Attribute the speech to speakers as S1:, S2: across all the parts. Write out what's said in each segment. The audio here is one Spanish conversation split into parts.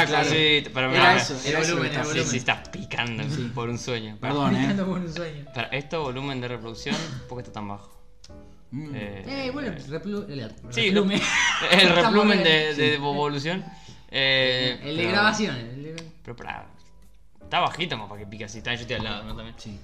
S1: Eh, claro.
S2: Sí, pero
S1: Era
S2: ah,
S1: eso,
S2: sí,
S1: era
S3: el
S1: eso
S3: volumen,
S1: que
S3: el
S1: estaba-
S2: sí,
S3: volumen.
S2: estás picando por un sueño. Para,
S1: Perdón, eh.
S3: Picando por un sueño.
S2: para esto, volumen de reproducción, ¿por qué está tan bajo?
S1: Mm.
S2: Eh,
S3: Eh, bueno, replu... el
S2: sí,
S3: replume.
S2: el
S3: Estamos
S2: replumen de,
S3: bien.
S2: de evolución. Eh,
S3: El de
S2: pero-
S3: grabaciones. el de-
S2: Pero para. Está bajito como para que pica si está yo estoy al lado, ¿no? También.
S1: Sí.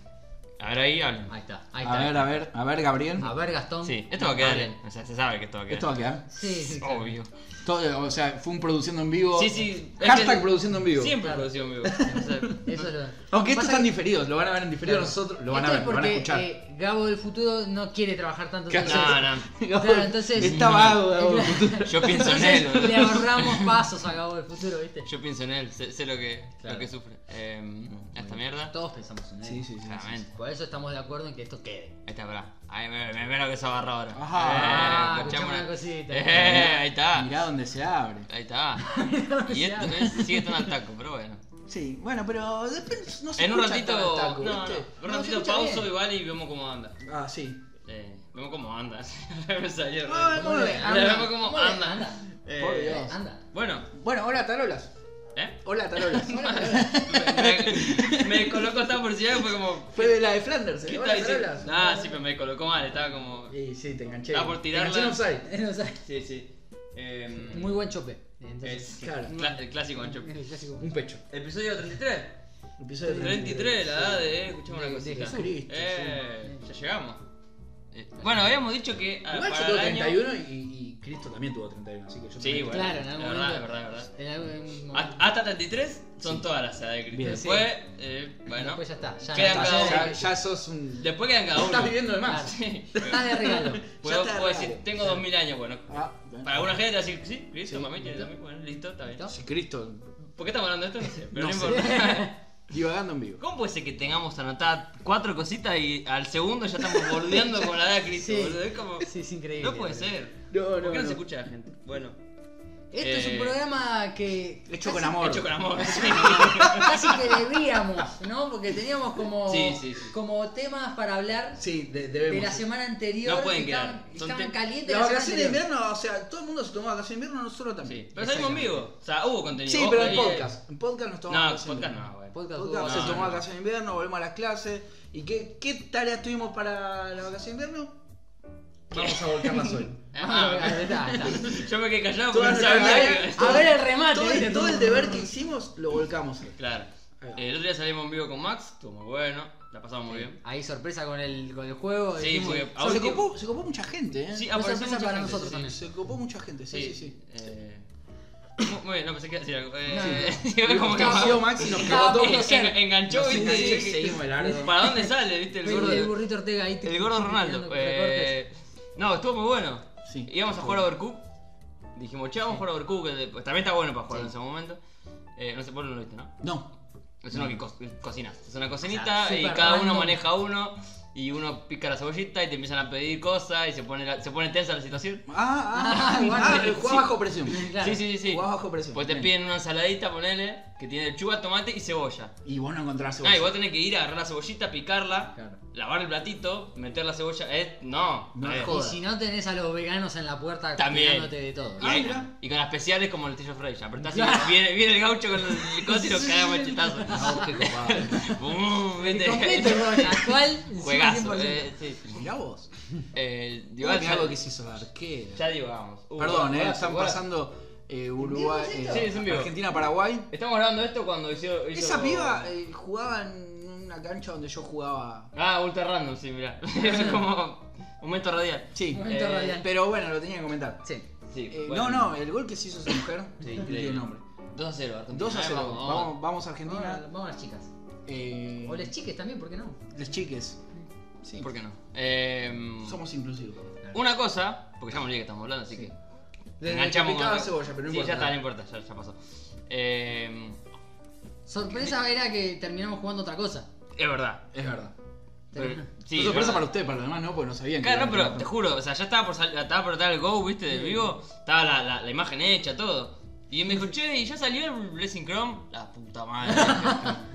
S2: A ver ahí hablen.
S3: Ahí está, ahí
S1: A
S3: está.
S1: ver, a ver, a ver, Gabriel.
S3: A ver, Gastón.
S2: Sí, esto va a quedar. eh. O sea, se sabe que esto va a quedar.
S1: Esto va a quedar.
S3: Sí, sí, claro.
S2: Obvio.
S1: Todo, o sea, fue un produciendo en vivo.
S2: Sí, sí. es
S1: Hashtag
S2: que-
S1: produciendo en vivo.
S2: Siempre producción en vivo. O sea,
S3: Eso es lo...
S1: Aunque estos
S3: Pasa
S1: están
S3: que-
S1: diferidos, lo van a ver en diferido
S3: claro.
S1: nosotros, lo van a
S3: Esto
S1: ver,
S3: es
S1: lo van a
S3: porque,
S1: escuchar.
S3: eh, Gabo del futuro no quiere trabajar tanto.
S1: Claro.
S3: entonces-
S2: No, no.
S3: claro, entonces-
S1: Está vago, Gabo.
S2: Yo pienso en
S3: Entonces,
S2: él.
S3: Le ahorramos pasos a Gabo del futuro, ¿viste?
S2: Yo pienso en él, sé, sé lo, que,
S3: Claro.
S2: lo que sufre. Eh, esta mierda.
S3: Todos pensamos en él.
S1: Sí, sí, sí.
S2: Claramente.
S3: Por eso estamos de acuerdo en que esto quede.
S2: Ahí está, pará. Ahí me, me me lo que se agarra ahora.
S1: Ajá.
S3: Ah,
S2: escuchamos
S3: escuchamos una cosita.
S2: Eh, ahí está.
S1: Mirá donde se abre.
S2: Ahí está. y esto eh, es- sigue estando al taco, pero bueno.
S1: Sí, bueno, pero después no
S2: En un
S1: escucha
S2: ratito.
S1: tan al taco,
S2: no,
S1: ¿viste?
S2: no, un
S3: No, se
S2: ratito
S3: escucha
S2: pauso
S3: bien.
S2: igual y vemos cómo anda.
S1: Ah, sí.
S2: Eh, vemos cómo anda. Me salió re-
S1: Ah,
S3: ¿Cómo le-
S2: Le
S3: anda?
S2: vemos cómo
S3: ¿Cómo le-
S2: anda.
S3: anda?
S2: Eh,
S1: Por Dios.
S3: Anda.
S2: Bueno,
S1: Bueno, hola Tarolas.
S2: ¿eh?
S1: Hola Tarolas.
S2: me, me colocó esta por si fue como.
S1: Fue de la de Flanders.
S2: ¿Qué
S1: eh.
S2: está
S1: Hola
S2: diciendo?
S1: Tarolas.
S2: Ah, sí, pero me colocó mal, estaba como.
S1: Y sí, te enganché.
S2: Estaba por tirarla.
S1: Te enganché en offside.
S3: Eh, no sé.
S2: Sí, sí. Eh,
S3: Muy buen chope. Entonces,
S2: es,
S1: Claro.
S2: cla- el clásico ancho.
S3: es el clásico.
S1: Un pecho.
S2: Episodio 33.
S1: Empiezo
S2: 33, la edad de. eh, Escuchamos una
S3: De- de
S2: cosita.
S1: Jesucristo,
S2: Eh, ya llegamos. Eh, Bueno, habíamos dicho que. ah,
S1: Igual yo
S2: para
S1: tengo
S2: el año-
S1: 31 y, y Cristo también tuvo 31, así que yo
S2: Sí,
S1: también-
S2: bueno.
S3: Claro, en algún
S2: la
S3: momento.
S2: verdad, la verdad, Ah,
S3: En algún momento.
S2: Hasta hasta 33 son todas las edades de Cristo.
S1: Bien.
S2: Después, eh, bueno.
S3: Después ya está. Ya
S2: Quedan
S3: no,
S2: cada
S1: Ya,
S3: ya-
S2: uno.
S1: ya sos un.
S2: Después quedan cada uno.
S1: Estás viviendo de más.
S2: Sí.
S3: Está de regalo.
S2: Puedo,
S1: te
S2: puedo
S1: arreglo.
S2: decir, tengo 2000 años, bueno.
S1: Ah, bueno.
S2: Para alguna gente va a decir, sí, listo,
S1: Sí.
S2: mami, tiene 2000, bueno, listo, está bien.
S1: Si Cristo
S2: ¿Por qué estamos hablando de esto? No sé, pero no,
S1: No sé.
S2: importa.
S1: divagando en vivo.
S2: ¿Cómo puede ser que tengamos anotadas cuatro cositas y al segundo ya estamos bordeando con la edad de Cristo?
S3: Sí.
S2: boludo? Es como-
S3: Sí, es increíble.
S2: No puede ser.
S1: No,
S2: ¿Por
S1: no,
S2: qué no,
S1: no.
S2: se escucha la gente? Bueno,
S3: Esto es
S2: Eh,
S3: un programa que.
S1: Hecho con
S3: casi-
S1: amor.
S2: Ah, hecho con amor. sí.
S3: Casi que debíamos, ¿no? Porque teníamos como,
S2: Sí, sí, sí.
S3: como temas para hablar
S1: Sí, de-
S3: de
S1: debemos.
S3: la semana anterior.
S2: No pueden
S3: que estaban-
S2: quedar. Son
S3: Estaban,
S2: tem-
S1: Las
S3: calientes la semana
S1: vacaciones de
S3: anterior.
S1: invierno, o sea, todo el mundo se tomó vacaciones de invierno, nosotros
S2: Sí,
S1: también.
S2: Pero salimos en vivo. O sea, hubo contenido.
S1: Sí,
S2: Ojo,
S1: pero en
S2: ahí,
S1: podcast. En podcast nos tomamos
S2: No,
S1: vacaciones de
S2: podcast
S1: invierno.
S2: no, güey.
S3: Podcast
S1: Podcast
S3: hubo-
S1: se
S2: no,
S1: tomó
S2: no.
S1: vacaciones de invierno, volvimos a las clases. ¿Y qué, qué tareas tuvimos para la vacación de invierno? Vamos a volcarlas hoy.
S3: Ah, ahí está, ahí está.
S2: Yo me quedé callado
S1: Todas
S2: porque no
S1: las
S2: sabía
S1: tareas-
S2: que-
S3: A ver el remate.
S1: Todo
S3: ¿viste?
S1: el, todo el deber que hicimos lo volcamos hoy.
S2: Claro. Eh,
S1: Ahí va.
S2: El otro día salimos en vivo con Max, estuvo muy bueno, la pasamos muy bien.
S3: Ahí sorpresa con el, con el juego.
S2: Sí,
S3: dijimos-
S2: porque-
S1: Se
S2: Último.
S1: copó, se copó mucha gente, ¿eh?
S2: Sí,
S3: Una
S2: apareció
S3: sorpresa
S2: mucha
S3: para
S2: gente,
S3: nosotros
S2: sí,
S3: también.
S1: Se copó mucha gente, sí, sí, sí.
S2: eh, mu- muy bien, no pensé que iba a decir algo. Eh,
S3: No,
S2: digo, como que
S1: Nos
S2: Max-
S1: conoció Maxi, nos cagó
S3: Estábamos
S1: todo.
S2: en- en- enganchó,
S1: Nos
S2: viste.
S1: enganchó y
S2: Sí,
S1: seguimos de largo.
S2: ¿Para dónde sale, viste? El
S3: Fue
S2: gordo,
S3: el burrito Ortega ahí.
S2: el gordo Ronaldo. Eh, no, estuvo muy bueno.
S1: Sí.
S2: Íbamos a jugar a Overcook. Dijimos, che, vamos a jugar a Overcook. que pues, también está bueno para jugar
S3: Sí.
S2: en ese momento. Eh, no sé, vos no lo viste, ¿no?
S1: No.
S2: Es uno que co- cocinas. Es una cocinita
S3: O sea,
S2: y
S3: súper
S2: cada uno
S3: random.
S2: maneja uno. Y uno pica la cebollita y te empiezan a pedir cosas y se pone, la- se pone tensa la situación.
S1: Ah, ah,
S3: Ah,
S1: ah,
S3: bueno.
S1: ah, jugás
S2: Sí.
S1: bajo presión.
S3: Claro.
S2: Sí, sí, sí. sí.
S1: Jugás bajo presión.
S2: Pues te
S1: Bien.
S2: piden una ensaladita, ponele, que tiene lechuga, tomate y cebolla.
S1: Y vos no encontrás
S2: Ah, y
S1: cebolla.
S2: vos tenés que ir a agarrar la cebollita, picarla,
S1: Claro.
S2: lavar el platito, meter la cebolla. Eh, no.
S1: No
S2: eh.
S1: me
S3: Y
S1: jodas.
S3: si no tenés a los veganos en la puerta
S2: También.
S3: cuidándote de todo.
S2: Y,
S1: Ah,
S2: ahí-
S1: mirá.
S2: y con las especiales como el Tello Frey, ya apretás y viene, viene el gaucho con el coso y lo caga machetazo.
S1: Ah, qué copado.
S2: Bum, viste.
S3: Completo, con actual.
S2: Juegazo.
S3: 100%.
S2: eh, sí.
S1: Mirá vos.
S2: Eh,
S1: Yo
S2: digo,
S1: me
S2: ya,
S1: hago que se hizo arquero.
S2: ya digamos. Uh,
S1: Perdón, eh,
S2: golazo,
S1: están
S2: golazo.
S1: pasando eh, Uruguay,
S2: esto? Sí, es en vivo.
S1: Argentina-Paraguay.
S2: Estamos grabando esto cuando hizo. hizo-
S1: Esa piba eh, jugaba en una cancha donde yo jugaba.
S2: Ah, ultra random, sí, mirá. es como. Momento radial.
S1: Sí,
S3: Momento
S2: Eh,
S3: radial.
S1: pero bueno, lo tenía que comentar.
S3: Sí.
S2: Sí,
S1: Eh,
S2: bueno.
S1: No, no, el gol que se hizo esa mujer.
S2: Sí,
S1: no
S2: increíble.
S1: tiene nombre.
S2: 2 a 0, Argentina.
S1: 2 a
S2: Ahí
S1: 0.
S2: vamos,
S1: Vamos,
S2: vamos.
S1: vamos a
S3: Vamos a,
S1: Argentina.
S3: vamos a las chicas.
S1: Eh,
S3: O las chiques también, ¿por qué no?
S1: les chiques. Sí.
S2: ¿Por qué no? Eh,
S1: Somos inclusivos.
S2: Una cosa, porque ya me olvidé que estamos hablando, así
S1: Sí.
S2: que.
S1: Desde
S2: enganchamos
S1: que picaba
S2: con-
S1: cebolla, pero no
S2: sí,
S1: importa.
S2: ya está, no importa, ya, ya pasó. Eh,
S3: Sorpresa era que terminamos jugando otra cosa.
S2: es verdad.
S1: Es verdad.
S2: Pero- sí,
S1: Fue
S2: es
S1: sorpresa
S2: verdad.
S1: para ustedes, para los demás no, porque no sabían. que
S2: Claro, no,
S1: iban a
S2: pero
S1: ganar.
S2: te juro, o sea, ya estaba por, sal- estaba por dar el go, viste, del vivo, estaba la, la, la imagen hecha, todo. Y él me dijo, che, ¿y ya salió el Blessing Chrome? La puta madre.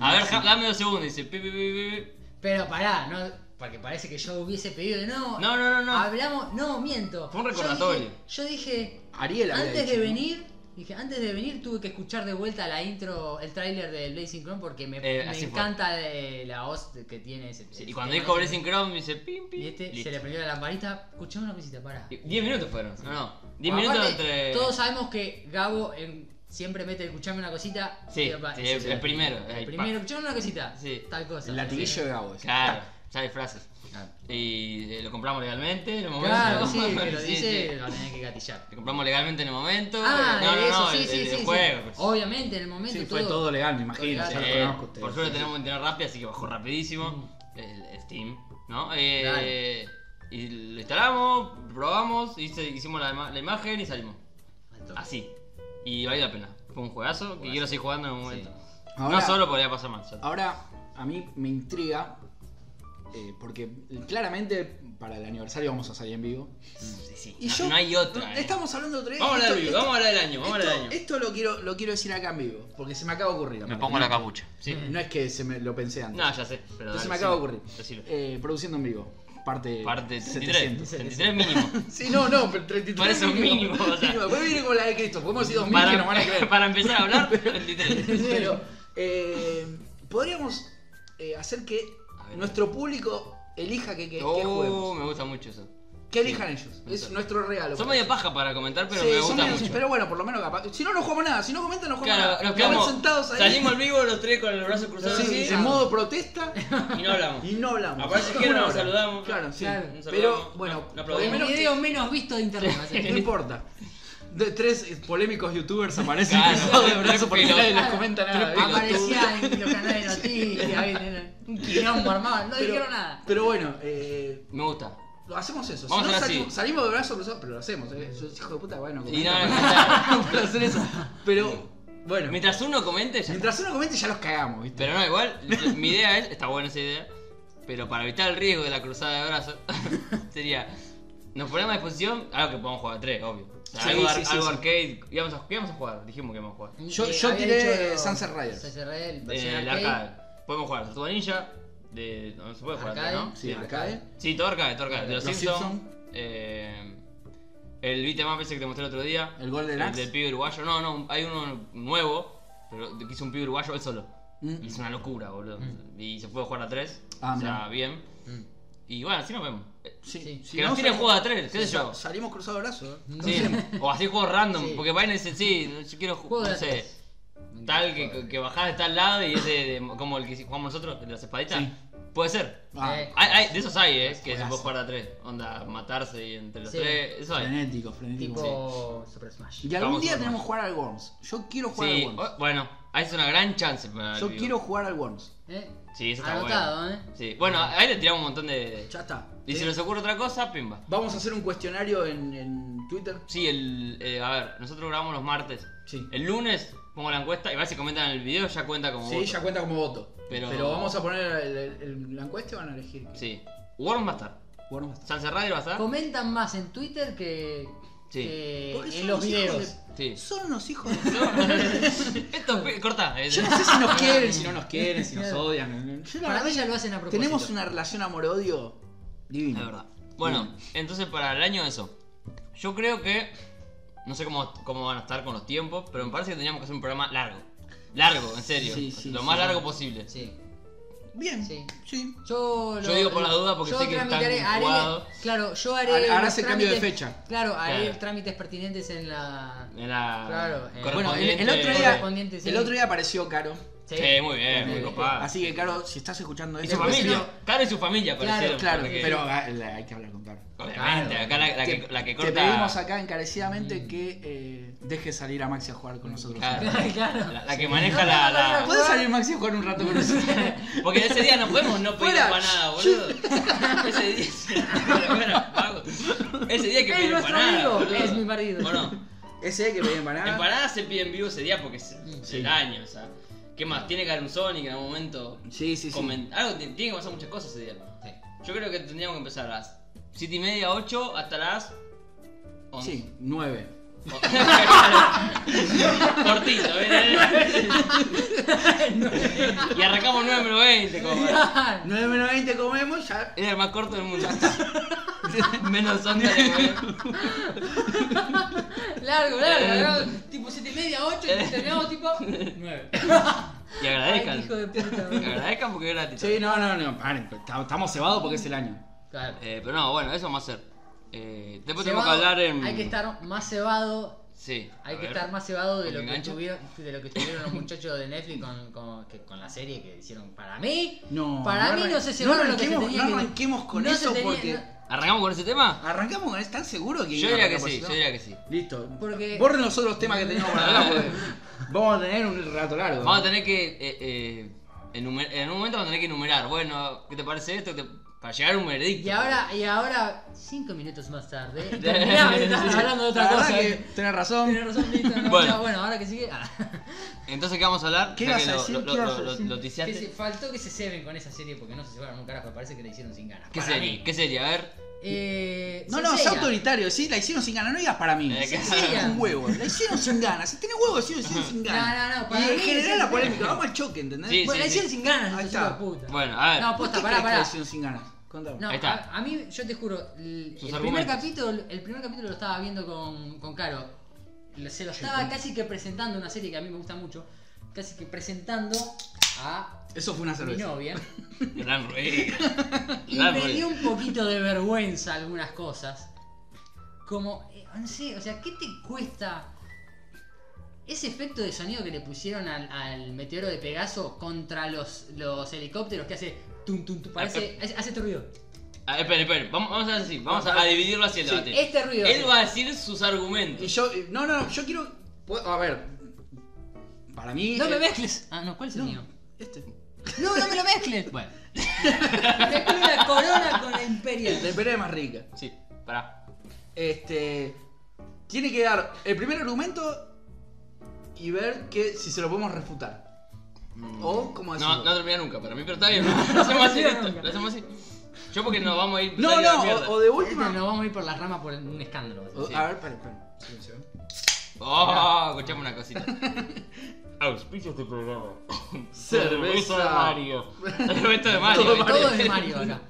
S2: A ver, ja- dame dos segundos, dice, pi, pi, pi, pi, pi.
S3: Pero pará, no, porque parece que yo hubiese pedido de no.
S2: No, no,
S3: Ah,
S2: no, no.
S3: Hablamos, no, miento.
S2: Fue un
S3: Yo
S2: recordatorio.
S3: dije- Yo dije,
S1: Ariel había
S3: antes
S1: dicho,
S3: de
S1: ¿no?
S3: venir, Dije, antes de venir tuve que escuchar de vuelta la intro, el tráiler de Blazing Chrome porque me,
S2: Eh,
S3: me
S2: así fue.
S3: encanta eh, la voz que tiene ese.
S2: Sí,
S3: ese
S2: y cuando
S3: tema.
S2: dijo Blessing Crown, dice pim, pim.
S3: Y este
S2: listo.
S3: se le prendió la lamparita. Escuchame una cosita, pará.
S2: 10 minutos fueron, no, no. 10
S3: Aparte,
S2: minutos entre.
S3: Todos sabemos que Gabo en- siempre mete el escuchame una cosita.
S2: Sí,
S3: pero pa-
S2: sí,
S3: ese
S2: el-
S3: es
S2: el primero, ahí,
S3: El
S2: pa.
S3: primero, escuchame una cosita.
S2: Sí.
S3: Tal cosa.
S1: El latiguillo
S3: Sí.
S1: de Gabo. ese.
S2: Claro, ya hay frases.
S1: Claro.
S2: Y eh, lo compramos legalmente en el momento.
S3: Claro, sí, que lo
S2: Sí,
S3: dice,
S2: sí.
S3: lo tenés que gatillar.
S2: Lo compramos legalmente en el momento.
S3: Ah,
S2: eh, no,
S3: de
S2: no,
S3: eso,
S2: no,
S3: sí,
S2: el,
S3: sí,
S2: el-
S3: sí,
S2: el
S3: sí.
S2: juego. pues.
S3: Obviamente, en el momento
S1: Sí,
S3: todo.
S1: fue todo legal, me imagino.
S3: Todo
S1: ya
S3: legal.
S1: lo
S2: Eh,
S1: conozco ustedes.
S2: por suerte
S1: Sí.
S2: tenemos un internet rápido, así que bajó rapidísimo el, el Steam, ¿no? Eh, y lo instalamos, probamos, hice- hicimos la, ima- la imagen y salimos.
S3: Al toque.
S2: Así. Y vale la pena. Fue un juegazo que quiero seguir jugando en un momento.
S1: Ahora-
S2: no
S1: Ah,
S2: solo podría pasar más. ya.
S1: Ahora, a mí me intriga, eh, porque claramente para el aniversario vamos a salir en vivo.
S2: Sí, sí.
S1: Y
S2: no,
S1: yo-
S2: Ah, no hay otra. eh.
S1: Estamos hablando de
S2: Vamos a hablar del vivo, vamos a hablar del año, vamos a hablar del
S1: Esto,
S2: año.
S1: esto lo, quiero, lo quiero decir acá en vivo, porque se me acaba de ocurrir.
S4: Me
S1: aparte.
S4: pongo la capucha.
S2: Sí.
S1: No es que se me lo pensé antes.
S2: No, ya sé, pero. dale,
S1: Entonces me acaba de Eh,
S2: sí,
S1: ocurrir.
S2: decilo.
S1: Eh, produciendo en vivo. Parte,
S2: Parte 33.
S1: 700.
S2: 33 mínimo.
S1: Sí, no, no, pero 33.
S2: Por eso mínimo, o sea.
S1: Después viene con la de Cristo. Podemos decir 2000 que nos van a creer.
S2: Para, para empezar a hablar, 33.
S1: Pero, eh, podríamos eh, hacer que
S2: A ver.
S1: nuestro público elija que, que- que
S2: Oh,
S1: juguemos.
S2: me gusta mucho eso.
S1: Que elijan ellos.
S2: me
S1: Es
S2: gusta.
S1: nuestro regalo.
S2: Son
S1: para
S2: medio
S1: ellos.
S2: paja para comentar, pero
S1: Sí,
S2: me
S1: son
S2: gusta
S1: medio-
S2: mucho.
S1: Pero bueno, por lo menos capaz. Si no, no jugamos nada. Si no comentan, no jugamos
S2: Claro,
S1: nada.
S2: nos
S1: Nos quedamos
S2: quedamos
S1: sentados ahí.
S2: Salimos al vivo los tres con los brazos cruzados
S1: Sí,
S2: así ah,
S1: en modo protesta
S2: y no hablamos.
S1: y no hablamos.
S2: Aparece
S1: Como
S2: que
S1: una
S2: nos
S1: hora.
S2: saludamos.
S1: Claro, sí.
S3: Claro.
S2: Nos
S1: Pero
S2: saludamos,
S1: bueno,
S2: no- no
S1: por lo
S3: El
S2: aplaudimos.
S1: menos que-
S3: video menos visto de internet. va a ser.
S1: no importa. De tres polémicos youtubers aparecen
S2: Claro,
S1: cruzados de brazos porque
S2: tres
S1: nadie les
S3: pelotudos.
S1: comenta nada. ¿viste?
S3: Aparecía en los canales de noticias, ¿viste? un quilombo armado, no
S1: Pero-
S3: dijeron nada.
S1: Pero bueno, eh,
S2: Me gusta.
S1: Lo hacemos eso.
S2: Vamos
S1: si
S2: a
S1: no
S2: hacer
S1: salimos,
S2: así.
S1: salimos de brazos cruzados, pero lo hacemos. ¿eh? Yo, hijo de puta, bueno.
S2: Y
S1: comento,
S2: no,
S1: pero-
S2: mientras,
S1: no puedo hacer eso. Pero, bueno. Mientras,
S2: mientras uno comente, ya.
S1: uno comente, ya los cagamos, ¿viste?
S2: Pero no, igual, mi idea es, está buena esa idea, pero para evitar el riesgo de la cruzada de brazos, sería, nos ponemos a disposición, algo que podamos jugar a tres, obvio. O sea,
S1: Sí,
S2: algo
S1: sí,
S2: ar-
S1: sí,
S2: algo
S1: sí.
S2: arcade, íbamos a, ¿qué íbamos a jugar? Dijimos que íbamos a jugar.
S1: Yo-
S3: Eh,
S1: yo
S3: había
S1: tiré
S3: dicho
S1: Sunset Riders.
S3: Sunset Riders,
S2: Eh,
S3: versión
S2: el
S3: arcade.
S2: arcade. Podemos jugar Tortuga Ninja, de, no se puede jugar
S3: Arcade.
S2: acá, ¿no?
S1: Sí, arcade.
S2: Sí, todo arcade, todo arcade. De los,
S1: Los
S2: Simpsons.
S1: Simpson.
S2: eh, el beat'em up ese que te mostré el otro día.
S1: El Golden
S2: El
S1: Axe.
S2: del pibe uruguayo. No, no, hay uno nuevo, pero que hizo un pibe uruguayo él solo.
S1: Mm.
S2: Y es una locura, boludo. Y se puede jugar a tres.
S1: Ah,
S2: o sea,
S1: mirá.
S2: bien.
S3: mm,
S2: Y bueno, así nos vemos. Eh,
S1: Sí,
S2: que nos tiren juego a tres, qué sé yo.
S1: Salimos cruzados de brazos. ¿eh?
S2: Sí, o así juegos random,
S3: Sí.
S2: porque Biden dice, sí, yo quiero
S3: Juego
S2: jugar,
S3: de
S2: no sé,
S3: atrás.
S2: tal que, que bajás de tal lado y ese, de- como el que jugamos nosotros, el de las espaditas,
S1: Sí.
S2: puede ser.
S1: Ah,
S3: Eh,
S2: Hay, hay- de esos hay, eh, que se puede
S1: Juegazo.
S2: jugar a tres, onda, matarse y entre los
S3: Sí.
S2: tres, eso hay.
S1: frenético, frenético.
S3: Tipo Super Smash.
S1: Y algún
S2: Vamos
S1: día
S2: a jugar
S1: tenemos
S2: más.
S1: que jugar al Worms. Yo quiero jugar
S2: Sí,
S1: al
S2: o-
S1: Worms.
S2: bueno, ahí es una gran chance para el
S1: Yo
S2: vivo.
S1: quiero jugar al Worms.
S3: ¿Eh?
S2: Sí, eso está
S3: Anotado,
S2: bueno.
S3: ¿eh?
S2: Sí, bueno, ahí le tiramos un montón de...
S1: Ya está.
S2: Y si
S1: Eh,
S2: nos ocurre otra cosa, pimba.
S1: Vamos a hacer un cuestionario en, en Twitter.
S2: Sí, el, eh, a ver, nosotros grabamos los martes.
S1: Sí.
S2: El lunes pongo la encuesta y a ver si comentan en el video, ya cuenta como
S1: Sí,
S2: voto.
S1: ya cuenta como voto. Pero,
S2: Pero-
S1: vamos a poner el- el- el- la encuesta y van a elegir.
S2: Sí. Worms va a estar.
S1: Worms está.
S2: San Radio va a estar.
S3: Comentan más en Twitter que,
S2: Sí.
S3: que
S1: Porque son
S3: Eh, en los
S1: unos hijos
S3: videos.
S2: Sí.
S1: Son unos hijos de...
S2: Esto, pi- corta. eh.
S1: Yo no sé si nos quieren, si no nos quieren, si nos odian. Yo la
S3: Para mí
S1: verdad,
S3: ya lo hacen a propósito.
S1: tenemos una relación amor-odio divina.
S2: Es verdad. Bueno, entonces para el año eso. Yo creo que. No sé cómo, cómo van a estar con los tiempos, pero me parece que teníamos que hacer un programa largo. Largo, en serio.
S1: Sí, sí,
S2: lo
S1: sí.
S2: más largo posible.
S3: Sí.
S1: Bien.
S3: Sí.
S1: Sí.
S3: Yo,
S2: Yo digo por la duda, porque
S3: yo
S2: sé que están
S3: tramitaré- haré-
S2: jugados.
S3: Claro, yo haré.
S1: Ahora
S3: los
S1: hace cambio de
S3: trámites-
S1: fecha.
S3: Claro, haré
S2: Claro.
S3: trámites pertinentes en la.
S2: En la
S3: Claro, eh.
S1: Bueno, el, el
S2: correspondiente-
S1: otro día,
S3: Correspondiente, sí.
S1: el otro día apareció Caro.
S2: Sí, muy bien, muy
S3: Sí.
S2: copado.
S1: Así que Caro, si estás escuchando
S2: Y
S1: esto,
S2: su
S1: pues,
S2: familia. Claro, y su familia
S3: Claro,
S2: aparecieron,
S1: Claro,
S2: porque-
S1: pero ah, la- hay que hablar con Caro.
S2: Obviamente,
S3: Claro.
S2: acá la, la que,
S1: Te-
S2: la que
S1: Te
S2: corta.
S1: pedimos acá
S3: Mm.
S1: encarecidamente que eh, dejes salir a Maxi a jugar con nosotros.
S2: Claro.
S3: Claro.
S2: La, la que maneja
S3: No,
S2: la,
S3: no, no,
S2: la-
S1: ¿Puedes salir Maxi a jugar un rato con nosotros?
S2: Porque ese día no podemos no pedir
S1: Fuera.
S2: empanada, boludo. Ese día. Pero bueno, vago. Ese día hay que
S3: Es
S2: pedir
S3: nuestro
S2: empanada.
S3: amigo,
S2: boludo.
S3: es mi marido. Ah.
S2: ¿O no?
S1: Ese que pedí empanada.
S2: Empanada se pide en vivo ese día porque es el año, o sea. ¿Qué más? Tiene que haber un Sonic en algún momento.
S1: Sí, sí, sí.
S2: Comen- Algo tiene tiene que pasar muchas cosas ese día. Yo creo que tendríamos que empezar a las 7 y media, 8 hasta las 11.
S1: Sí, nueve.
S2: Cortito, ¿ves? Y arrancamos 9 menos 20, como.
S3: Claro.
S5: 9 menos 20 comemos, ya.
S2: Era el más corto del mundo. menos ¿eh? onda que
S3: Largo, largo, largo. Tipo 7 y media, 8 y terminamos tipo 9.
S2: Y
S3: Ay, hijo
S2: agradezcan.
S3: de puta.
S2: Y
S3: boludo.
S2: agradezcan porque es gratis.
S1: Sí, no, no, no, paren, ta- estamos cebados porque es el año.
S3: Claro.
S2: Eh, pero no, bueno, eso vamos a hacer. Eh, después tenemos que
S3: Cebado,
S2: hablar en.
S3: Hay que estar más cebado.
S2: Sí. a
S3: Hay que
S2: ver.
S3: estar más cebado de
S2: ¿Me
S3: lo que,
S2: engancho?
S3: tuvieron, de lo que tuvieron los muchachos de Netflix con, con, que- con la serie que hicieron. Para mí,
S5: No,
S3: para
S5: no
S3: mí no
S5: arran-
S3: se
S5: no
S3: cebaron lo que se
S5: arranquemos-
S3: tenía
S5: no
S3: que-
S5: arranquemos con
S3: se
S5: eso
S3: tenía-
S5: porque-
S3: no-
S2: ¿Arrancamos con ese tema?
S5: Arrancamos con ¿están seguros que iba
S2: Yo
S5: a
S2: diría que
S5: arrancar
S3: pues,
S2: sí,
S5: por
S2: yo
S5: ese
S2: diría
S5: lado?
S2: que sí.
S1: Listo.
S3: Porque-
S1: Borren los otros temas que tenemos para hablar porque vamos a tener un rato largo.
S2: Vamos a tener que. eh, eh, enumer- en un momento vamos a tener que enumerar. Bueno, ¿qué te parece esto? ¿Qué te- Para llegar a un veredicto.
S3: Y ahora, y ahora, cinco minutos más tarde, y terminaba, estabas Ah, hablando de
S1: La
S3: otra
S1: verdad
S3: cosa.
S1: que tenés razón.
S3: Tienes razón, listo, no,
S2: Bueno.
S3: ya, bueno, ahora que sigue. ah.
S2: Entonces, ¿qué vamos a hablar?
S5: ¿Qué
S2: Ya
S5: ibas
S2: que
S5: a
S2: lo-
S5: decir?
S2: lo-
S5: ¿Qué
S2: lo-
S5: ibas a
S2: lo-
S5: decir?
S2: lo
S3: Que
S2: ticiaste.
S3: se- faltó que se ceben con esa serie porque no se cebaron un carajo, parece que la hicieron sin ganas.
S2: ¿Qué
S3: Para
S2: sería?
S3: mí.
S2: ¿Qué sería? A ver.
S3: Eh,
S1: No, no, es
S3: Senseiya.
S1: autoritario, sí, la hicieron sin ganas, no digas para mí.
S2: Eh,
S1: Sí,
S2: que-
S1: Con huevos, la hicieron sin ganas, si tenés huevos, sí, la hicieron sin ganas.
S3: No, no, no, para
S1: Y en
S3: mí
S1: general
S3: es-
S1: la polémica, vamos al choque, ¿entendés?
S2: Sí,
S3: Bueno, la
S2: sí.
S3: hicieron sin ganas,
S1: Ahí
S3: estos
S1: está.
S3: hijos de puta.
S2: Bueno, a ver.
S3: No,
S1: ¿Por
S3: posta,
S1: qué
S3: pará,
S1: crees que la
S3: pará.
S1: hicieron sin ganas? Contame.
S3: No,
S2: Ahí está.
S3: A, a mí, yo te juro, el,
S2: Sus
S3: el primer
S2: argumentos.
S3: capítulo, el primer capítulo lo estaba viendo con, con Caro. Lo- Se lo estaba casi que presentando una serie que a mí me gusta mucho. Casi que presentando a
S1: Eso fue una
S3: mi
S1: cerveza.
S3: novia.
S2: Gran ruido.
S3: Y
S2: Gran
S3: me
S2: ruido.
S3: dio un poquito de vergüenza algunas cosas. Como, eh, no sé, o sea, ¿qué te cuesta ese efecto de sonido que le pusieron al, al meteoro de Pegaso contra los, los helicópteros que hace tum tum tum? Parece, hace, hace este ruido.
S2: Ah, esperen, esperen. Vamos, vamos a hacer así. Vamos a, a dividirlo así el
S1: Sí,
S2: debate.
S3: Este ruido.
S2: Él
S3: hace.
S2: va a decir sus argumentos.
S1: Y yo, eh, no, no, yo quiero. pu- A ver. Para mí.
S3: No me
S1: eh,
S3: mezcles. Ah, no, ¿cuál es el mío?
S1: Este.
S3: No, no me lo mezcles. Bueno. Mezclo la corona con la imperial.
S1: La imperial es más rica.
S2: Sí, pará.
S1: Este. Tiene que dar el primer argumento y ver que si se lo podemos refutar. O como decirlo.
S2: No, no termina nunca para mí, pero está bien. Lo hacemos así,
S3: termina
S2: listo,
S3: nunca.
S2: Lo hacemos así. Yo porque nos vamos a ir.
S1: No,
S2: a la
S1: Este no,
S2: mierda.
S1: o, o de
S3: Última,
S1: última.
S3: nos vamos a ir por las ramas por un escándalo.
S1: o-
S2: Sí.
S1: A ver, espera, espera. Silencio, ¿eh?
S2: Oh, escuchame una cosita. Auspicio este programa.
S1: Cerveza.
S2: de Mario. Cerveza de Mario.
S1: Todo
S2: ¿viste?
S3: Todo es de Mario acá.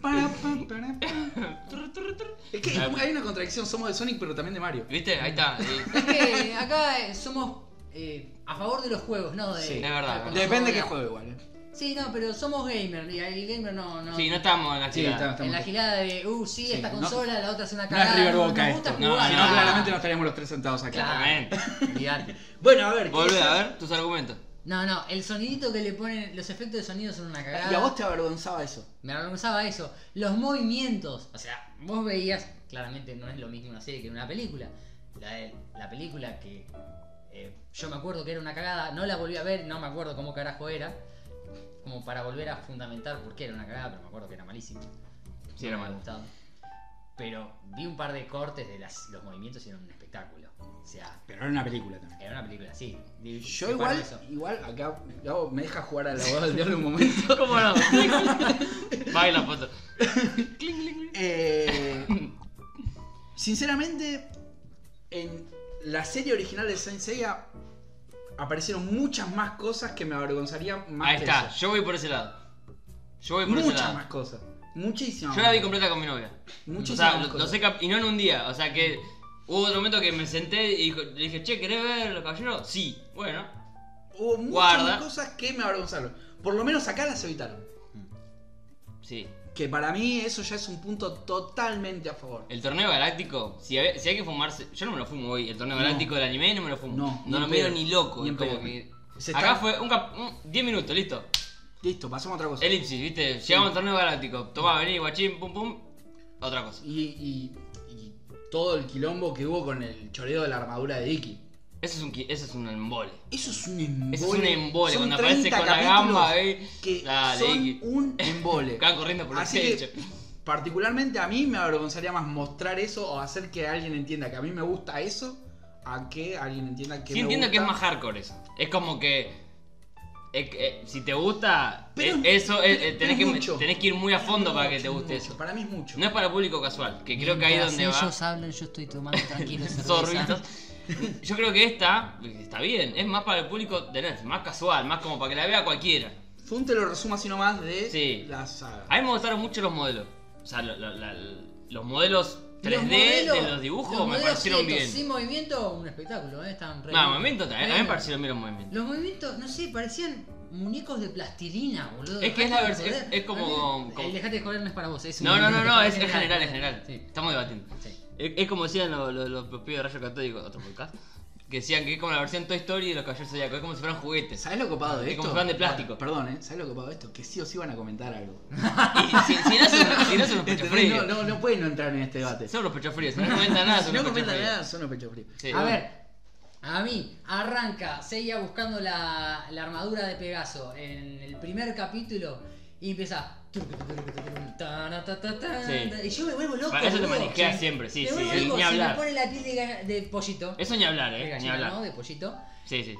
S1: Para, pa, para, pa.
S2: Turr, turr, turr.
S1: Eh, Es que hay una contradicción, somos de Sonic pero también de Mario.
S2: ¿Viste? Ahí está.
S3: Es que acá eh, somos eh, a favor de los juegos, no de.
S1: Sí, es
S2: verdad,
S3: de la
S1: Depende
S3: consola.
S1: qué juego igual. ¿eh?
S3: Sí, no, pero somos gamer y el gamer no. no
S2: Sí, no estamos en la
S1: Sí,
S2: ciudad.
S1: está.
S3: En la gilada de, uh, sí,
S1: Sí,
S3: esta
S1: no-
S3: consola, la otra es una
S1: No es
S3: cagada.
S1: River
S3: nos
S1: Boca
S3: gusta
S1: esto. No,
S3: jugar.
S1: si
S2: no,
S1: Ah, no, claramente no estaríamos los tres sentados acá.
S3: Claro.
S2: Exactamente.
S3: Olvidate.
S1: Bueno, a ver. ¿qué
S2: Volvé,
S1: es?
S2: a ver tus argumentos.
S3: No, no, el sonidito que le ponen, los efectos de sonido son una cagada.
S1: Y a vos te avergonzaba eso.
S3: Me avergonzaba eso. Los movimientos. O sea, vos veías, claramente no es lo mismo una serie que una película. La, de- la película que eh, yo me acuerdo que era una cagada, no la volví a ver, no me acuerdo cómo carajo era. Como para volver a fundamentar por qué era una cagada, pero me acuerdo que era malísimo.
S2: Sí, era
S3: me había
S2: malo.
S3: gustado. Pero vi un par de cortes de las- los movimientos y era un espectáculo. O sea,
S1: Pero era una película también.
S3: era una película así.
S1: Yo igual, igual acá Gabo, me deja jugar al abogado del diablo un momento.
S2: ¿Cómo no? Baila foto. Cling, cling, cling.
S1: Eh, sinceramente, en la serie original de Saint Seiya aparecieron muchas más cosas que me avergonzarían más
S2: Ahí
S1: que
S2: está,
S1: eso.
S2: yo voy por ese lado. Yo voy por ese
S1: Muchas
S2: lado.
S1: más cosas. Muchísimas.
S2: Yo la vi
S1: más.
S2: completa con mi novia.
S1: Muchísimas
S2: o sea,
S1: más
S2: lo,
S1: cosas.
S2: lo sé cap- y no en un día. O sea que hubo otro momento que me senté y dijo- le dije, che, ¿querés ver los caballeros? Sí. Bueno.
S1: Hubo muchas
S2: Guarda.
S1: más cosas que me avergonzaron. Por lo menos acá las evitaron.
S2: Sí.
S1: Que para mí eso ya es un punto totalmente a favor.
S2: El torneo galáctico, si hay, si hay que fumarse. Yo no me lo fumo hoy. El torneo
S1: No.
S2: galáctico del anime no me lo fumo.
S1: No, ni
S2: no lo
S1: en
S2: miro
S1: pedo.
S2: ni loco.
S1: Ni
S2: es
S1: en
S2: como
S1: pedo.
S2: que-
S1: Se
S2: Acá
S1: está-
S2: fue un cap- un 10 minutos, listo.
S1: Listo, pasamos a otra cosa.
S2: Elipsis, viste. Llegamos al torneo galáctico. Tomá, vení, guachín, pum pum. Otra cosa.
S1: Y, y- y todo el quilombo que hubo con el choreo de la armadura de Dicky.
S2: Eso es un, qui- eso es un embole.
S1: Eso es un embole.
S2: Eso es un embole,
S1: Son
S2: cuando aparece
S1: 30
S2: con la
S1: capítulos
S2: gamba, eh.
S1: Que
S2: Dale,
S1: son
S2: Dicky.
S1: un embole.
S2: Van corriendo por el
S1: Así
S2: techo.
S1: que, particularmente a mí me avergonzaría más mostrar eso o hacer que alguien entienda que a mí me gusta eso a que alguien entienda que
S2: Sí
S1: me
S2: entiendo que es
S1: gusta.
S2: más hardcore eso. Es como que. eh, eh, si te gusta,
S5: Pero
S2: eh,
S5: es-
S2: eso eh,
S5: pero-
S2: eh,
S5: pero
S2: tenés,
S5: es
S2: que,
S5: mucho.
S2: tenés que ir muy a fondo para que te
S5: Mucho,
S2: guste
S5: mucho.
S2: eso.
S5: Para mí es mucho.
S2: No es para público casual, que creo que ahí es donde
S3: Mientras
S2: va.
S3: ellos hablan, yo estoy tomando tranquilo cerveza.
S2: Sorbitos. Yo creo que esta está bien, es más para el público de Netflix, más casual, más como para que la vea cualquiera.
S5: Fun te lo resumo así nomás de
S2: Sí.
S5: la saga.
S2: A mí me gustaron mucho los modelos. O sea, lo- lo- la- los modelos 3D
S3: Los
S2: de
S3: modelos-
S2: los dibujos
S3: los
S2: me
S3: modelos
S2: parecieron
S3: quietos,
S2: bien.
S3: Sin movimiento, un espectáculo, ¿eh? Estaban re
S2: No,
S3: bien.
S2: movimiento también, a mí me parecieron bien los movimientos.
S3: Los movimientos, no sé, parecían muñecos de plastilina, boludo.
S2: Es que es la
S3: Dejate de
S2: vers-
S3: joder.
S2: es- es como-
S3: Eh,
S2: como-
S3: Dejate de joder, no es para vos. Es un-
S2: No, no, no, no, es, es
S3: en
S2: general, es general.
S3: Sí,
S2: Estamos debatiendo.
S3: sí.
S2: Es, es como decían los, los, los pibes de Rayo Católico, otro podcast, que decían que es como la versión Toy Story de los Caballeros Zodíacos, es como si fueran juguetes.
S1: ¿Sabes lo copado de
S2: Es
S1: esto?
S2: como si fueran de plástico.
S1: Perdón, ¿eh? ¿Sabes lo copado de esto? Que sí o sí van a comentar algo.
S2: Y si, si no son, si no son los pechos
S1: ¿Entendés?
S2: fríos.
S1: No, no, no pueden no entrar en este debate.
S2: Son los pechos fríos, si no comentan nada,
S1: Si
S2: son
S1: no
S2: los pechos
S1: comentan
S2: fríos.
S1: nada, son los pechos fríos.
S2: Sí.
S3: A ver, a mí, arranca, seguía buscando la, la armadura de Pegaso en el primer capítulo y empieza.
S2: Sí.
S3: Y yo me vuelvo loco.
S2: Para eso te
S3: boludo.
S2: maniqueas siempre, sí,
S3: Me
S2: sí,
S3: vuelvo
S2: sí,
S3: loco,
S2: ni
S3: se
S2: hablar.
S3: me pone la piel de, ga- de pollito.
S2: Eso ni hablar,
S3: de
S2: eh, ni
S3: gallina,
S2: hablar.
S3: ¿no? De pollito.
S2: Sí, sí.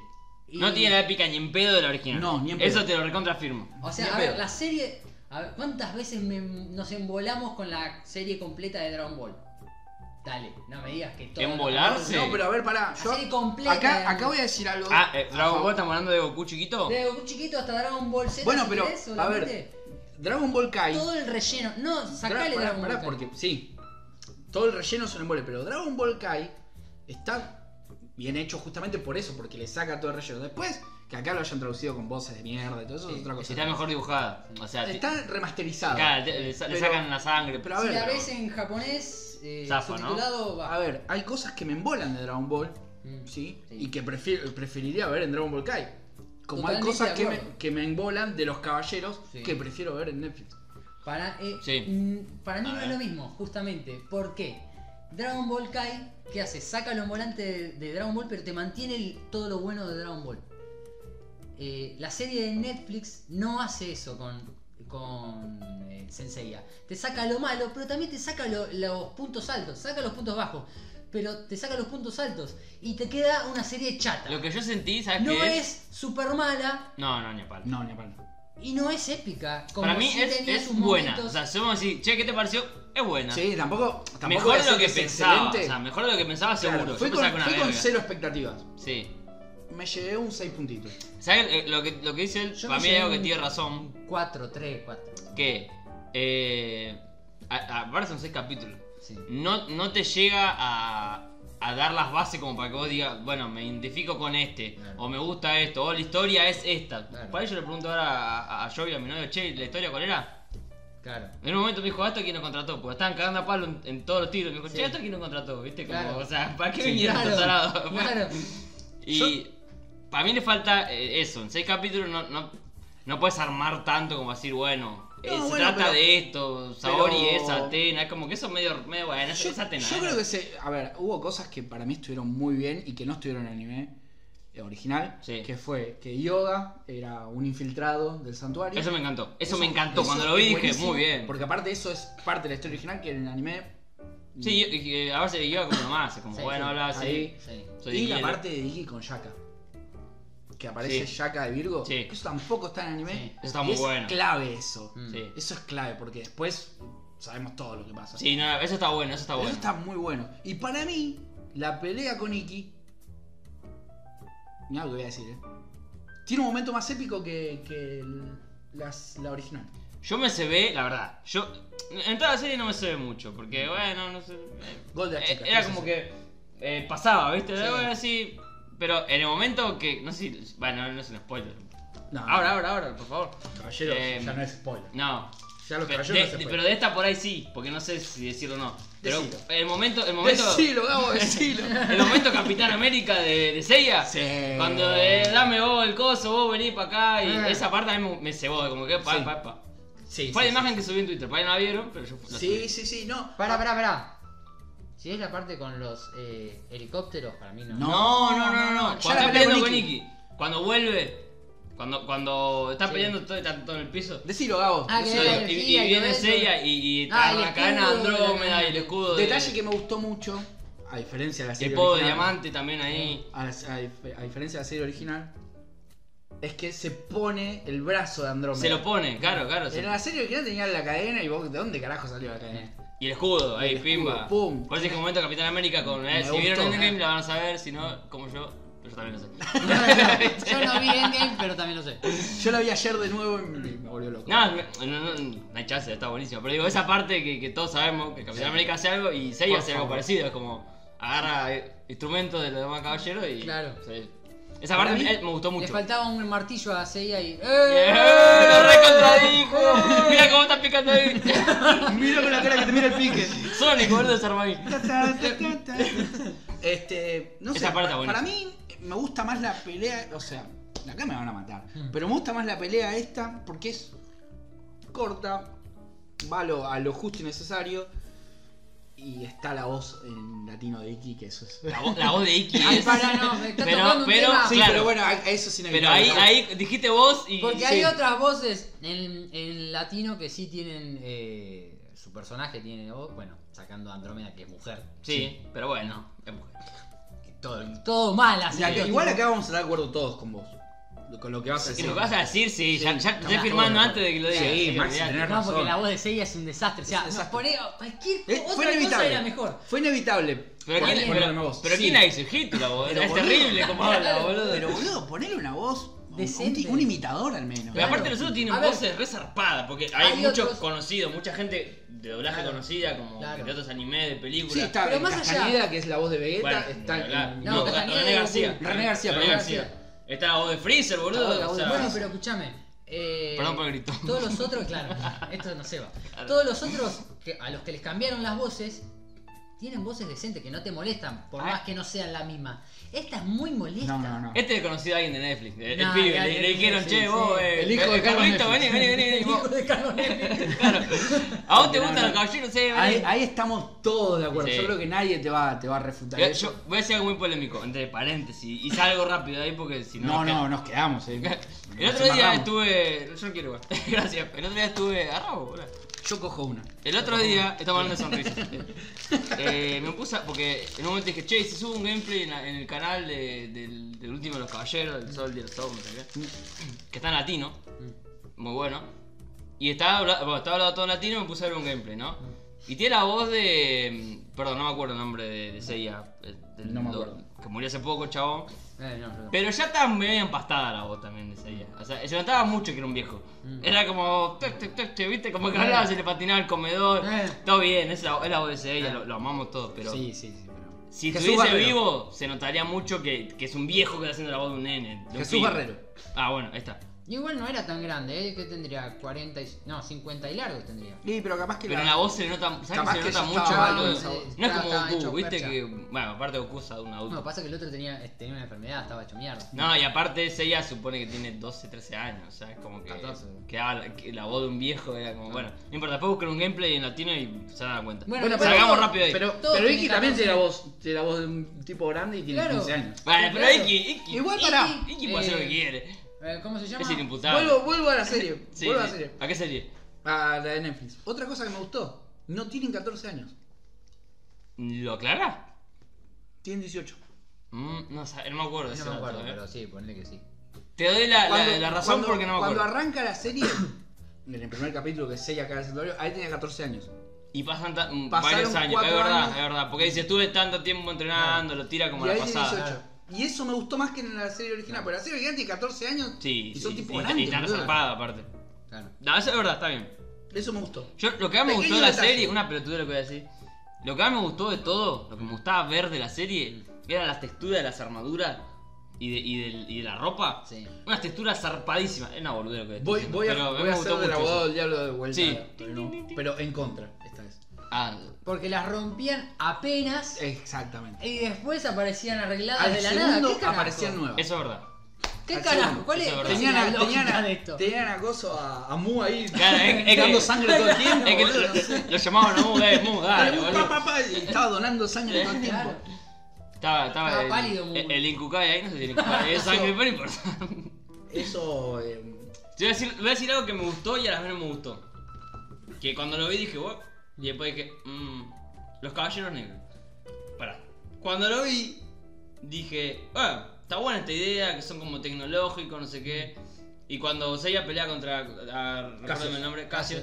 S3: Y-
S2: No tiene la pica ni en pedo de la original.
S1: No, ni en
S2: Eso
S1: pedo.
S2: te lo recontrafirmo.
S3: O sea,
S1: Ni
S3: a
S1: en
S3: ver,
S1: pedo.
S3: la serie. A ver, ¿cuántas veces me- nos embolamos con la serie completa de Dragon Ball? Dale, no me digas que todo.
S2: ¿Embolarse?
S1: No, pero a ver, pará. Yo
S3: Así completa, eh.
S1: acá,
S3: digamos.
S1: acá voy a decir algo.
S2: Ah, eh,
S1: a
S2: Dragon Ball,
S1: favor.
S2: estamos hablando de Goku chiquito.
S3: De un chiquito hasta Dragon Ball Z.
S1: Bueno,
S3: si
S1: pero,
S3: querés,
S1: a ver,
S3: solamente.
S1: Dragon Ball Kai.
S3: Todo el relleno. No,
S1: Pará,
S3: sacale
S1: pará,
S3: Dragon
S1: pará,
S3: Ball.
S1: porque sí. Todo el relleno es un embole, pero Dragon Ball Kai está bien hecho justamente por eso, porque le saca todo el relleno. Después, que acá lo hayan traducido con voces de mierda y todo eso es otra cosa.
S2: Está mejor dibujada. O sea, ti-
S1: Está remasterizado.
S2: claro, te- le, sa- le
S1: Pero-
S2: sacan la sangre.
S1: pero a
S3: Si
S1: ver,
S3: la ves en japonés, eh,
S2: Zafa, ¿no?
S3: subtitulado, va.
S1: A ver, hay cosas que me embolan de Dragon Ball,
S3: Mm.
S1: ¿sí?
S3: Sí.
S1: Y que prefiero- preferiría ver en Dragon Ball Kai. Como hay
S3: Totalmente
S1: cosas
S3: de
S1: que me,
S3: acuerdo.
S1: que me embolan de los caballeros
S3: Sí.
S1: que prefiero ver en Netflix.
S3: Para, eh,
S2: Sí.
S3: mm, para mí
S2: A
S3: no es
S2: ver.
S3: lo mismo, justamente. ¿Por qué? Dragon Ball Kai, ¿qué hace? Saca los volantes de, de Dragon Ball, pero te mantiene el- todo lo bueno de Dragon Ball. Eh, la serie de Netflix no hace eso con, con eh, Senseiya. Te saca lo malo, pero también te saca lo- los puntos altos, saca los puntos bajos, pero te saca los puntos altos y te queda una serie chata.
S2: Lo que yo sentí, ¿sabes
S3: no
S2: qué
S3: es super mala
S2: No, no, ni a palo.
S1: No, ni a palo.
S3: y no es épica. Como
S2: Para mí
S3: sí
S2: es,
S3: tenía
S2: es
S3: sus
S2: buena.
S3: momentos.
S2: O sea, somos así, che, ¿qué te pareció? Es buena.
S1: Sí, tampoco, tampoco voy
S2: mejor
S1: a
S2: de lo
S1: decir
S2: que
S1: es
S2: pensaba.
S1: excelente.
S2: O sea, mejor de lo que pensaba
S1: Claro,
S2: seguro.
S1: fue
S2: yo
S1: con,
S2: pensaba que una
S1: fue con
S2: verga.
S1: cero expectativas.
S2: Sí.
S1: Me llevé un 6 puntitos.
S2: ¿Sabes eh, lo que, lo que dice él?
S3: Yo
S2: para
S3: me
S2: mí hay algo que
S3: llevo un-
S2: tiene razón.
S3: 4, 3, 4.
S2: Que. Eh, a- aparte son seis capítulos.
S3: Sí.
S2: no, no te llega a, a dar las bases como para que vos digas, bueno, me identifico con este,
S3: Claro.
S2: o me gusta esto, o la historia es esta.
S3: Claro.
S2: Por ahí yo le pregunto ahora a, a- a Joey, a mi novio, che, ¿la historia cuál era?
S3: Claro.
S2: En un momento me dijo, ¿hasta quién nos contrató? Porque estaban cagando a palo en, en todos los tiros. Me dijo,
S3: Sí.
S2: che, ¿hasta quién nos contrató? ¿Viste? Como,
S3: Claro.
S2: o sea, ¿para qué
S3: Sí,
S2: vinieron
S3: claro,
S2: estos salados?
S3: claro.
S2: Y para mí le falta eh, eso, en seis capítulos no, no, no puedes armar tanto como decir, bueno, eh,
S1: No,
S2: se
S1: bueno,
S2: trata
S1: pero-
S2: de esto, Saori
S1: pero-
S2: es Atena, es como que eso es medio, medio bueno,
S1: Yo,
S2: es Atena.
S1: yo
S2: ¿eh?
S1: creo que se. A ver, hubo cosas que para mí estuvieron muy bien y que no estuvieron en el anime eh, original.
S2: Sí.
S1: Que fue que Yoga era un infiltrado del santuario.
S2: Eso me encantó. Eso, me encantó.
S1: eso
S2: Cuando lo vi
S1: es
S2: dije,
S1: buenísimo,
S2: muy bien.
S1: Porque aparte eso es parte de la historia original que en el anime.
S2: Sí, yo- y- y a ver si iba como nomás. Como,
S3: Sí,
S2: bueno,
S3: sí,
S2: habla así.
S1: ahí.
S3: Sí.
S2: Ah, Soy
S1: y
S2: de
S1: la
S2: hielo.
S1: parte de Iggy con Shaka. Que aparece
S2: Sí.
S1: Shaka de Virgo.
S2: Sí.
S1: Eso tampoco está en el anime.
S2: Eso está muy
S1: es
S2: bueno.
S1: clave eso.
S3: Mm.
S2: Sí.
S1: Eso es clave porque después sabemos todo lo que pasa.
S2: Sí, no, eso está bueno, eso está bueno.
S1: Eso está muy bueno. Y para mí, la pelea con Iki. Mirá lo que voy a decir, eh. Tiene un momento más épico que, que el- las- la original.
S2: Yo me se ve, la verdad. Yo. En toda la serie no me se ve mucho, porque bueno, no sé. eh,
S1: Gol de la
S2: eh,
S1: chica.
S2: Era
S1: sí,
S2: como
S1: sí,
S2: que. eh, pasaba, ¿viste?
S3: Sí.
S2: Bueno, sí. Pero en el momento que. No sé. si- Bueno, no es un spoiler.
S1: sí. No,
S2: Ahora, ahora, ahora, por favor.
S1: Caballero,
S2: Eh,
S1: ya no es spoiler.
S2: No.
S1: Ya los
S2: Pero
S1: caballeros no
S2: de,
S1: se
S2: de-
S1: puede.
S2: pero de esta por ahí sí, porque no sé si decirlo o no. Pero
S1: Decilo.
S2: el momento, el momento.
S1: Decilo, Gabo, decilo.
S2: El momento Capitán América de, de Seiya.
S1: Sí.
S2: Cuando eh, dame vos el coso, vos venís para acá. Y
S1: Ah.
S2: esa parte a mí me- me cebó, como que pa,
S1: Sí.
S2: pa, pa.
S1: sí,
S2: Fue
S1: sí,
S2: la imagen que subí en Twitter, para ahí no la vieron, pero yo la
S1: Sí,
S2: subí.
S1: sí, sí, no.
S3: Pará, pará, pará. Si es la parte con los eh, helicópteros, para mí no.
S1: No.
S2: No, no, no, no, no.
S1: Ya
S2: Cuando
S1: la
S2: está
S1: peleé
S2: peleando
S1: con
S2: con
S1: Nikki.
S2: Nikki, cuando vuelve, cuando, cuando está
S3: Sí.
S2: peleando todo, está todo en el piso.
S1: Decilo, Gabo.
S3: Ah, que
S1: decilo.
S2: Y-
S3: era-
S2: y, y
S3: energía y
S2: viene
S3: todo eso.
S2: Seiya y, y
S3: Ah,
S2: trae
S3: el
S2: la cadena de
S3: escudo, la
S2: Andrómeda
S3: cadena.
S2: y el escudo de-
S1: Detalle que me gustó mucho, a diferencia de la
S2: y el
S1: serie
S2: podo de
S1: original,
S2: diamante también ahí.
S1: A, a dif- a diferencia de la serie original, es que se pone el brazo de Andrómeda.
S2: Se lo pone, claro, claro. se-
S1: En la serie original tenía la cadena y vos, ¿de dónde carajo salió la cadena?
S2: Y el escudo, ahí,
S1: el
S2: pimba.
S1: escudo, pum.
S2: Por eso es que un momento Capitán América con.
S1: Me
S2: eh, si
S1: gustó.
S2: vieron Endgame la van a saber, si no, como yo, yo también lo sé.
S3: Yo no vi Endgame, pero también lo sé.
S1: Yo la vi ayer de nuevo y me me volvió loco.
S2: No, no, no, no, no hay chance, está buenísimo. Pero digo, esa parte que, que todos sabemos que Capitán América hace algo y Seiya
S1: Por
S2: hace algo
S1: favor.
S2: parecido. Es como agarra eh, instrumentos de los demás caballeros y.
S3: Claro.
S2: sí. Esa parte
S3: Para mí,
S2: eh, me gustó mucho.
S3: Le faltaba un martillo a Seiya y. ¡Eh!
S2: Bien, ¡Lo recontradijo! Mira cómo está picando ahí.
S1: Mira con la cara que te mira el pique.
S2: Sonic, boludo, desarma ahí.
S1: Este, no sé,
S2: Esa parte está
S1: para mí me gusta más la pelea, o sea, acá me van a matar,
S2: Mm.
S1: pero me gusta más la pelea esta porque es corta, va a lo, a lo justo y necesario y está la voz en latino de Iki, que eso es...
S2: La, vo- la voz de Iki
S3: Ay,
S2: es.
S3: para, Ah, no, me está
S2: Pero-
S3: tocando un
S2: pero-
S3: tema.
S1: Sí,
S2: Ah, claro.
S1: pero bueno, a- eso sí
S2: Pero ahí, ahí dijiste vos y.
S3: Porque
S2: sí.
S3: hay otras voces en, en latino que sí tienen. eh, su personaje tiene voz. Bueno, sacando a Andrómeda, que es mujer.
S2: Sí, pero bueno. es mujer.
S3: que Todo, todo mal
S2: Ah,
S3: así. que-
S1: igual acá vamos a estar de acuerdo todos con vos, lo- con lo que vas a
S2: Y
S1: decir. Eh,
S2: lo que vas a decir, sí, ya, ya te estoy
S3: no,
S2: firmando
S3: no, no.
S2: antes de que lo digas.
S1: Sí, Maxi,
S2: olvidate.
S1: tenés
S3: No, porque
S1: razón.
S3: la voz de Seiya es un desastre. O sea,
S1: un
S3: nos
S1: desastre.
S3: pone cualquier
S1: Eh,
S3: otra
S1: fue
S3: cosa
S1: inevitable.
S3: era mejor.
S1: Fue inevitable.
S2: Pero
S1: Por-
S2: quién,
S1: ponerle
S2: pero,
S1: una voz.
S2: pero
S1: Sí.
S2: quién la hizo Hitler, boludo.
S1: Pero
S2: Es
S1: boludo.
S2: terrible como habla, boludo.
S1: Pero boludo, ponele una voz, un- un,
S3: Decente.
S1: ti- un imitador al menos.
S2: Pero aparte
S3: Claro.
S2: nosotros tienen
S3: A ver.
S2: voces re zarpadas, porque hay,
S3: Hay
S2: muchos
S3: otros-
S2: conocidos, mucha gente de doblaje
S3: Claro.
S2: conocida, como
S3: Claro.
S2: de otros animes, de películas.
S1: Sí, está
S3: Pero
S1: en
S3: más allá-
S1: Castañeda, que es la voz de Vegeta,
S2: Bueno,
S1: está
S2: ni hablar.
S1: en-
S3: No,
S2: No,
S3: Castañeda
S2: René
S3: era
S2: García.
S1: Goku. René García, perdón.
S2: Está la voz de Freezer, boludo.
S1: La voz de
S2: o sea,
S3: Bueno, pero escúchame. eh,
S2: Perdón por el grito.
S3: Todos los otros, claro, esto no se va. Todos los otros que, a los que les cambiaron las voces tienen voces decentes que no te molestan, por
S2: Ah.
S3: más que no sean la misma. Esta es muy molesta.
S1: No, no, no.
S2: Este es conocido a alguien de Netflix, el, el
S3: Nah,
S2: pibe,
S3: ya
S2: le,
S3: te
S2: le
S3: dije,
S2: dijeron,
S3: sí,
S2: che,
S3: sí.
S2: vos, eh,
S1: El hijo de Carlos
S2: Carlito, vení,
S1: Netflix".
S2: vení, vení, vení,
S3: El
S2: vos.
S3: hijo de Carlos Neffi.
S2: Claro. A vos te
S1: No,
S2: gustan
S1: no.
S2: los caballeros, sí, vení.
S1: Ahí, ahí estamos todos de acuerdo.
S2: Sí.
S1: Yo creo que nadie te va, te va a refutar
S2: Yo,
S1: eso.
S2: yo voy a decir algo muy polémico, entre paréntesis, y salgo rápido de ahí porque si no.
S1: no,
S2: nos
S1: no, nos quedamos. eh.
S2: queda- El
S1: Nos
S2: otro día
S1: amarramos.
S2: estuve. Yo quiero igual. Gracias. El otro día estuve. Agarrado, hola.
S1: Yo cojo una.
S2: El otro día. Estamos hablando de sonrisas. Eh, me puse. a- Porque en un momento dije, che, si subo un gameplay en, la- en el canal de- del, del último de los caballeros, del sol, del sol, no sé qué, Que está en latino. Muy bueno. Y estaba, habla- bueno, estaba hablado todo en latino y me puse a ver un gameplay, ¿no? Y tiene la voz de. mm, Perdón, no me acuerdo el nombre de, de Seiya. eh, del-
S1: No me acuerdo.
S2: Que murió hace poco, chabón.
S3: Eh, no, perdón.
S2: Pero ya estaba medio empastada la voz también de Seiya. O sea, se notaba mucho que era un viejo.
S3: Mm.
S2: Era como. toc, toc, toc, che, ¿Viste? Como que hablaba, se le patinaba el comedor.
S3: Eh.
S2: Todo bien, es la, es la voz de Seiya,
S3: Eh.
S2: lo, lo amamos todos. Pero
S1: Sí, sí, sí. pero-
S2: si
S1: Jesús
S2: estuviese
S1: Barrero.
S2: vivo, se notaría mucho que, que es un viejo que está haciendo la voz de un nene. de un
S1: Jesús
S2: pibe.
S1: Barrero.
S2: Ah, bueno, ahí está.
S3: Igual no era tan grande, ¿eh? que tendría 40 y... No, 50 y largos tendría.
S1: Sí, pero capaz que
S2: Pero en la voz se le nota, ¿sabes
S1: Capaz
S2: que se
S1: que
S2: nota
S1: ya
S2: mucho?
S1: estaba mal
S2: boludo?
S1: con esa
S2: no
S3: voz.
S2: es
S3: Estaba-
S2: como
S3: estaba
S2: Goku,
S3: hecho
S2: viste
S3: percha.
S2: que. Bueno, aparte Goku es un adulto.
S3: No, pasa que el otro tenía, eh, tenía una enfermedad, estaba hecho mierda.
S2: No, y aparte Seiya supone que tiene 12, 13 años, o sea, es como que,
S3: 14.
S2: que habla- que la voz de un viejo era como, bueno, no importa, después buscar un gameplay en latino y se dan cuenta.
S3: Bueno,
S1: Bueno,
S3: pero-
S2: salgamos rápido de ahí.
S1: Pero,
S3: Todos
S1: pero
S3: tienen
S1: Iki también
S3: 14.
S1: tiene la voz, tiene la voz de un tipo grande y tiene
S3: Claro.
S1: 15 años.
S2: Vale, pero
S3: claro.
S2: Iki, Iki,
S1: Igual
S2: Iki-
S1: pará.
S2: Iki, puede hacer lo que
S3: Eh,
S2: quiere,
S3: Eh, ¿Cómo se llama?
S2: es inimputable.
S1: Vuelvo, vuelvo a la serie.
S2: Sí,
S1: vuelvo a
S2: sí.
S1: la serie.
S2: ¿A qué serie?
S1: A Ah, la de Netflix. Otra cosa que me gustó. No tienen 14 años.
S2: ¿Lo aclara?
S1: Tienen 18.
S2: Mm, no, sé, no me acuerdo. de
S3: No
S2: ese
S3: me
S2: dato,
S3: acuerdo,
S2: eh.
S3: pero sí, ponle que sí.
S2: Te doy la, la-
S1: Cuando-
S2: la razón
S1: cuando-
S2: porque no me acuerdo.
S1: Cuando arranca la serie, en el primer capítulo que Seiya acá en el santuario, ahí tenía 14 años.
S2: Y pasan ta- mm,
S1: Pasaron
S2: varios años, es
S1: cuatro
S2: verdad,
S1: años.
S2: es verdad. Porque dice, estuve tanto tiempo entrenando, lo tira como
S1: y
S2: la
S1: ahí tiene
S2: pasada.
S1: 18. Y eso me gustó más que en la serie original. Pero la serie original tiene 14 años
S2: Sí,
S1: y son
S2: sí,
S1: tipo
S2: sí,
S1: grandes.
S2: y están
S1: boludo.
S2: zarpados aparte.
S3: Claro.
S2: No, eso es verdad, está bien.
S1: Eso me gustó.
S2: Yo, lo que más me
S1: Pequeño
S2: gustó de la
S1: detalle.
S2: serie, una pelotuda lo que voy a decir. Lo que más me gustó de todo, lo que me gustaba ver de la serie, eran las texturas de las armaduras y de, y del- y de la ropa.
S3: Sí.
S2: Unas texturas zarpadísimas. Es una boluda lo que estoy
S1: Voy,
S2: diciendo,
S1: voy a,
S2: pero
S1: voy
S2: me
S1: a
S2: gustó
S1: hacer del
S2: mucho
S1: abogado
S2: eso.
S1: del diablo de vuelta.
S2: Sí.
S1: Pero, no. Pero en contra, esta vez.
S2: Ah,
S3: Porque las rompían apenas
S1: Exactamente.
S3: y después aparecían arregladas
S1: Al
S3: de la nada.
S1: segundo
S3: ¿Qué carajo?
S1: aparecían nuevas.
S2: eso es verdad.
S3: ¿Qué
S1: al
S3: carajo?
S1: segundo.
S3: ¿Cuál es,
S2: Eso es
S3: cuál es
S1: Tenían,
S3: la
S1: a,
S3: lógica
S1: tenían,
S3: de
S1: a,
S3: esto?
S1: tenían acoso a, a Mu ahí.
S2: Claro, es, es
S1: dando
S2: que,
S1: sangre todo el tiempo.
S2: es que
S1: boludo,
S2: lo,
S1: no sé.
S2: lo- lo llamaban a Mu, eh, Mu, dale,
S1: Mu, pa,
S2: boludo.
S1: pa, pa, y estaba donando sangre todo el tiempo.
S3: Claro.
S2: Estaba, estaba,
S3: Estaba
S2: el,
S3: pálido, Mu.
S2: el, el Incucay ahí, no sé si el Incucay es sangre, pero no importa.
S1: Eso. eh,
S2: Te voy a decir, voy a decir algo que me gustó y a la vez no me gustó. Que cuando lo vi dije, wow. Y después dije, mmm, los caballeros negros. Pará. Cuando lo vi, dije, bueno, está buena esta idea, que son como tecnológicos, no sé qué. Y cuando Seiya pelea contra, a, recuérdame el nombre, Casio.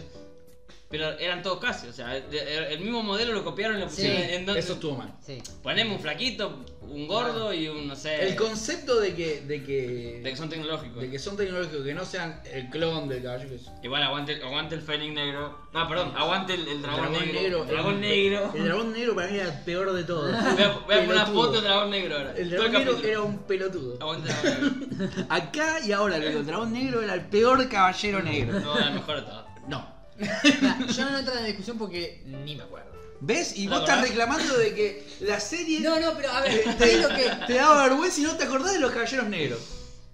S2: Pero eran todos Casio, o sea, de- de- el mismo modelo lo copiaron y lo pusieron
S3: Sí,
S2: en donde...
S1: Eso estuvo mal.
S3: Sí.
S2: Ponemos un flaquito, un gordo y un, no sé...
S1: El concepto de que, de que,
S2: Eh. de que son tecnológicos.
S1: de que son tecnológicos, que no sean el clon del caballero que es-
S2: Igual aguante, aguante el Fénix negro. No, perdón, aguante el, el dragón, negro. El dragón
S1: el-
S2: negro.
S1: El dragón negro para mí era el peor de todos.
S2: Voy a, voy a poner una
S1: Pelotudo.
S2: foto del dragón negro ahora.
S1: El
S2: Todo
S1: dragón negro
S2: capítulo.
S1: era un pelotudo.
S2: Aguante el dragón negro.
S1: Acá y ahora le digo, el dragón negro era el peor caballero negro.
S2: No, la mejor de todas.
S1: No.
S3: Nah, yo no entro en la discusión porque ni me acuerdo.
S1: ¿Ves? Y
S2: No,
S1: vos estás
S2: ¿verdad?
S1: reclamando de que la serie
S3: No, no, pero a ver,
S1: te,
S3: ¿qué es lo que.?
S1: te daba vergüenza y no te acordás de los caballeros negros.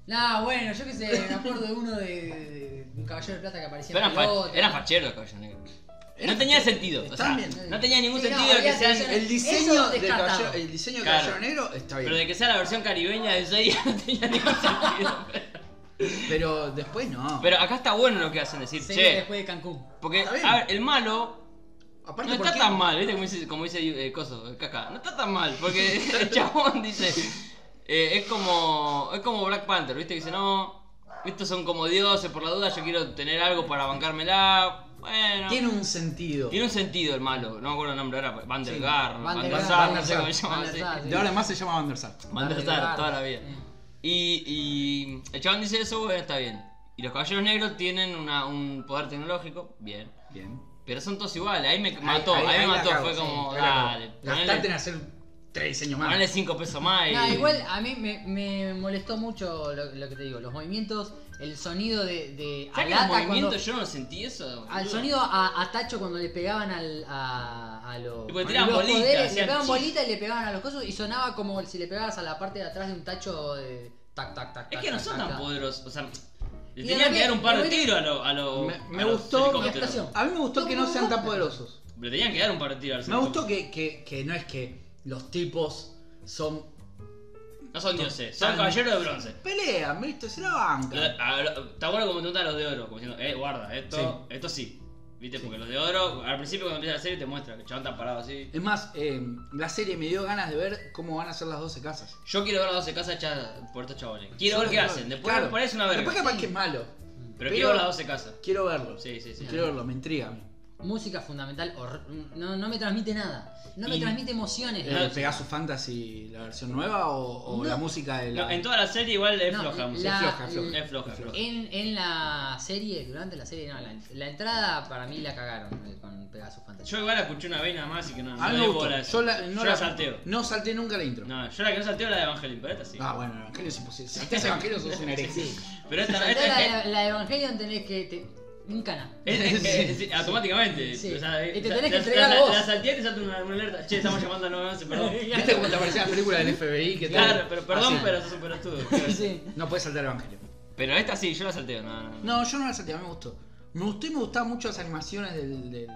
S3: No, bueno, yo qué sé, me acuerdo de uno de, de- de un caballero de plata que aparecía
S2: Pero
S3: en
S2: era, fa
S3: pelota.
S2: era fachero el caballo negro. No tenía sentido. O sea,
S1: Están bien.
S2: no tenía ningún
S3: Sí, no,
S2: sentido de que
S3: había
S2: sean.
S3: que hacer-
S1: El diseño
S3: Eso
S1: del
S3: descartado.
S1: caballero, el diseño del
S2: Claro.
S1: caballero negro está bien.
S2: Pero de que sea la versión caribeña de Seiya no tenía ningún sentido.
S1: Pero después no.
S2: Pero acá está bueno lo que hacen decir,
S3: Sí,
S2: che.
S3: después de Cancún.
S2: Porque,
S1: Está bien.
S2: a ver, el malo
S1: Aparte,
S2: No
S1: ¿por
S2: está
S1: qué?
S2: tan mal, ¿viste? Como dice, como dice eh, Coso, eh, Caca. No está tan mal, porque el chabón dice. eh, es como. Es como Black Panther, ¿viste? Dice, no. Estos son como dioses, por la duda yo quiero tener algo para bancármela. Bueno.
S1: Tiene un sentido.
S2: tiene un sentido el malo, no me acuerdo el nombre ahora. Van der
S1: Sí,
S2: Gar,
S3: Van
S2: Van
S3: der
S2: der
S3: Gar,
S2: Sar,
S3: Van
S2: no
S3: der
S2: sé cómo
S3: Sar,
S2: se llama.
S3: Van der
S2: sí.
S3: Sar, sí.
S1: De ahora en más se llama Van der Sar.
S2: Van der Sar,
S3: Sar.
S2: toda la vida. Y, y el chabón dice eso, bueno, está bien. Y los caballeros negros tienen una- un poder tecnológico, bien.
S1: Bien.
S2: Pero son todos iguales, ahí me mató, ahí, me
S1: la
S2: mató,
S1: cago,
S2: fue
S1: sí,
S2: como,
S1: ahí la cago.
S2: dale,
S1: Gastate en
S2: ponele,
S1: hacer tres diseños más.
S2: ponele cinco pesos más y...
S3: No, igual a mí me, me molestó mucho lo, lo que te digo, los movimientos, el sonido de, de
S2: ¿Sabes que
S3: Alata
S2: los movimientos
S3: cuando-
S2: yo no sentí eso?
S3: al
S2: boludo?
S3: sonido a, a Tacho cuando le pegaban al, a, a los,
S2: Y porque tiraban
S3: los
S2: bolitas,
S3: le
S2: hacían
S3: pegaban
S2: chis.
S3: bolitas y le pegaban a los cosos y sonaba como si le pegabas a la parte de atrás de un tacho de tac tac tac.
S2: Es
S3: tac,
S2: que no
S3: tac,
S2: son
S3: tac,
S2: tan
S3: tac.
S2: poderosos, o sea, le
S3: Y
S2: tenían que
S3: además,
S2: dar un par de
S3: me-
S2: tiros a los a los-
S1: me- me
S2: a los
S1: gustó-
S2: helicópteros.
S3: Explosión.
S1: A mí me gustó que no sean tan poderosos.
S2: Le tenían que dar un par de tiros a
S1: Me
S2: los
S1: gustó que, que, que no es que los tipos son.
S2: No son dioses, son caballeros de bronce.
S1: Pelean, ¿viste? Se la banca.
S2: Lo- a- lo- Está bueno como te preguntan a los de oro, como diciendo, eh, guarda, esto esto sí. ¿Viste? Porque los de oro, al principio cuando empieza la serie te muestra que el chabón está parado así.
S1: Es más, eh, la serie me dio ganas de ver cómo van a ser las 12 casas.
S2: Yo quiero ver las 12 casas hechas por estos chabones. Quiero ver qué
S1: Claro,
S2: hacen. Después
S1: claro.
S2: parece una verga.
S1: Después capaz que es malo.
S2: Pero
S1: Pero-
S2: quiero ver las 12 casas.
S1: Quiero verlo.
S2: Sí, sí, sí.
S1: Quiero verlo, me intriga a mí.
S3: Música fundamental, hor- no, no me transmite nada, no me
S2: Y-
S3: transmite emociones.
S1: Eh, ¿Pegasus Fantasy, la versión nueva o, o
S3: No.
S1: la música de la.
S2: No, en toda la serie igual es
S3: No,
S2: floja.
S3: la-
S2: la
S1: Es
S2: música.
S1: floja, es floja.
S2: Es floja, es floja.
S3: En, en la serie, durante la serie, no, la, la entrada para mí la cagaron eh, con Pegasus Fantasy.
S2: Yo igual la escuché una vez nada más y que no, no
S1: A mí
S2: le
S1: me
S2: di
S1: gustó.
S2: bola a eso.
S1: Yo la, no
S2: Yo la salteo.
S1: No salté nunca la intro.
S2: No, yo la que no salteo es la de Evangelio, pero esta sí.
S1: Ah, bueno, Evangelio es imposible. Si estás Evangelio sos un hereje.
S2: Pero
S3: Si
S2: esta,
S3: saltás
S2: esta,
S3: la, la de Evangelion tenés que. Te, un canal.
S2: es, es- es- es- automáticamente.
S3: Sí.
S2: o sea,
S3: Y te
S2: la-
S3: tenés que
S2: la-
S3: entregar
S2: la,
S3: vos.
S2: La salteé y te salta una, una alerta. Che, estamos llamando a 911, perdón.
S1: ¿Viste cómo te aparecía la película del FBI? Que te-
S2: claro, pero perdón,
S1: Así.
S2: pero sos un pelotudo.
S3: Sí.
S1: No puedes saltar Evangelio.
S2: Pero esta sí, yo la salteo. No, no, no.
S1: No, yo no la salté, a mí me gustó. Me gustó y me gustaban mucho las animaciones del. del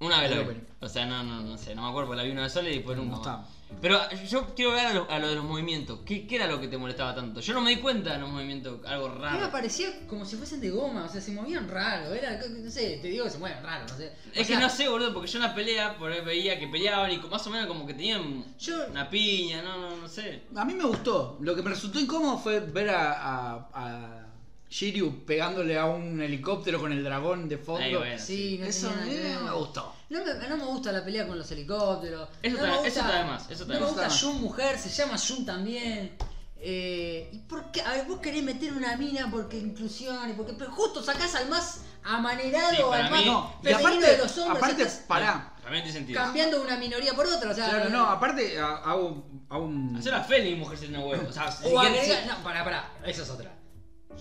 S2: Una vez
S1: del
S2: la vi.
S1: opening.
S2: O sea, no, no, no sé, no me acuerdo, la vi una vez sola y después
S1: Me
S2: nunca. más.
S1: gustaba.
S2: Pero yo quiero ver a lo, a lo de los movimientos. ¿Qué, qué era lo que te molestaba tanto? Yo no me di cuenta de los movimientos, algo
S3: A mí me
S2: raro.
S3: parecía como si fuesen de goma, o sea, se movían raro, era, no sé, te digo que se mueven raro, no sé. O
S2: Es que
S3: sea,
S2: no sé, boludo, porque yo en la pelea por ahí veía que peleaban y más o menos como que tenían
S3: Yo,
S2: una piña, no, no, no sé.
S1: A mí me gustó. Lo que me resultó incómodo fue ver a. a, a Shiryu pegándole a un helicóptero con el dragón de fondo.
S2: Ahí, bueno,
S3: sí, no
S1: Eso
S3: tenía nada que
S1: eh,
S3: ver.
S1: me gustó.
S3: No me, no me gusta la pelea con los helicópteros.
S2: Eso
S3: no
S2: está-
S3: me
S2: eso
S3: gusta,
S2: está de más, eso está de
S3: no me
S2: más.
S3: gusta
S1: Está de
S3: Jun mujer, se llama Jun también. Eh, ¿Y por qué? A ver, vos querés meter una mina porque inclusión y porque. Pero justo sacás al más amanerado,
S2: Sí, para
S3: al más
S2: mí-
S1: No, y
S3: femenino
S1: aparte,
S3: de los hombres.
S1: aparte
S3: estás
S1: pará.
S2: También tiene sentido.
S3: cambiando una minoría por otra, o sea.
S1: Claro, no, aparte a- hago, hago un.
S2: Hacer a Félix mujer sin huevo. O sea, si
S3: O
S2: quieres-
S3: agrega- No, pará, pará, eso es otra.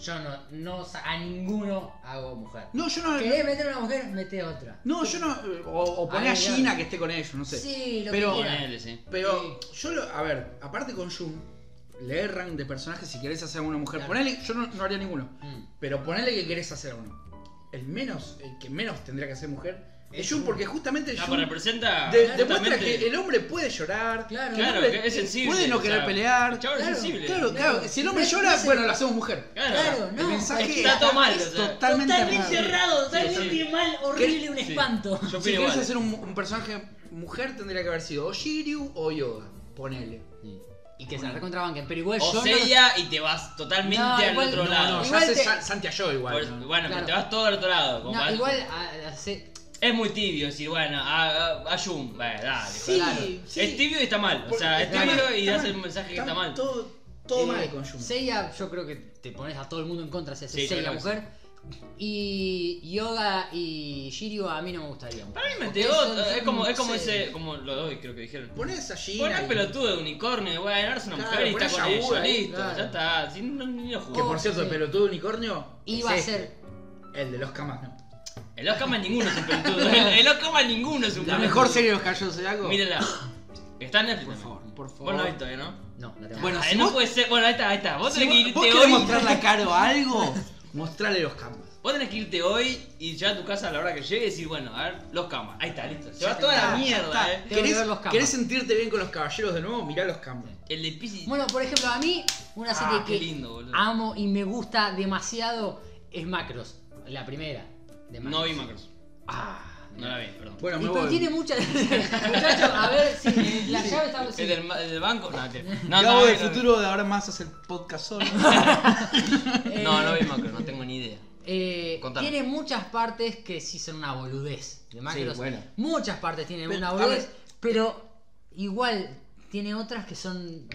S3: Yo no, no sa- a ninguno hago mujer.
S1: No, yo no.
S3: ¿Querés meter una mujer? Mete otra.
S1: No, yo no. O, o poné
S3: Ay,
S1: a Gina
S3: ay.
S1: que esté con ellos, no sé.
S3: Sí, lo
S1: Pero-
S3: que quieras.
S2: Ponele, sí.
S1: Pero yo lo. A ver, aparte con Jun, le erran de personajes si querés hacer a una mujer.
S3: Claro.
S1: Ponele, yo no, no haría ninguno.
S3: Mm.
S1: Pero ponele que querés hacer a uno. El menos, el que menos tendría que ser mujer es
S3: Es
S1: Jun,
S3: Jun.
S1: porque justamente
S2: Ah,
S1: Jun
S2: pero representa.
S1: de-
S2: justamente-
S1: demuestra que el hombre puede llorar.
S3: Claro.
S1: que el
S2: Claro,
S1: hombre
S2: que es sensible.
S1: Puede no querer
S2: o sea,
S1: pelear.
S2: el chabón es
S3: Claro,
S2: sensible.
S1: Claro, claro. Si el hombre
S3: No,
S1: llora,
S3: no sé.
S1: bueno, lo hacemos mujer.
S2: Claro.
S3: Claro,
S1: el
S3: no.
S1: mensaje
S3: es que
S2: Está todo mal,
S3: es
S2: o sea.
S1: Totalmente,
S3: totalmente
S1: mal.
S3: errado, totalmente
S2: Sí, sí.
S3: mal, horrible, un
S2: Yo
S3: espanto.
S1: Si
S2: opino
S1: querés
S2: igual.
S1: hacer un, un personaje mujer, tendría que haber sido o Shiryu o Yoga. Ponele.
S3: y que se recontrabanquen. Pero igual yo.
S2: O
S3: no
S2: Seiya y te vas totalmente
S3: No,
S2: al
S3: igual-
S2: otro
S3: no,
S2: lado.
S1: No, ya
S3: Igual
S1: se
S3: te-
S1: sa- Santi halló igual.
S2: Por-
S1: ¿no?
S2: bueno,
S3: Claro.
S2: pero te vas todo al otro lado.
S3: los-
S2: como
S3: no,
S2: al-
S3: igual a- a- se-
S2: Es muy tibio decir, bueno, a, a, a Jun, bueno, dale.
S5: Sí,
S2: claro.
S5: sí.
S2: Es tibio y está mal. O
S5: Por-
S2: sea, es
S5: está
S2: tibio
S5: mal,
S2: y
S5: está
S2: das
S5: mal.
S2: el mensaje que
S5: Está
S2: está mal.
S5: Todo, todo
S3: eh,
S5: mal con Jun.
S3: Seiya, yo creo que te pones a todo el mundo en contra si haces
S2: Sí, yo
S3: Seiya
S2: creo que
S3: mujer. Y Yoga y Shiryu a mí no me gustaría. mujer.
S2: Para mí me
S3: Porque
S2: pegó,
S3: son-
S2: es como, es como
S5: sí.
S2: ese, como los dos creo que dijeron.
S5: Ponés allí.
S2: Pon un pelotudo de unicornio, bueno, ahora es una
S5: Claro,
S2: mujer y
S5: poné
S2: está con
S5: a
S2: ella,
S5: Yahoo ahí,
S2: listo,
S3: claro.
S2: ya está, si no, ni lo
S1: Que
S2: juego.
S1: por cierto,
S3: Oh, sí.
S1: el pelotudo unicornio.
S3: Iba
S1: es este,
S3: a ser.
S1: El de los camas.
S2: El Oscama ninguno es un pelotudo, el, el Oscama ninguno es un
S1: La
S2: pelotudo.
S1: mejor serie de los Caballeros del Zodiaco.
S2: Mírala. Está en Netflix. también.
S1: Por favor, por favor.
S2: Vos no la viste todavía, ¿no?
S3: No, la tengo.
S1: Bueno,
S2: Ah,
S1: si
S2: no
S1: vos-
S2: puede ser, bueno, ahí está, ahí está. Vos
S1: Si
S2: tenés que
S1: vos, vos
S2: irte
S1: querés
S2: hoy.
S1: mostrarle a Caro algo, mostrarle los camas.
S2: Vos tenés que irte hoy y ya a tu casa a la hora que llegue y decir, bueno, a ver, los camas. Ahí está, listo. Se va toda
S1: está,
S2: la
S1: ya
S2: mierda,
S1: está.
S2: eh.
S3: Tengo que
S1: ¿Querés,
S3: ver los camas.
S1: querés sentirte bien con los caballeros de nuevo? Mirá los camas.
S2: El de Pisces.
S3: Bueno, por ejemplo, a mí, una
S2: Ah,
S3: serie
S2: qué
S3: que
S2: lindo, boludo.
S3: amo y me gusta demasiado es Macros, la primera. De
S2: No vi Macros.
S3: Ah,
S2: No la vi, perdón.
S1: Bueno,
S3: Y
S1: me
S3: pero
S1: voy.
S3: tiene muchas. Muchachos, a ver si la llave está. sí.
S2: ¿El del, ma- el del banco? No, te- no,
S1: Gabo
S2: no,
S1: de
S2: no, no.
S1: futuro de ahora en más hace el podcast solo.
S3: Eh,
S2: No, no vi Macros, no tengo ni idea.
S3: eh,
S2: Contame.
S3: tiene muchas partes que sí son una boludez. De Macros.
S1: Sí, bueno.
S3: Muchas partes tienen
S1: Pero,
S3: una
S1: a
S3: boludez,
S1: ver.
S3: pero igual tiene otras que son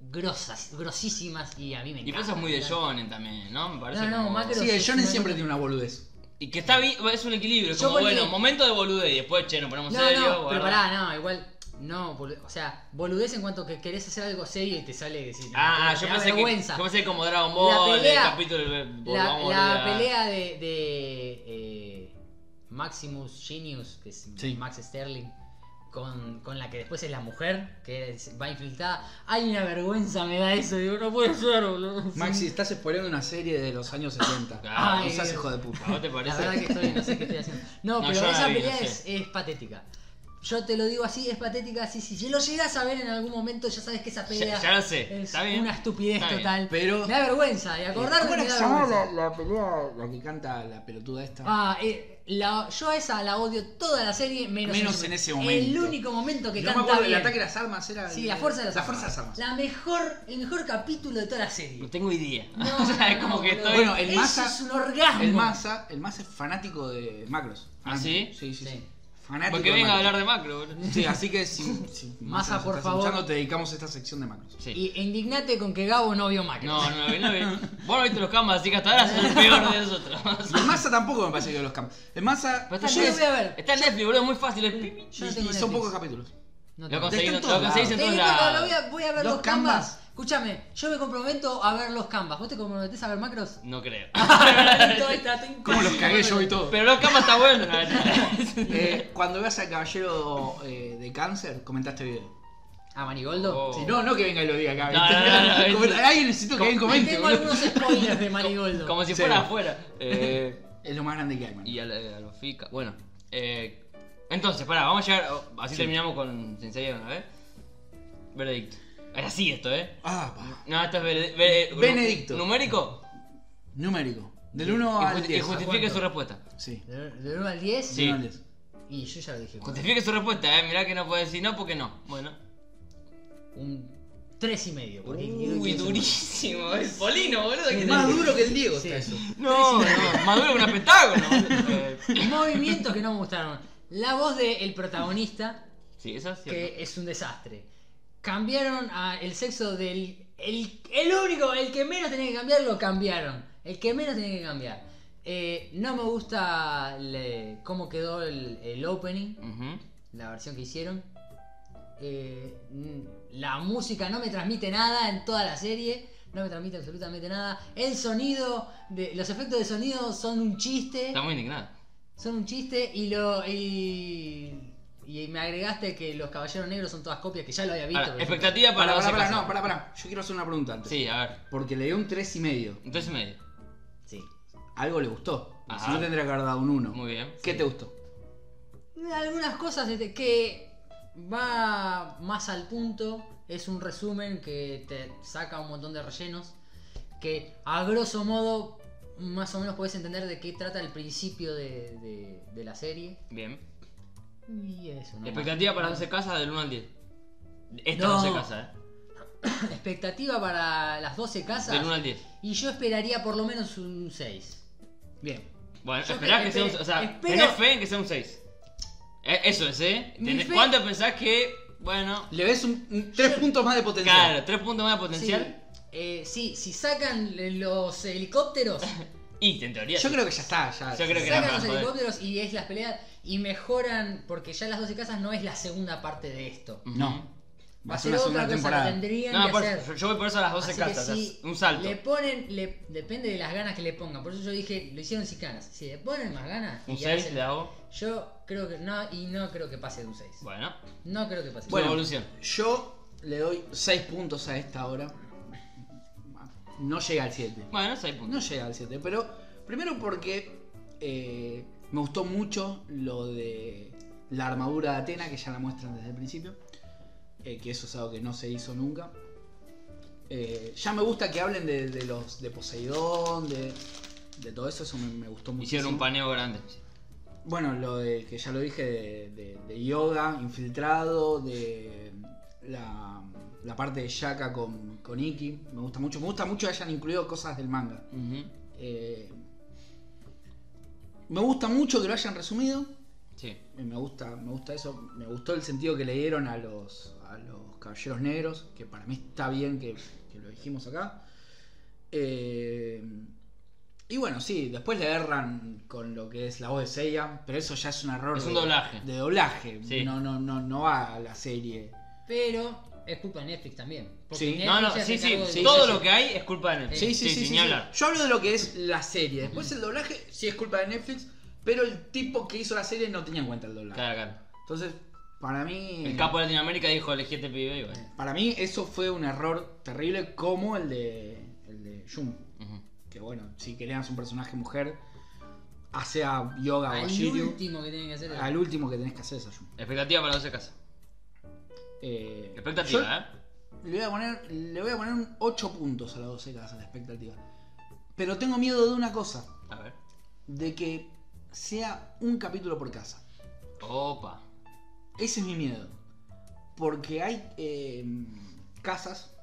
S3: grosas, grosísimas y a mí me
S2: Y
S3: encanta.
S2: pero eso es muy de Jonen también, ¿no? Me parece.
S3: No, no,
S2: como-
S3: Macros-
S1: Sí, el Jonen siempre tiene una boludez.
S2: Y que está bien, es un equilibrio, es
S3: Yo
S2: como
S3: porque-
S2: bueno, momento de boludez y después, che, nos ponemos
S3: No,
S2: serio.
S3: no, pero
S2: guarda.
S3: pará, no, igual. No, bolu- o sea, boludez en cuanto que querés hacer algo serio y te sale que sí. no,
S2: Ah, ah,
S3: te
S2: yo
S3: da
S2: pensé
S3: vergüenza.
S2: que. Yo pensé como Dragon
S3: La
S2: Ball,
S3: pelea-
S2: el capítulo del.
S3: La,
S2: Pues vamos
S3: la
S2: a- ah,
S3: pelea de, de, eh, Maximus Genius, que es
S1: Sí.
S3: Max Sterling, con, con la que después es la mujer, que es- va infiltrada. Hay una vergüenza, me da eso. Digo, no puede ser, boludo.
S1: Maxi, estás spoileando una serie de los años 70.
S2: Ah,
S1: No seas hijo de
S2: ¿A vos
S1: puta.
S2: te
S3: La
S2: parece?
S3: verdad que estoy, no sé qué estoy haciendo. No,
S2: No,
S3: pero
S2: yo la
S3: esa
S2: vi,
S3: pelea
S2: no sé.
S3: es, es patética. Yo te lo digo así, es patética. Así, si lo llegas a ver en algún momento, ya sabes que esa pelea
S2: Ya- ya lo sé,
S3: es
S2: está bien.
S3: una estupidez
S2: Está bien,
S3: total.
S1: pero- eh,
S3: Me da vergüenza, y acordarme
S1: ¿Cómo era
S3: me
S1: que
S3: da
S1: se llamaba
S3: vergüenza.
S1: la, la pelea, la que canta la pelotuda esta?
S3: Ah, eh, la- yo a esa la odio toda la serie, menos,
S1: Menos en ese momento.
S3: El único momento que
S1: no me
S3: canta
S1: acuerdo, el
S3: bien.
S1: ataque de las armas era.
S3: Sí, la fuerza de las
S1: la
S3: armas.
S1: fuerza de las armas.
S3: La mejor, el mejor capítulo de toda la
S2: No
S3: serie.
S2: tengo idea.
S3: No,
S2: o sea, es
S3: no,
S2: como que
S3: boludo.
S2: estoy.
S1: Bueno, el
S3: Eso
S1: Massa-
S3: es un orgasmo.
S1: El masa, el masa es fanático de macros.
S2: ¿Ah, sí?
S1: Sí, sí, sí.
S3: Sí.
S1: Fanático.
S2: porque
S1: de
S2: venga a
S1: Macros.
S2: hablar de macro, boludo.
S1: Sí, así que si, si
S3: Massa,
S1: nos
S3: por
S1: estás
S3: favor.
S1: escuchando, te dedicamos a esta sección de macros.
S2: Sí.
S3: Y e indignate con que Gabo no vio Macri.
S2: No, no, no, no. Vos no viste los camas, así que hasta ahora sos el peor de nosotros.
S1: Y el masa tampoco me parece que de los campos. El masa.
S2: Pero
S3: Yo lo voy a ver.
S2: Está en Netflix, boludo, es muy fácil. es-
S3: Yo no
S1: y-
S3: tengo
S1: y son
S3: Netflix.
S1: pocos capítulos.
S3: No
S2: Lo
S3: tengo.
S2: conseguís
S1: Está
S2: en
S1: en
S2: lo
S1: todos
S2: conseguís en
S3: Te
S2: todos
S3: digo, no, lo voy,
S2: lados.
S3: a, voy a ver
S1: Los
S3: los, canvas.
S1: Canvas.
S3: Escúchame, yo me comprometo a ver los canvas. ¿Vos te comprometés a ver macros?
S2: No creo.
S3: Listo, ahí está, te-
S1: Como los cagué yo y todo.
S2: Pero los camas está bueno, la verdad.
S1: Eh, cuando veas al caballero eh, de cáncer, comenta este video.
S3: ¿A Ah, Manigoldo?
S2: Oh.
S1: Si no, no que venga y lo diga acá.
S2: No, no, no, no,
S1: Comenta-
S2: no.
S1: Alguien necesito que alguien
S3: Ahí
S1: comente.
S3: tengo
S1: boludo.
S3: algunos spoilers de Manigoldo.
S2: Como si
S1: Sí.
S2: fuera afuera. Eh,
S1: Es lo más grande que hay, man.
S2: y a, la- a los fica. Bueno. Eh, entonces, pará, vamos a llegar. oh, Así terminamos con Sensei de una vez. Veredicto. Era así esto, eh.
S1: Ah, pa.
S2: No, esto es vere- vere- eh, nu-
S1: Benedicto.
S2: ¿Numérico?
S1: Numérico. Del 1
S2: Y
S1: al
S2: justi-
S1: 10.
S2: Y justifique
S3: ¿Cuánto?
S2: su respuesta.
S1: Sí.
S3: Del del 1 al 10.
S2: Sí.
S1: Del 1 al 10.
S3: Y yo ya lo dije.
S2: Justifique su respuesta, eh. Mirá que no puede decir no porque no. Bueno.
S3: Un 3 y medio. porque quiero
S2: Uy,
S3: que sea
S2: durísimo. Es polino, boludo. que
S1: Más
S2: te-
S1: duro que el Diego
S3: Sí.
S1: está eso.
S2: No, no, más duro que una pentágono. boludo. Eh,
S3: bueno. Movimientos que no me gustaron. La voz del protagonista,
S2: Sí, eso es cierto.
S3: que es un desastre. Cambiaron a el sexo del. El, el único, el que menos tenía que cambiar, lo cambiaron. El que menos tenía que cambiar. Eh, no me gusta le- cómo quedó el, el opening,
S2: Ujú.
S3: la versión que hicieron. Eh, mm, la música no me transmite nada en toda la serie. No me transmite absolutamente nada. El sonido, de, los efectos de sonido son un chiste.
S2: Está muy indignado.
S3: Son un chiste y lo. Y, y me agregaste que los caballeros negros son todas copias que ya lo había visto.
S2: Ahora,
S3: por ejemplo.
S2: expectativa para, la
S1: Pará, pará,
S2: base
S1: pará,
S2: casa.
S1: no, pará, pará. Yo quiero hacer una pregunta antes.
S2: Sí, a ver.
S1: Porque le dio un 3 y medio.
S2: Entonces medio.
S3: Sí.
S1: Algo le gustó.
S2: Ajá.
S1: Si no tendría que haber dado un 1.
S2: Muy bien.
S1: ¿Qué te gustó?
S3: Algunas cosas este, que va más al punto. Es un resumen que te saca un montón de rellenos. Que a grosso modo, más o menos puedes entender de qué trata el principio de, de- de la serie.
S2: Bien.
S3: Y eso, ¿no?
S2: Expectativa para 12 casas del 1 al 10. Esta
S3: No.
S2: 12 casas, eh.
S3: expectativa para las 12 casas.
S2: Del 1 al 10.
S3: Y yo esperaría por lo menos un 6.
S1: Bien.
S2: Bueno,
S3: Yo
S2: esperá
S3: espe-
S2: que sea un. O sea,
S3: espero-
S2: tenés fe en que sea un 6. Eso es, ¿eh?
S3: Mi
S2: Tenés-
S3: fe-
S2: ¿Cuánto pensás que.? Bueno.
S1: Le ves un, un- tres puntos más de potencial.
S2: Claro, 3 puntos más de potencial.
S3: Sí, eh, sí, si sacan los helicópteros,
S2: Y en teoría.
S1: Yo
S2: sí.
S1: creo que ya está. Ya.
S2: Yo creo que era
S3: sacan
S2: para
S3: los
S2: joder.
S3: helicópteros y es las peleas y mejoran, porque ya las 12 casas no es la segunda parte de esto.
S2: Ujú.
S1: No.
S3: Va a ser
S1: una
S3: otra
S1: segunda
S3: cosa
S1: temporada.
S3: que tendrían
S2: No,
S3: que
S2: por-
S3: hacer.
S2: yo- yo voy por eso a las 12
S3: Así que
S2: casas. o sea,
S3: si
S2: un salto.
S3: Le ponen, le, depende de las ganas que le pongan. Por eso yo dije, lo hicieron sin ganas. Si le ponen más ganas,
S2: Un
S3: y
S2: 6
S3: hacen-
S2: le hago.
S3: yo creo que no, y no creo que pase de un 6.
S2: Bueno.
S3: No creo que pase.
S2: Bueno,
S1: Bueno.
S2: evolución.
S1: Yo le doy 6 puntos a esta hora. No llega al 7.
S2: Bueno, 6 puntos.
S1: No llega al 7, pero primero porque eh, me gustó mucho lo de la armadura de Atena, que ya la muestran desde el principio. eh, que eso es algo que no se hizo nunca. Eh, ya me gusta que hablen de, de los de Poseidón, de, de todo eso, eso me, me gustó mucho.
S2: Hicieron un paneo grande.
S1: Bueno, lo de que ya lo dije de, de- de yoga infiltrado, de la, la parte de Shaka con, con Iki. Me gusta mucho. Me gusta mucho que hayan incluido cosas del manga.
S2: Ujú.
S1: Eh, me gusta mucho que lo hayan resumido.
S2: Sí.
S1: Eh, Me gusta, me gusta eso. Me gustó el sentido que le dieron a los, a los caballeros negros. Que para mí está bien que, que lo dijimos acá. Eh, y bueno, sí, después le erran con lo que es la voz de Seiya. Pero eso ya es un error.
S2: Es un
S1: de-
S2: doblaje.
S1: De doblaje.
S2: Sí.
S1: No, no, no, no va a la serie.
S3: Pero es culpa de Netflix también. porque
S1: Sí.
S3: Netflix
S2: No, no,
S3: se hace
S2: sí, sí.
S3: cargo de-
S2: todo lo que hay es culpa de Netflix.
S1: Sí, sí, sí. sí,
S2: sin
S1: sí.
S2: hablar.
S1: Yo hablo de lo que es la serie. Después el doblaje sí es culpa de Netflix, pero el tipo que hizo la serie no tenía en cuenta el doblaje.
S2: Claro, claro.
S1: Entonces, para mí.
S2: El capo de Latinoamérica dijo, elegí este pibe y bueno.
S1: Para mí eso fue un error terrible como el de. el de Jun.
S2: Ujú.
S1: Que bueno, si querías un personaje mujer, hace a Yoga o a
S3: Al
S1: Shiryu.
S3: último que tienen que hacer es-
S1: Al último que tenés que hacer es a Jun.
S2: Expectativa para 12 casas.
S1: Eh,
S2: Expectativa, ¿eh?
S1: yo le, voy a poner, le voy a poner un 8 puntos a las 12 casas de expectativa. Pero tengo miedo de una cosa.
S2: A ver.
S1: de que sea un capítulo por casa.
S2: Opa.
S1: Ese es mi miedo. Porque hay eh, casas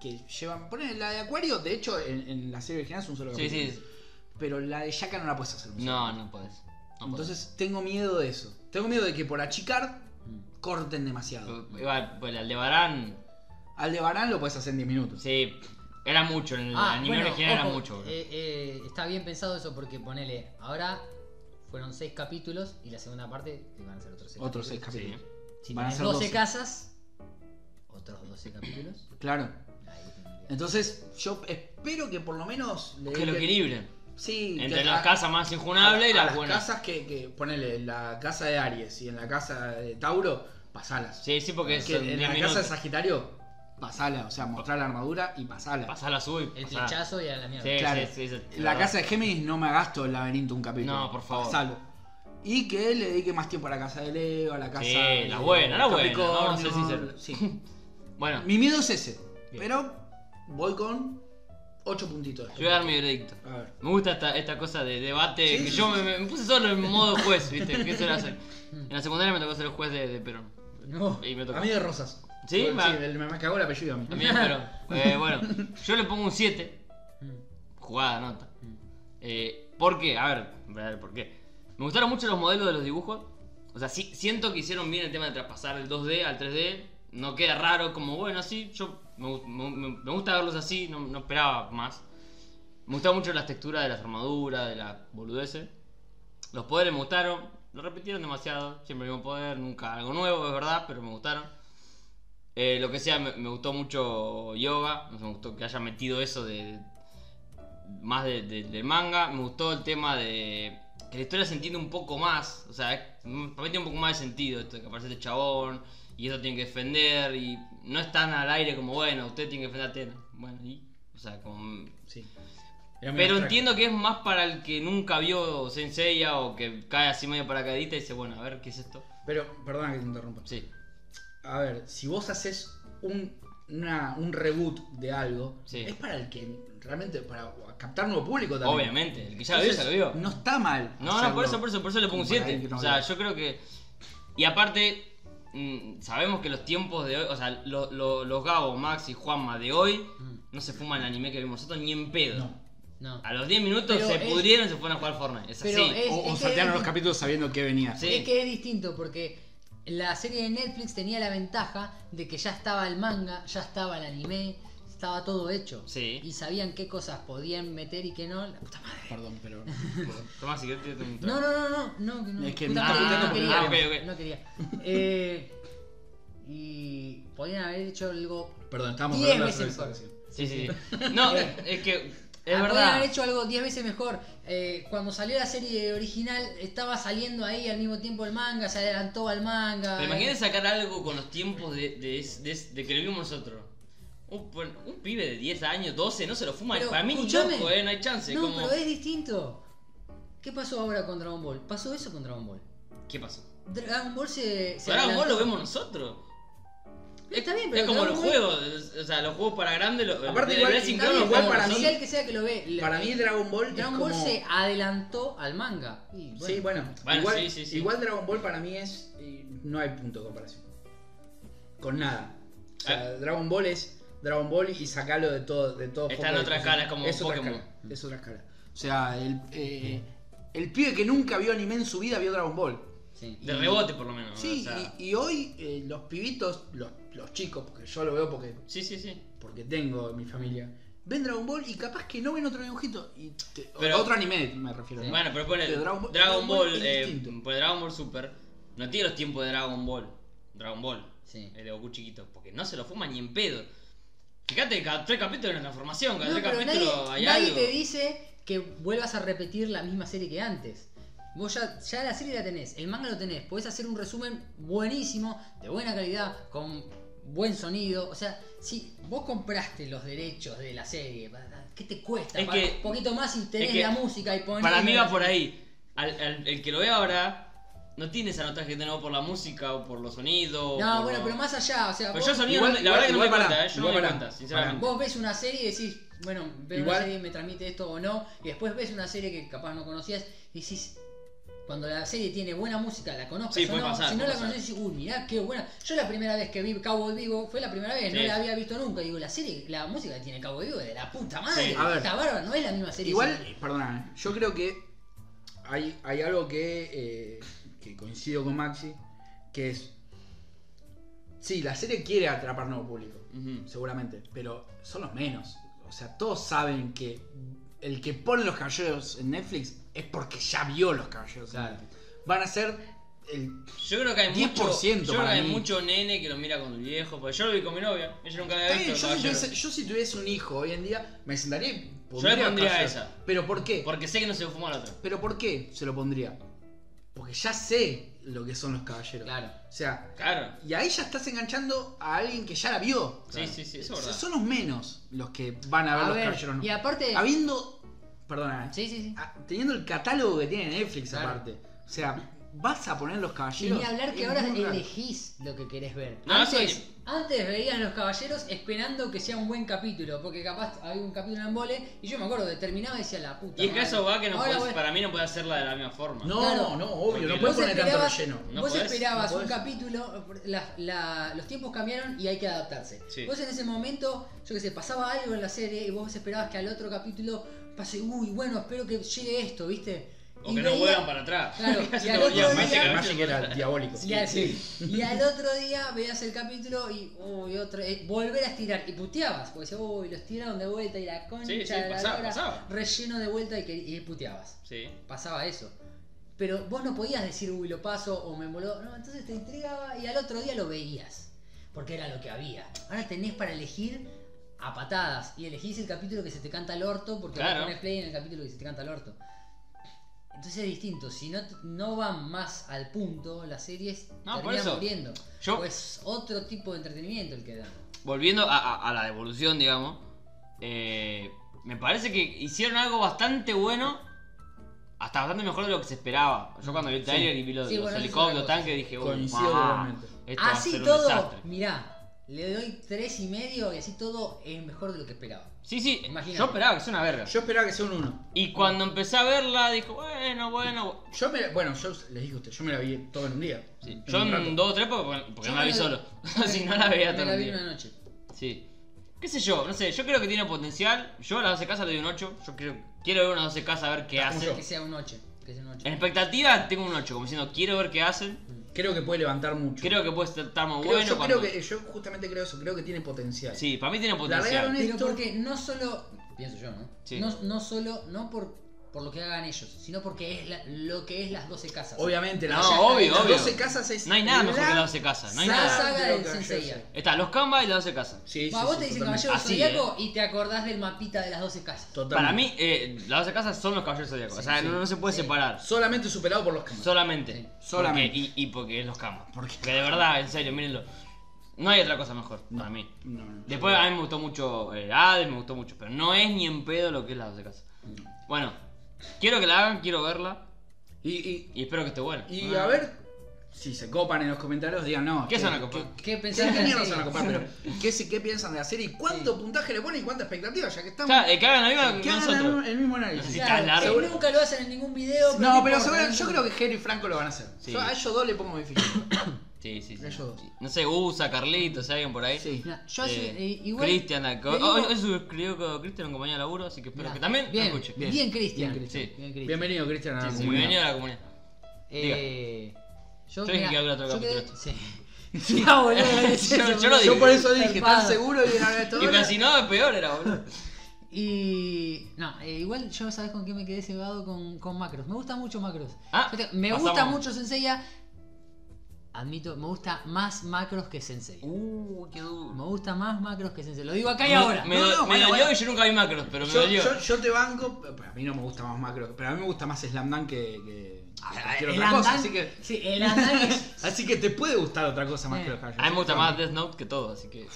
S1: que llevan. Ponen la de Acuario, de hecho, en, en la serie original es un solo
S2: Sí,
S1: capítulo.
S2: sí.
S1: Pero la de Shaka no la puedes hacer. un solo.
S2: No, no podés. No podés.
S1: Entonces tengo miedo de eso. Tengo miedo de que por achicar corten demasiado.
S2: Igual, pues el Aldebarán,
S1: Aldebarán lo puedes hacer en 10 minutos.
S2: sí. Era mucho, en el
S3: Ah,
S2: anime
S3: bueno,
S2: original era
S3: ojo,
S2: mucho, boludo.
S3: eh, eh, está bien pensado eso porque ponele, ahora fueron 6 capítulos y la segunda parte que van a ser otros 6
S1: Otros 6
S2: Sí.
S1: capítulos.
S3: Si
S1: Van a
S3: tenés
S1: ser
S3: 12,
S1: 12.
S3: casas, otros 12 capítulos.
S1: Claro.
S3: Ahí tendría.
S1: Entonces, yo espero que por lo menos le
S2: Que lo
S1: dediquen-
S2: equilibren.
S1: Sí,
S2: Entre
S1: que-
S2: las casas más
S1: A-
S2: injunables y
S1: a
S2: las buenas.
S1: casas que, que ponele en la casa de Aries y en la casa de Tauro, pasalas.
S2: Sí, sí, porque
S1: Que
S2: son
S1: en
S2: 10
S1: la
S2: minutos.
S1: casa de Sagitario, pasala, o sea, mostrar la armadura y pasala.
S2: Pasala a subir.
S3: El flechazo y a la mierda.
S2: Sí,
S1: Claro.
S2: sí, sí, sí, sí,
S1: la
S2: verdad.
S1: casa de Géminis no me gasto el laberinto un capítulo.
S2: No, por favor.
S1: Pasalo. Y que le dedique más tiempo a la casa de Leo, a la casa
S2: Sí,
S1: de
S2: la buena, la buena,
S1: Capricornio,
S2: vamos a ser sinceros.
S1: sí.
S2: Bueno,
S1: Mi miedo es ese,
S2: Bien.
S1: pero voy con 8 puntitos.
S2: yo voy a dar mi veredicto.
S1: A ver.
S2: Me gusta esta, esta cosa de debate
S1: Sí,
S2: que
S1: sí,
S2: yo me, me puse solo en modo juez, ¿viste? ¿Qué suele hacer? En la secundaria me tocó ser el juez de, de Perón.
S3: No.
S2: Y me tocó.
S1: A mí de Rosas.
S2: Sí,
S1: Bueno,
S2: va.
S1: el- me cagó el apellido a mí.
S2: A mí de Perón. Eh, bueno, yo le pongo un 7. Jugada, nota. Eh, ¿Por qué? A ver, voy a ver por qué. Me gustaron mucho los modelos de los dibujos. O sea, sí, siento que hicieron bien el tema de traspasar el 2D al 3D. No queda raro, como bueno, así. Yo me, gu- me- me- me gusta verlos así, no, no esperaba más. Me gustaron mucho las texturas de las armaduras, de las boludeces. Los poderes me gustaron. Lo repitieron demasiado. Siempre el mismo poder, nunca algo nuevo, es verdad, pero me gustaron. Eh, lo que sea, me, me gustó mucho yoga. Me gustó que haya metido eso de. más de- de- del manga. Me gustó el tema de. que la historia se entiende un poco más. O sea, es- mm, para mí tiene un poco más de sentido esto de que aparece este chabón. Y eso tiene que defender. Y no es tan al aire como, bueno, usted tiene que defender a Atena. Bueno, y. O sea, como.
S1: Sí.
S2: Pero entiendo que es más para el que nunca vio Senseiya o que cae así medio paracaidita y dice, bueno, a ver, ¿qué es esto?
S1: Pero, perdona que te interrumpa.
S2: Sí,
S1: A ver, si vos haces un, una- un reboot de algo,
S2: Sí.
S1: es para el que realmente, para captar nuevo público también.
S2: obviamente. El que ya lo vio, ya lo vio.
S1: No está mal.
S2: No, no,
S1: hacerlo.
S2: por eso, por eso, por eso le pongo un
S1: Como
S2: 7.
S1: para alguien que no
S2: o sea,
S1: vio.
S2: yo creo que. Y aparte, mm, sabemos que los tiempos de hoy, o sea, lo- lo- los Gabo, Max y Juanma de hoy
S3: Mm.
S2: no se fuman el anime que vimos nosotros ni en pedo.
S3: No.
S2: A los 10 minutos
S3: Pero
S2: se
S3: es-
S2: pudrieron y se fueron a jugar Fortnite. Es
S3: Pero
S2: así.
S3: es-
S1: O, o
S3: que
S1: saltearon
S3: es
S1: los capítulos sabiendo que venía.
S2: Sí.
S3: Es que es distinto porque la serie de Netflix tenía la ventaja de que ya estaba el manga, ya estaba el anime, estaba todo hecho.
S2: Sí.
S3: Y sabían qué cosas podían meter y qué no. La puta madre.
S1: Perdón, pero.
S2: Tomá, si querés, tírate un trago.
S3: No, no, no, no, no, que no.
S1: Es que
S3: Puta
S1: no
S3: madre,
S2: está
S3: no
S2: puteando
S3: quería.
S2: porque no queríamos.
S3: No quería. Eh, y podían haber hecho algo.
S1: Perdón, estábamos
S3: Diez
S1: hablando de
S3: veces
S1: cerveza
S3: mejor.
S1: recién.
S2: Sí, sí, sí. No, es, es que es
S3: Ah, Podían
S2: verdad.
S3: haber hecho algo 10 veces mejor. Eh, cuando salió la serie original, estaba saliendo ahí al mismo tiempo el manga, se adelantó al manga.
S2: Pero
S3: eh.
S2: imagínate sacar algo con los tiempos de, de, de- de que lo vimos nosotros. Un, pon- un pibe de 10 años, 12, no se lo fuma.
S3: Pero,
S2: Para mí ni
S3: escuchame.
S2: loco, eh, no hay chance.
S3: No,
S2: como...
S3: pero es distinto. ¿Qué pasó ahora con Dragon Ball? Pasó eso con Dragon Ball.
S2: ¿Qué pasó?
S3: Dragon Ball se. se
S2: Dragon Ball
S3: adelantó.
S2: lo vemos nosotros.
S3: Está bien, pero.
S2: es como
S3: Dragon
S2: los
S3: Ball-
S2: juegos, es- o sea, los juegos para grandes. Lo,
S1: Aparte,
S2: el
S1: igual-
S2: Blazing
S3: Está
S2: Chrome
S3: bien,
S2: lo
S1: igual
S2: jugamos
S1: para mí-
S2: nosotros.
S3: sea el que sea que lo ve. le-
S1: Para mí, Dragon Ball. es
S3: Dragon Ball
S1: como-
S3: se adelantó al manga. Y, bueno,
S1: Sí, bueno.
S2: Bueno,
S1: igual,
S2: sí, sí, sí.
S1: igual Dragon Ball para mí es. y No hay punto de comparación. Con nada. O
S2: Ah.
S1: sea, Dragon Ball es Dragon Ball y sacalo de todo. De todo
S2: Está
S1: foco
S2: en
S1: de
S2: otra
S1: discusión.
S2: escala, es como
S1: otra
S2: Pokémon.
S1: escala, es otra escala. O sea, el, eh, el pibe que nunca vio anime en su vida vio Dragon Ball.
S3: sí.
S2: De rebote, por lo menos.
S1: Sí,
S2: o sea,
S1: y, y hoy eh, los pibitos, los, los chicos, porque yo lo veo porque,
S2: sí, sí, sí.
S1: porque tengo en mi familia, ven Dragon Ball y capaz que no ven otro dibujito. Y te-
S2: Pero-
S1: otro anime me refiero. ¿no?
S2: Bueno, pero pone
S1: Porque
S2: Dragon Ball,
S1: es
S2: eh,
S1: distinto.
S2: pues Dragon Ball Super no tiene los tiempos de Dragon Ball. Dragon Ball,
S3: Sí.
S2: el de Goku chiquito, porque no se lo fuma ni en pedo. Fíjate, cada tres capítulos hay una transformación, cada
S3: No,
S2: tres
S3: pero
S2: capítulos
S3: nadie,
S2: hay
S3: nadie
S2: algo.
S3: te dice que vuelvas a repetir la misma serie que antes. Vos ya, ya la serie la tenés, el manga lo tenés, podés hacer un resumen buenísimo, de buena calidad, con buen sonido. O sea, si vos compraste los derechos de la serie, ¿qué te cuesta?
S2: Es
S3: Pa-
S2: que-
S3: un poquito más y tenés
S2: es que
S3: la música y ponés.
S2: Para mí va por ahí. Al, al- el que lo ve ahora no tiene esa nota que tenemos por la música o por los sonidos. o
S3: No,
S2: por
S3: bueno,
S2: lo-
S3: pero más allá, o
S2: Pero
S3: sea, vos,
S2: Pues yo sonido,
S1: igual-
S2: no me- la
S1: igual-
S2: verdad que no me
S1: igual pará,
S2: cuenta, eh, yo no
S1: igual
S2: me
S1: pará,
S2: cuenta, sinceramente.
S3: vos ves una serie y decís, bueno, veo
S1: Igual-
S3: una serie y me transmite esto o no, y después ves una serie que capaz no conocías y decís, cuando la serie tiene buena música, la conozcas
S2: Sí,
S3: o
S2: puede
S3: no,
S2: pasar,
S3: si no
S2: puede
S3: la
S2: pasar.
S3: conoces, decís, uy, mirá, qué buena. Yo la primera vez que vi Cowboy Vivo fue la primera vez, no
S2: Sí.
S3: la había visto nunca. Digo, la serie, la música que tiene Cowboy Vivo es de la puta madre,
S2: Sí,
S1: a ver.
S3: está bárbara, no es la misma serie.
S1: Igual,
S3: sí.
S1: perdona, yo creo que hay, hay algo que, eh, que coincido con Maxi, que es... Sí, la serie quiere atrapar nuevo público,
S2: Ujú.
S1: seguramente, pero son los menos. O sea, todos saben que el que pone los caballeros en Netflix es porque ya vio los caballeros. en
S3: Claro.
S1: Netflix. Van a ser el...
S2: Yo creo que hay mucho.
S1: 10%
S2: Yo creo que
S1: para
S2: hay
S1: mí.
S2: mucho nene que lo mira con el viejo. Porque yo lo vi con mi novia. Ella nunca había
S1: Está bien,
S2: visto.
S1: yo, si
S2: Caballero.
S1: tuviese, yo si tuviese un hijo hoy en día, me sentaría y
S2: le pondría
S1: Caballeros.
S2: esa.
S1: ¿Pero por qué?
S2: Porque sé que no se fumó la otra.
S1: ¿Pero por qué se lo pondría? Porque ya sé lo que son los caballeros.
S3: Claro.
S1: O sea,
S2: Claro.
S1: y ahí ya estás enganchando a alguien que ya la vio.
S2: Sí, sí, sí, eso es verdad.
S1: Son los menos los que van a ver
S3: A
S1: los
S3: ver,
S1: caballeros.
S3: y aparte.
S1: Habiendo. Perdona, eh,
S3: Sí, sí, sí.
S1: a- teniendo el catálogo que tiene Netflix
S3: Claro.
S1: aparte. O sea, vas a poner los
S3: Y
S1: caballeros.
S3: ni hablar que
S1: Es
S3: ahora
S1: muy raro.
S3: elegís lo que querés ver.
S2: No,
S3: antes,
S2: Ah, eso
S3: antes veías Los Caballeros esperando que sea un buen capítulo, porque capaz había un capítulo en vole y yo me acuerdo que terminaba y decía la puta.
S2: Y es que
S3: madre.
S2: eso va que no
S3: Ahora
S2: podés-
S3: voy-
S2: para mí no puede hacerla de la misma forma.
S1: No,
S3: Claro.
S1: no, obvio,
S2: Porque
S1: no puedes
S3: vos
S1: poner tanto
S3: esperabas,
S1: relleno.
S2: No
S3: vos
S2: podés,
S3: esperabas
S1: no
S3: un
S1: podés.
S3: capítulo, la- la- los tiempos cambiaron y hay que adaptarse.
S2: Sí.
S3: Vos en ese momento, yo que sé, pasaba algo en la serie y vos esperabas que al otro capítulo pase, uy, bueno, espero que llegue esto, ¿viste?
S2: O
S3: Y
S2: que no
S3: veía-
S2: vuelvan para atrás.
S3: Claro,
S2: Ya se
S3: y
S2: te
S3: al otro
S2: volvían
S3: día-
S2: más
S1: Magic,
S2: llegados.
S1: Magic era diabólico.
S3: Sí, sí. Y al otro día veías el capítulo y uy, otro, eh, volver a estirar. Y puteabas, porque decías, uy, lo estiraron de vuelta y la concha,
S2: Sí, sí,
S3: de la
S2: pasaba,
S3: lora",
S2: pasaba.
S3: relleno de vuelta y, que- y puteabas.
S2: Sí.
S3: Pasaba eso. Pero vos no podías decir, uy, lo paso o me voló. No, entonces te intrigaba y al otro día lo veías. Porque era lo que había. Ahora tenés para elegir a patadas. Y elegís el capítulo que se te canta el orto porque
S2: Claro.
S3: no pones play en el capítulo que se te canta el orto. Entonces es distinto, si no, no van más al punto, las series
S2: No,
S3: terminan
S2: por eso.
S3: muriendo.
S2: Yo-
S3: Pues otro tipo de entretenimiento el que da.
S2: Volviendo a, a- a la devolución, digamos. eh, me parece que hicieron algo bastante bueno. Hasta bastante mejor de lo que se esperaba. Yo cuando vi el trailer y vi los,
S3: Sí,
S2: los
S3: bueno, eso es otra
S2: helicópteros,
S3: cosa.
S2: tanques, dije, "Oh,
S1: Coincido
S2: ma,
S1: totalmente.
S2: esto va a
S3: Así
S2: ser un
S3: Ah, todo,
S2: desastre".
S3: mirá, le doy tres y medio y así todo es mejor de lo que esperaba.
S2: Sí, sí,
S3: Imagínate.
S2: yo esperaba que sea una verga.
S1: Yo esperaba que sea un 1.
S2: Y cuando empecé a verla, dijo, bueno, bueno. bu-
S1: Yo me, bueno, yo les digo a ustedes, yo me la vi todo en un día.
S2: Sí,
S1: En
S2: Yo
S1: un
S2: en
S1: rato.
S2: dos o tres porque, porque
S3: Yo
S2: me la vi
S3: me la-
S2: solo. si no la veía
S3: Me
S2: todo
S3: la
S2: el
S3: vi
S2: día.
S3: una noche.
S2: Sí. ¿Qué sé yo? No sé, yo creo que tiene potencial. Yo a las 12 casas le doy un 8. Yo quiero, quiero ver unas 12 casas a ver qué
S1: Está como
S2: hacen.
S1: yo.
S3: Que sea un 8. Que sea un 8.
S2: En expectativa tengo un 8, como diciendo, quiero ver qué hacen.
S1: Creo que puede levantar mucho.
S2: Creo que puede estar muy
S1: Creo-
S2: bueno.
S1: yo
S2: cuando-
S1: creo que, yo justamente creo eso, creo que tiene potencial.
S2: Sí, para mí tiene
S1: largaron
S2: potencial.
S3: Pero
S1: esto-
S3: porque no solo. Pienso yo, ¿no?
S2: Sí.
S3: No, no solo. No por, por lo que hagan ellos, sino porque es la- lo que es las 12 casas.
S1: Obviamente, la,
S2: No,
S1: ya-
S2: obvio,
S1: las
S2: obvio.
S1: 12 casas es.
S2: No hay nada mejor que las
S1: la
S2: 12 casas. No hay
S3: La
S1: saga
S2: nada.
S3: saga
S1: de lo
S3: del
S1: que
S3: Sensei
S1: yo
S3: Ya.
S1: sé.
S2: Está, los Canva y las 12 casas.
S1: Sí, sí,
S3: Va, vos
S1: sí,
S3: te dicen
S1: totalmente.
S3: caballero
S2: Así,
S3: zodiaco y te acordás del mapita de las 12 casas.
S1: Totalmente.
S2: Para mí, eh, las 12 casas son los caballeros zodiacos. o sea,
S3: sí.
S2: no, no se puede
S3: Sí.
S2: separar.
S1: Solamente superado por los camas.
S2: Solamente.
S3: Sí.
S1: Solamente.
S2: Porque- y, y porque es los Canva.
S1: Porque-
S2: Que de verdad, en serio, mírenlo. No hay otra cosa mejor para mí.
S1: No, no.
S2: Después a mí me gustó mucho el Hades, me gustó mucho, pero no es ni en pedo lo que es la 12 casas.
S1: Mm.
S2: Bueno, quiero que la hagan, quiero verla
S1: Y, y,
S2: y espero que esté buena.
S1: y a ver si se copan en los comentarios, digan no.
S2: Ah. ¿Qué
S1: che,
S2: son las copas?
S3: ¿Qué
S1: Sí,
S3: pensás
S1: ¿Qué
S3: de la
S1: mierda se van
S3: serie?
S1: a copar? Pero ¿qué, se- ¿qué piensan de la serie? ¿Y cuánto puntaje le ponen y cuánta expectativa? Ya que estamos.
S2: Claro, eh, que hagan la misma
S1: que
S2: que
S1: hagan
S2: nosotros.
S1: el mismo
S2: No
S1: análisis.
S2: sé si-
S3: Claro,
S2: tan largo.
S3: que nunca lo hacen en ningún video.
S1: No, pero
S3: importa,
S1: seguro-
S3: ¿no?
S1: yo creo que Henry y Franco lo van a hacer.
S2: Sí.
S1: Yo a ellos dos le pongo mi ficha.
S2: Sí, sí, sí.
S1: Ellos dos.
S2: No sé, Usa, Carlitos, si hay alguien por ahí.
S1: Sí.
S3: Nah, Yo hace-
S2: Eh,
S3: eh, igual.
S2: Cristian, la- oh,
S3: le digo-
S2: hoy, hoy suscribió con Cristian en compañía de laburo, así que espero
S3: Nah,
S2: que también
S3: Bien,
S2: lo escuche.
S3: bien,
S1: Bien,
S3: Cristian.
S1: bien,
S2: Cristian.
S3: Bien, Cristian.
S1: Bienvenido, Cristian, a
S2: Sí,
S1: la
S2: sí,
S1: comunidad.
S2: bienvenido a la comunidad.
S3: Eh,
S2: Yo
S3: yo,
S2: dije
S3: mirá,
S2: que había otro
S3: yo
S2: capítulo.
S3: quedé- Sí. Ya, boludo,
S2: Yo- yo
S3: eso,
S2: lo
S3: boludo.
S2: dije.
S1: Yo por eso dije,
S3: Zarpado.
S1: ¿estás seguro? Y a esto.
S2: Y pero si no, peor era, boludo.
S3: Y. No, eh, igual yo sabes con qué me quedé cebado con, con Macros. Me gusta mucho Macros.
S2: Ah,
S3: Yo te- me
S2: pasamos.
S3: gusta mucho Sensei. Ya. Admito, me gusta más Macros que Sensei.
S2: Uh, qué duro.
S3: Me gusta más Macros que Sensei. Lo digo acá y
S2: Me-
S3: ahora.
S2: Me,
S1: No,
S2: do-
S1: no,
S2: me
S1: bueno,
S2: dolió
S1: bueno.
S2: y yo nunca vi macros, pero me
S1: Yo,
S2: dolió.
S1: yo- yo te banco, pero a mí no me gusta más macro, pero a mí me gusta más Slam Dunk que, que-
S2: Ah, eh,
S1: que cualquier otra cosa, así que,
S3: Ah, Sí, el andar es.
S1: así que te puede gustar otra cosa más
S3: Eh.
S1: que los Kaijus.
S2: A mí me gusta más Death Note que todo, así que.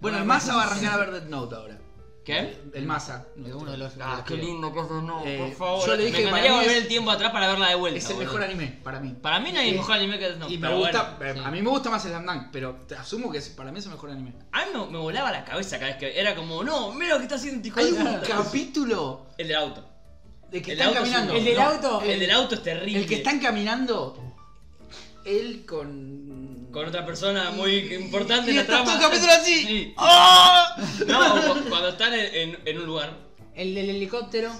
S1: Bueno, el Massa va a arrancar a ver Death Note ahora.
S2: ¿Qué?
S1: El Massa.
S3: Es uno de los. de
S2: Ah,
S3: los
S2: qué
S3: que-
S2: lindo que es Death Note,
S1: Eh,
S2: por favor.
S1: yo le dije
S2: me
S1: que para
S2: encantaría
S1: mí
S2: volver
S1: es-
S2: el tiempo atrás para verla de vuelta.
S1: Es el
S2: boludo.
S1: mejor anime para mí.
S2: Para mí no hay
S1: Y-
S2: mejor anime que Death Note.
S1: y me
S2: pero
S1: gusta,
S2: bueno.
S1: eh, a mí me gusta más Slam Dunk, pero te asumo que es- para mí es el mejor anime.
S2: A mí me, me volaba la cabeza cada vez que era como, no, mira lo que está haciendo este hijo
S1: Hay
S2: de
S1: un
S2: puta".
S1: capítulo
S2: El del auto.
S1: de que
S2: El
S1: están
S2: auto es un-
S1: caminando.
S3: El del
S1: No,
S3: auto.
S2: El del auto es terrible.
S1: El que están caminando, él con...
S2: Con otra persona muy importante
S1: y
S2: en la
S1: está
S2: trama.
S1: todo el capítulo así.
S2: Sí.
S1: ¡Ah!
S2: No, cu- cuando están en, en- en un lugar.
S3: El del helicóptero.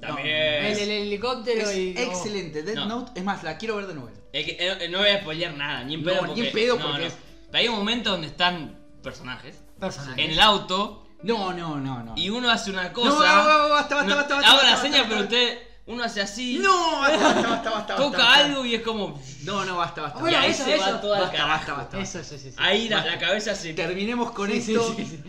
S2: También
S3: El
S2: es.
S3: del helicóptero
S1: Es
S3: y. oh,
S1: excelente, Death
S2: No.
S1: Note. Es más, la quiero ver de nuevo.
S2: Es que, eh, eh, no voy a spoilear nada, ni en
S1: No,
S2: pedo.
S1: ni
S2: porque,
S1: en pedo
S2: no,
S1: porque
S2: no.
S1: es-
S2: Pero hay un momento donde están personajes
S3: personaje.
S2: en el auto
S1: No, no, no, no.
S2: y uno hace una cosa.
S1: No, no, no, basta, basta,
S2: no,
S1: basta, basta,
S2: Hago la
S1: basta,
S2: seña,
S1: basta,
S2: pero
S1: basta.
S2: usted. Uno hace así,
S1: No, basta, basta, basta, basta.
S2: toca
S1: basta, basta.
S2: algo y es como.
S1: No, no, basta, basta.
S3: Bueno,
S2: y ahí
S3: eso,
S2: se va
S3: eso.
S2: todo al
S1: basta,
S2: carajo.
S1: basta, basta.
S3: Eso, sí, sí. sí.
S2: Ahí la, la cabeza se.
S1: Terminemos con
S3: Sí, sí,
S1: esto.
S3: sí, sí.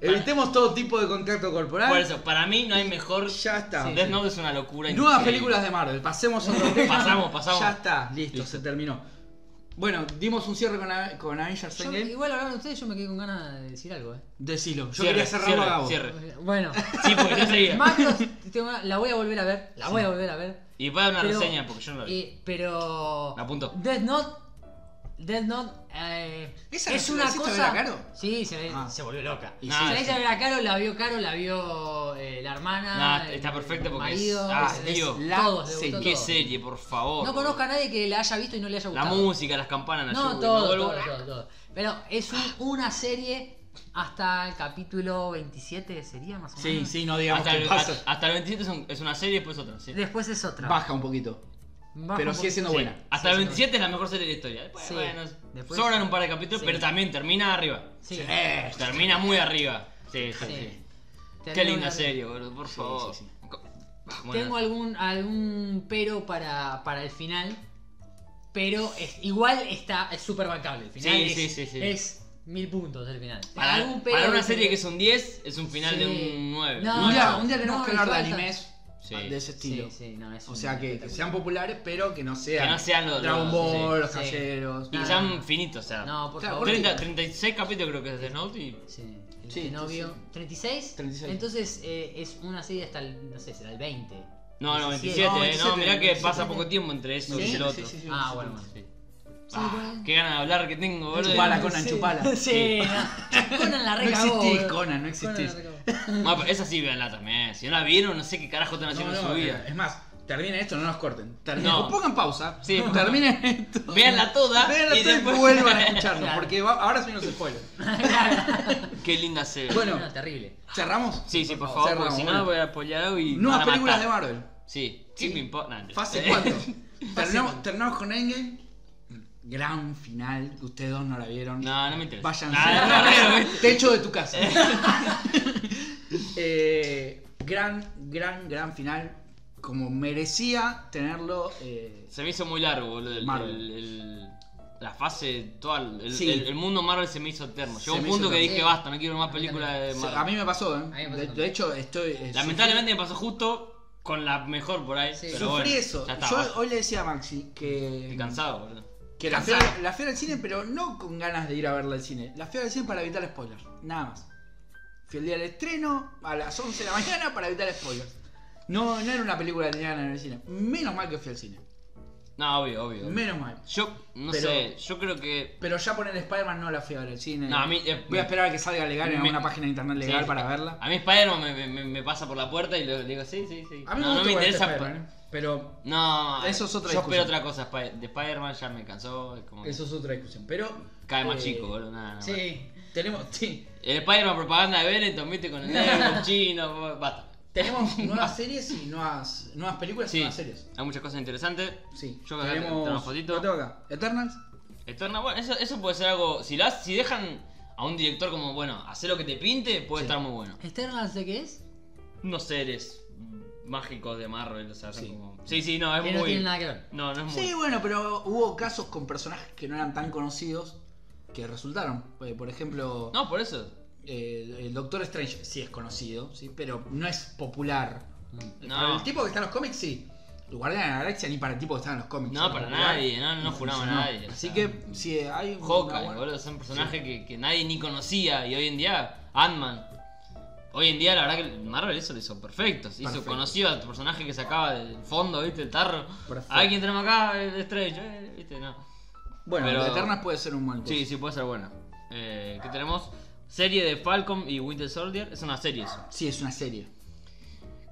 S1: Evitemos todo tipo de contacto corporal.
S2: Por eso, para mí no hay mejor.
S1: Ya está.
S2: Death Note es una locura.
S1: Nuevas
S2: increíble.
S1: películas de Marvel. Pasemos a otro tema.
S2: Pasamos, pasamos.
S1: Ya está, listo,
S2: Listo.
S1: se terminó. Bueno, dimos un cierre con, A- con Avengers
S3: Yo-
S1: Endgame.
S3: igual hablando de ustedes, yo me quedé con ganas de decir algo, eh.
S1: Decilo. Yo
S2: Cierre,
S1: quería cerrarlo
S2: cierre,
S1: a Gabo.
S2: cierre.
S3: Bueno,
S2: Sí, porque no seguía.
S3: Macros, tengo una- la voy a volver a ver. La voy a volver a ver.
S2: Y para una
S3: Pero-
S2: reseña, porque yo no la vi.
S3: Eh, pero.
S2: Me apunto.
S3: Death Note. Death Note. eh,
S1: ¿Esa
S3: es
S1: no se la
S3: una
S1: hiciste
S3: cosa.
S1: ver a Caro?
S3: Sí, se, ve-
S1: Ah.
S3: se volvió loca.
S1: Y
S2: Nah,
S3: se la
S2: sí.
S3: hice ver a Caro, la vio Caro, la vio eh, la hermana.
S2: Nah,
S3: el-
S2: está perfecto
S3: el
S2: porque es-
S3: marido,
S2: ah,
S3: es- es-
S2: tío.
S3: todos, le gustó
S1: Sí,
S3: todo.
S2: Qué serie, por favor.
S3: No conozco a nadie que la haya visto y no le haya
S2: La
S3: gustado.
S2: música, las campanas, la lluvia,
S3: No,
S2: me
S3: todo,
S2: vuelvo-
S3: todo, todo, todo. Pero es un- una serie hasta el capítulo 27, sería más o
S1: Sí,
S3: menos.
S1: sí, no digamos
S2: Hasta
S1: que
S2: el,
S1: pasa.
S2: hasta el 27 es, un- es una serie y después otra. sí.
S3: Después es otra.
S1: Baja un poquito.
S3: Baja
S1: pero
S3: un
S1: sigue siendo
S2: Sí,
S1: buena.
S2: Hasta
S3: Sí,
S2: el
S3: sí,
S2: 27 es la mejor serie de la historia. Después,
S3: Sí.
S2: bueno,
S3: Después-
S2: sobran un par de capítulos,
S3: sí.
S2: pero también termina arriba.
S3: Sí.
S2: Termina muy arriba. Sí, sí,
S3: Sí.
S2: sí. Qué
S3: Termino
S2: linda
S3: de-
S2: serie, boludo, por favor.
S1: sí,
S2: Bueno,
S3: Tengo algún, algún pero para, para el final. Pero es, igual está es súper bancable el final.
S2: Sí,
S3: es,
S2: sí, sí, sí.
S3: es mil puntos el final.
S2: para,
S3: Algún pero
S2: para
S3: del
S2: una serie que es
S3: final.
S2: un 10, es un final de
S3: Sí.
S2: un 9.
S3: No,
S1: un, día,
S3: no,
S1: un día tenemos
S3: no,
S1: que hablar de
S3: falta-
S1: animes
S2: Sí.
S1: de ese estilo.
S3: Sí, sí, no, es
S1: O
S3: un-
S1: sea, que, que sean populares, pero que no sean,
S2: Que no sean los-
S1: Dragon
S2: los-
S1: Ball,
S2: sí.
S1: los
S3: Sí.
S1: caballeros.
S2: Y que
S3: Ah.
S2: sean finitos, o sea.
S3: No, por
S1: Claro,
S3: favor.
S1: porque-
S2: 30, 36 capítulos creo que es de Note y
S3: Sí, el
S1: Sí,
S3: que no
S1: sí,
S3: vio. ¿36?
S1: 36.
S3: Entonces eh, es una serie hasta el, no sé, será el 20.
S2: No, no,
S3: 17,
S2: 27, eh, no,
S1: 27,
S2: mirá que
S1: 27.
S2: pasa poco tiempo entre eso
S3: Sí,
S2: y el otro.
S1: sí, sí, sí,
S3: ah,
S1: sí,
S3: bueno,
S1: sí.
S3: bueno.
S2: Ah, qué ganas de hablar que tengo, boludo.
S1: Chupala, Conan, chupala.
S3: Sí, no. Conan la
S1: No
S3: recagó.
S1: existís, Conan, no
S3: boludo. Conan la
S1: existís.
S3: recagó.
S2: No, pero esa sí, véanla también. Si no la vieron, no sé qué carajo están haciendo en
S1: No, eh, no,
S2: su vida.
S1: Es más, terminen esto, no nos corten. Terminen,
S2: No.
S1: o pongan pausa.
S2: Sí.
S1: terminen esto.
S2: Véanla toda.
S1: Véanla
S2: y
S1: toda y
S2: después-
S1: vuelvan a escucharnos,
S3: Claro.
S1: porque va- ahora sí nos spoilers.
S2: Qué linda serie.
S1: eh. Bueno.
S3: No, terrible.
S1: ¿Cerramos?
S2: Sí, sí, por favor, porque
S1: Cerramos,
S2: si no
S1: bueno.
S2: voy a apoyar algo y.
S1: Nuevas
S2: van a
S1: películas de
S2: matar.
S1: Marvel.
S2: Sí, sí, me importa. Eh,
S1: Fase 4. terminamos, terminamos con Endgame. Gran final. Ustedes dos no la vieron.
S2: No, no me interesa.
S1: Vayan.
S2: Ah, no, no, no, no, no.
S1: Techo de tu casa. Eh, gran, gran, gran final. Como merecía tenerlo. eh,
S2: Se me hizo muy largo, boludo. El,
S1: Marvel.
S2: el- el- la fase, toda, el,
S1: Sí.
S2: el- el mundo Marvel se me hizo eterno. Llegó
S1: Se
S2: un
S1: me
S2: punto
S1: hizo
S2: que
S3: eterno.
S2: dije basta, no quiero más
S3: A mí
S2: películas de
S1: se- a
S2: Marvel.
S1: mí me pasó, ¿eh?
S3: A mí me pasó
S1: de,
S3: también.
S1: de hecho, estoy. eh,
S2: Lamentablemente me pasó justo con la mejor por ahí.
S3: Sí.
S1: sufrí-
S2: pero bueno,
S1: sufrí eso.
S2: Ya está,
S1: Yo
S2: basta.
S1: hoy le decía a Maxi que.
S2: Estoy cansado, boludo.
S1: Que la fui,
S2: Cansado.
S1: la fui al cine, pero no con ganas de ir a verla al cine. La fui al cine para evitar spoilers, nada más. Fui el día del estreno, a las 11 de la mañana, para evitar spoilers. No, no era una película que tenía ganas de ver en el cine. Menos mal que fui al cine.
S2: No, obvio, obvio. obvio.
S1: Menos mal.
S2: Yo, no
S1: Pero-
S2: sé, yo creo que.
S1: Pero ya poner Spider-Man no la fui a ver al cine.
S2: No, a mí, eh,
S1: Voy a esperar a que salga legal en
S2: me-
S1: alguna página de internet legal
S2: sí.
S1: para verla.
S2: A mí Spider-Man me, me- me pasa por la puerta y le, le digo, sí, sí, sí.
S1: A
S2: no,
S1: mí me
S2: no
S1: gusta
S2: me
S1: igual este
S2: interesa.
S1: Spider-Man, ¿eh? pero
S2: No,
S1: Eso es otra
S2: yo espero
S1: discusión.
S2: otra cosa Spi- de Spider-Man, ya me cansó. es como que
S1: eso es otra discusión. Pero
S2: Cae más
S1: eh,
S2: chico, boludo, nada, nada más.
S3: Sí.
S1: Tenemos, sí,
S2: El Spider-Man propaganda de Benetton, viste, con el negro, el chino, bo- basta.
S1: tenemos nuevas series y nuevas, nuevas películas y
S2: Sí,
S1: nuevas series.
S2: hay muchas cosas interesantes.
S1: Sí.
S2: Yo acá tengo una fotito.
S1: Yo tengo acá. Eternals.
S2: Eterna, bueno, eso, eso puede ser algo. Si, las, si dejan a un director como, bueno, hacer lo que te pinte, puede estar muy bueno.
S3: ¿Eternals de qué es?
S2: Unos seres mágicos de Marvel, o sea, son
S1: Sí.
S2: como. Sí, sí, no, es
S3: Que
S2: muy.
S3: no tiene nada que ver.
S2: No, no es muy.
S1: Sí, bueno, pero hubo casos con personajes que no eran tan conocidos que resultaron. Eh, Por ejemplo,
S2: No, por eso.
S1: eh, el Doctor Strange sí es conocido, sí, pero no es popular.
S2: Mm. No.
S1: Para el tipo que está en los cómics, sí. El Guardián de la Galaxia ni para el tipo que está en los cómics.
S2: No,
S1: ¿no?
S2: para
S1: Popular.
S2: nadie, no, no juraba a
S1: funcionó.
S2: nadie, o
S1: Así
S2: sea.
S1: que, sí, hay un.
S2: Hawkeye, boludo, son personajes que, que nadie ni conocía y hoy en día Ant-Man. Hoy en día la verdad que Marvel eso lo hizo perfecto. Hizo
S1: Perfecto.
S2: conocido al personaje que sacaba del fondo, ¿viste? El tarro.
S1: Perfecto.
S2: Hay quien tenemos acá, el Strange, eh, ¿viste? No.
S1: Bueno,
S2: Pero-
S1: Eternals puede ser un buen
S2: Sí,
S1: coso.
S2: sí, puede ser buena. Eh, ¿Qué tenemos? Serie de Falcon y Winter Soldier. Es una serie eso.
S1: Sí, es una serie.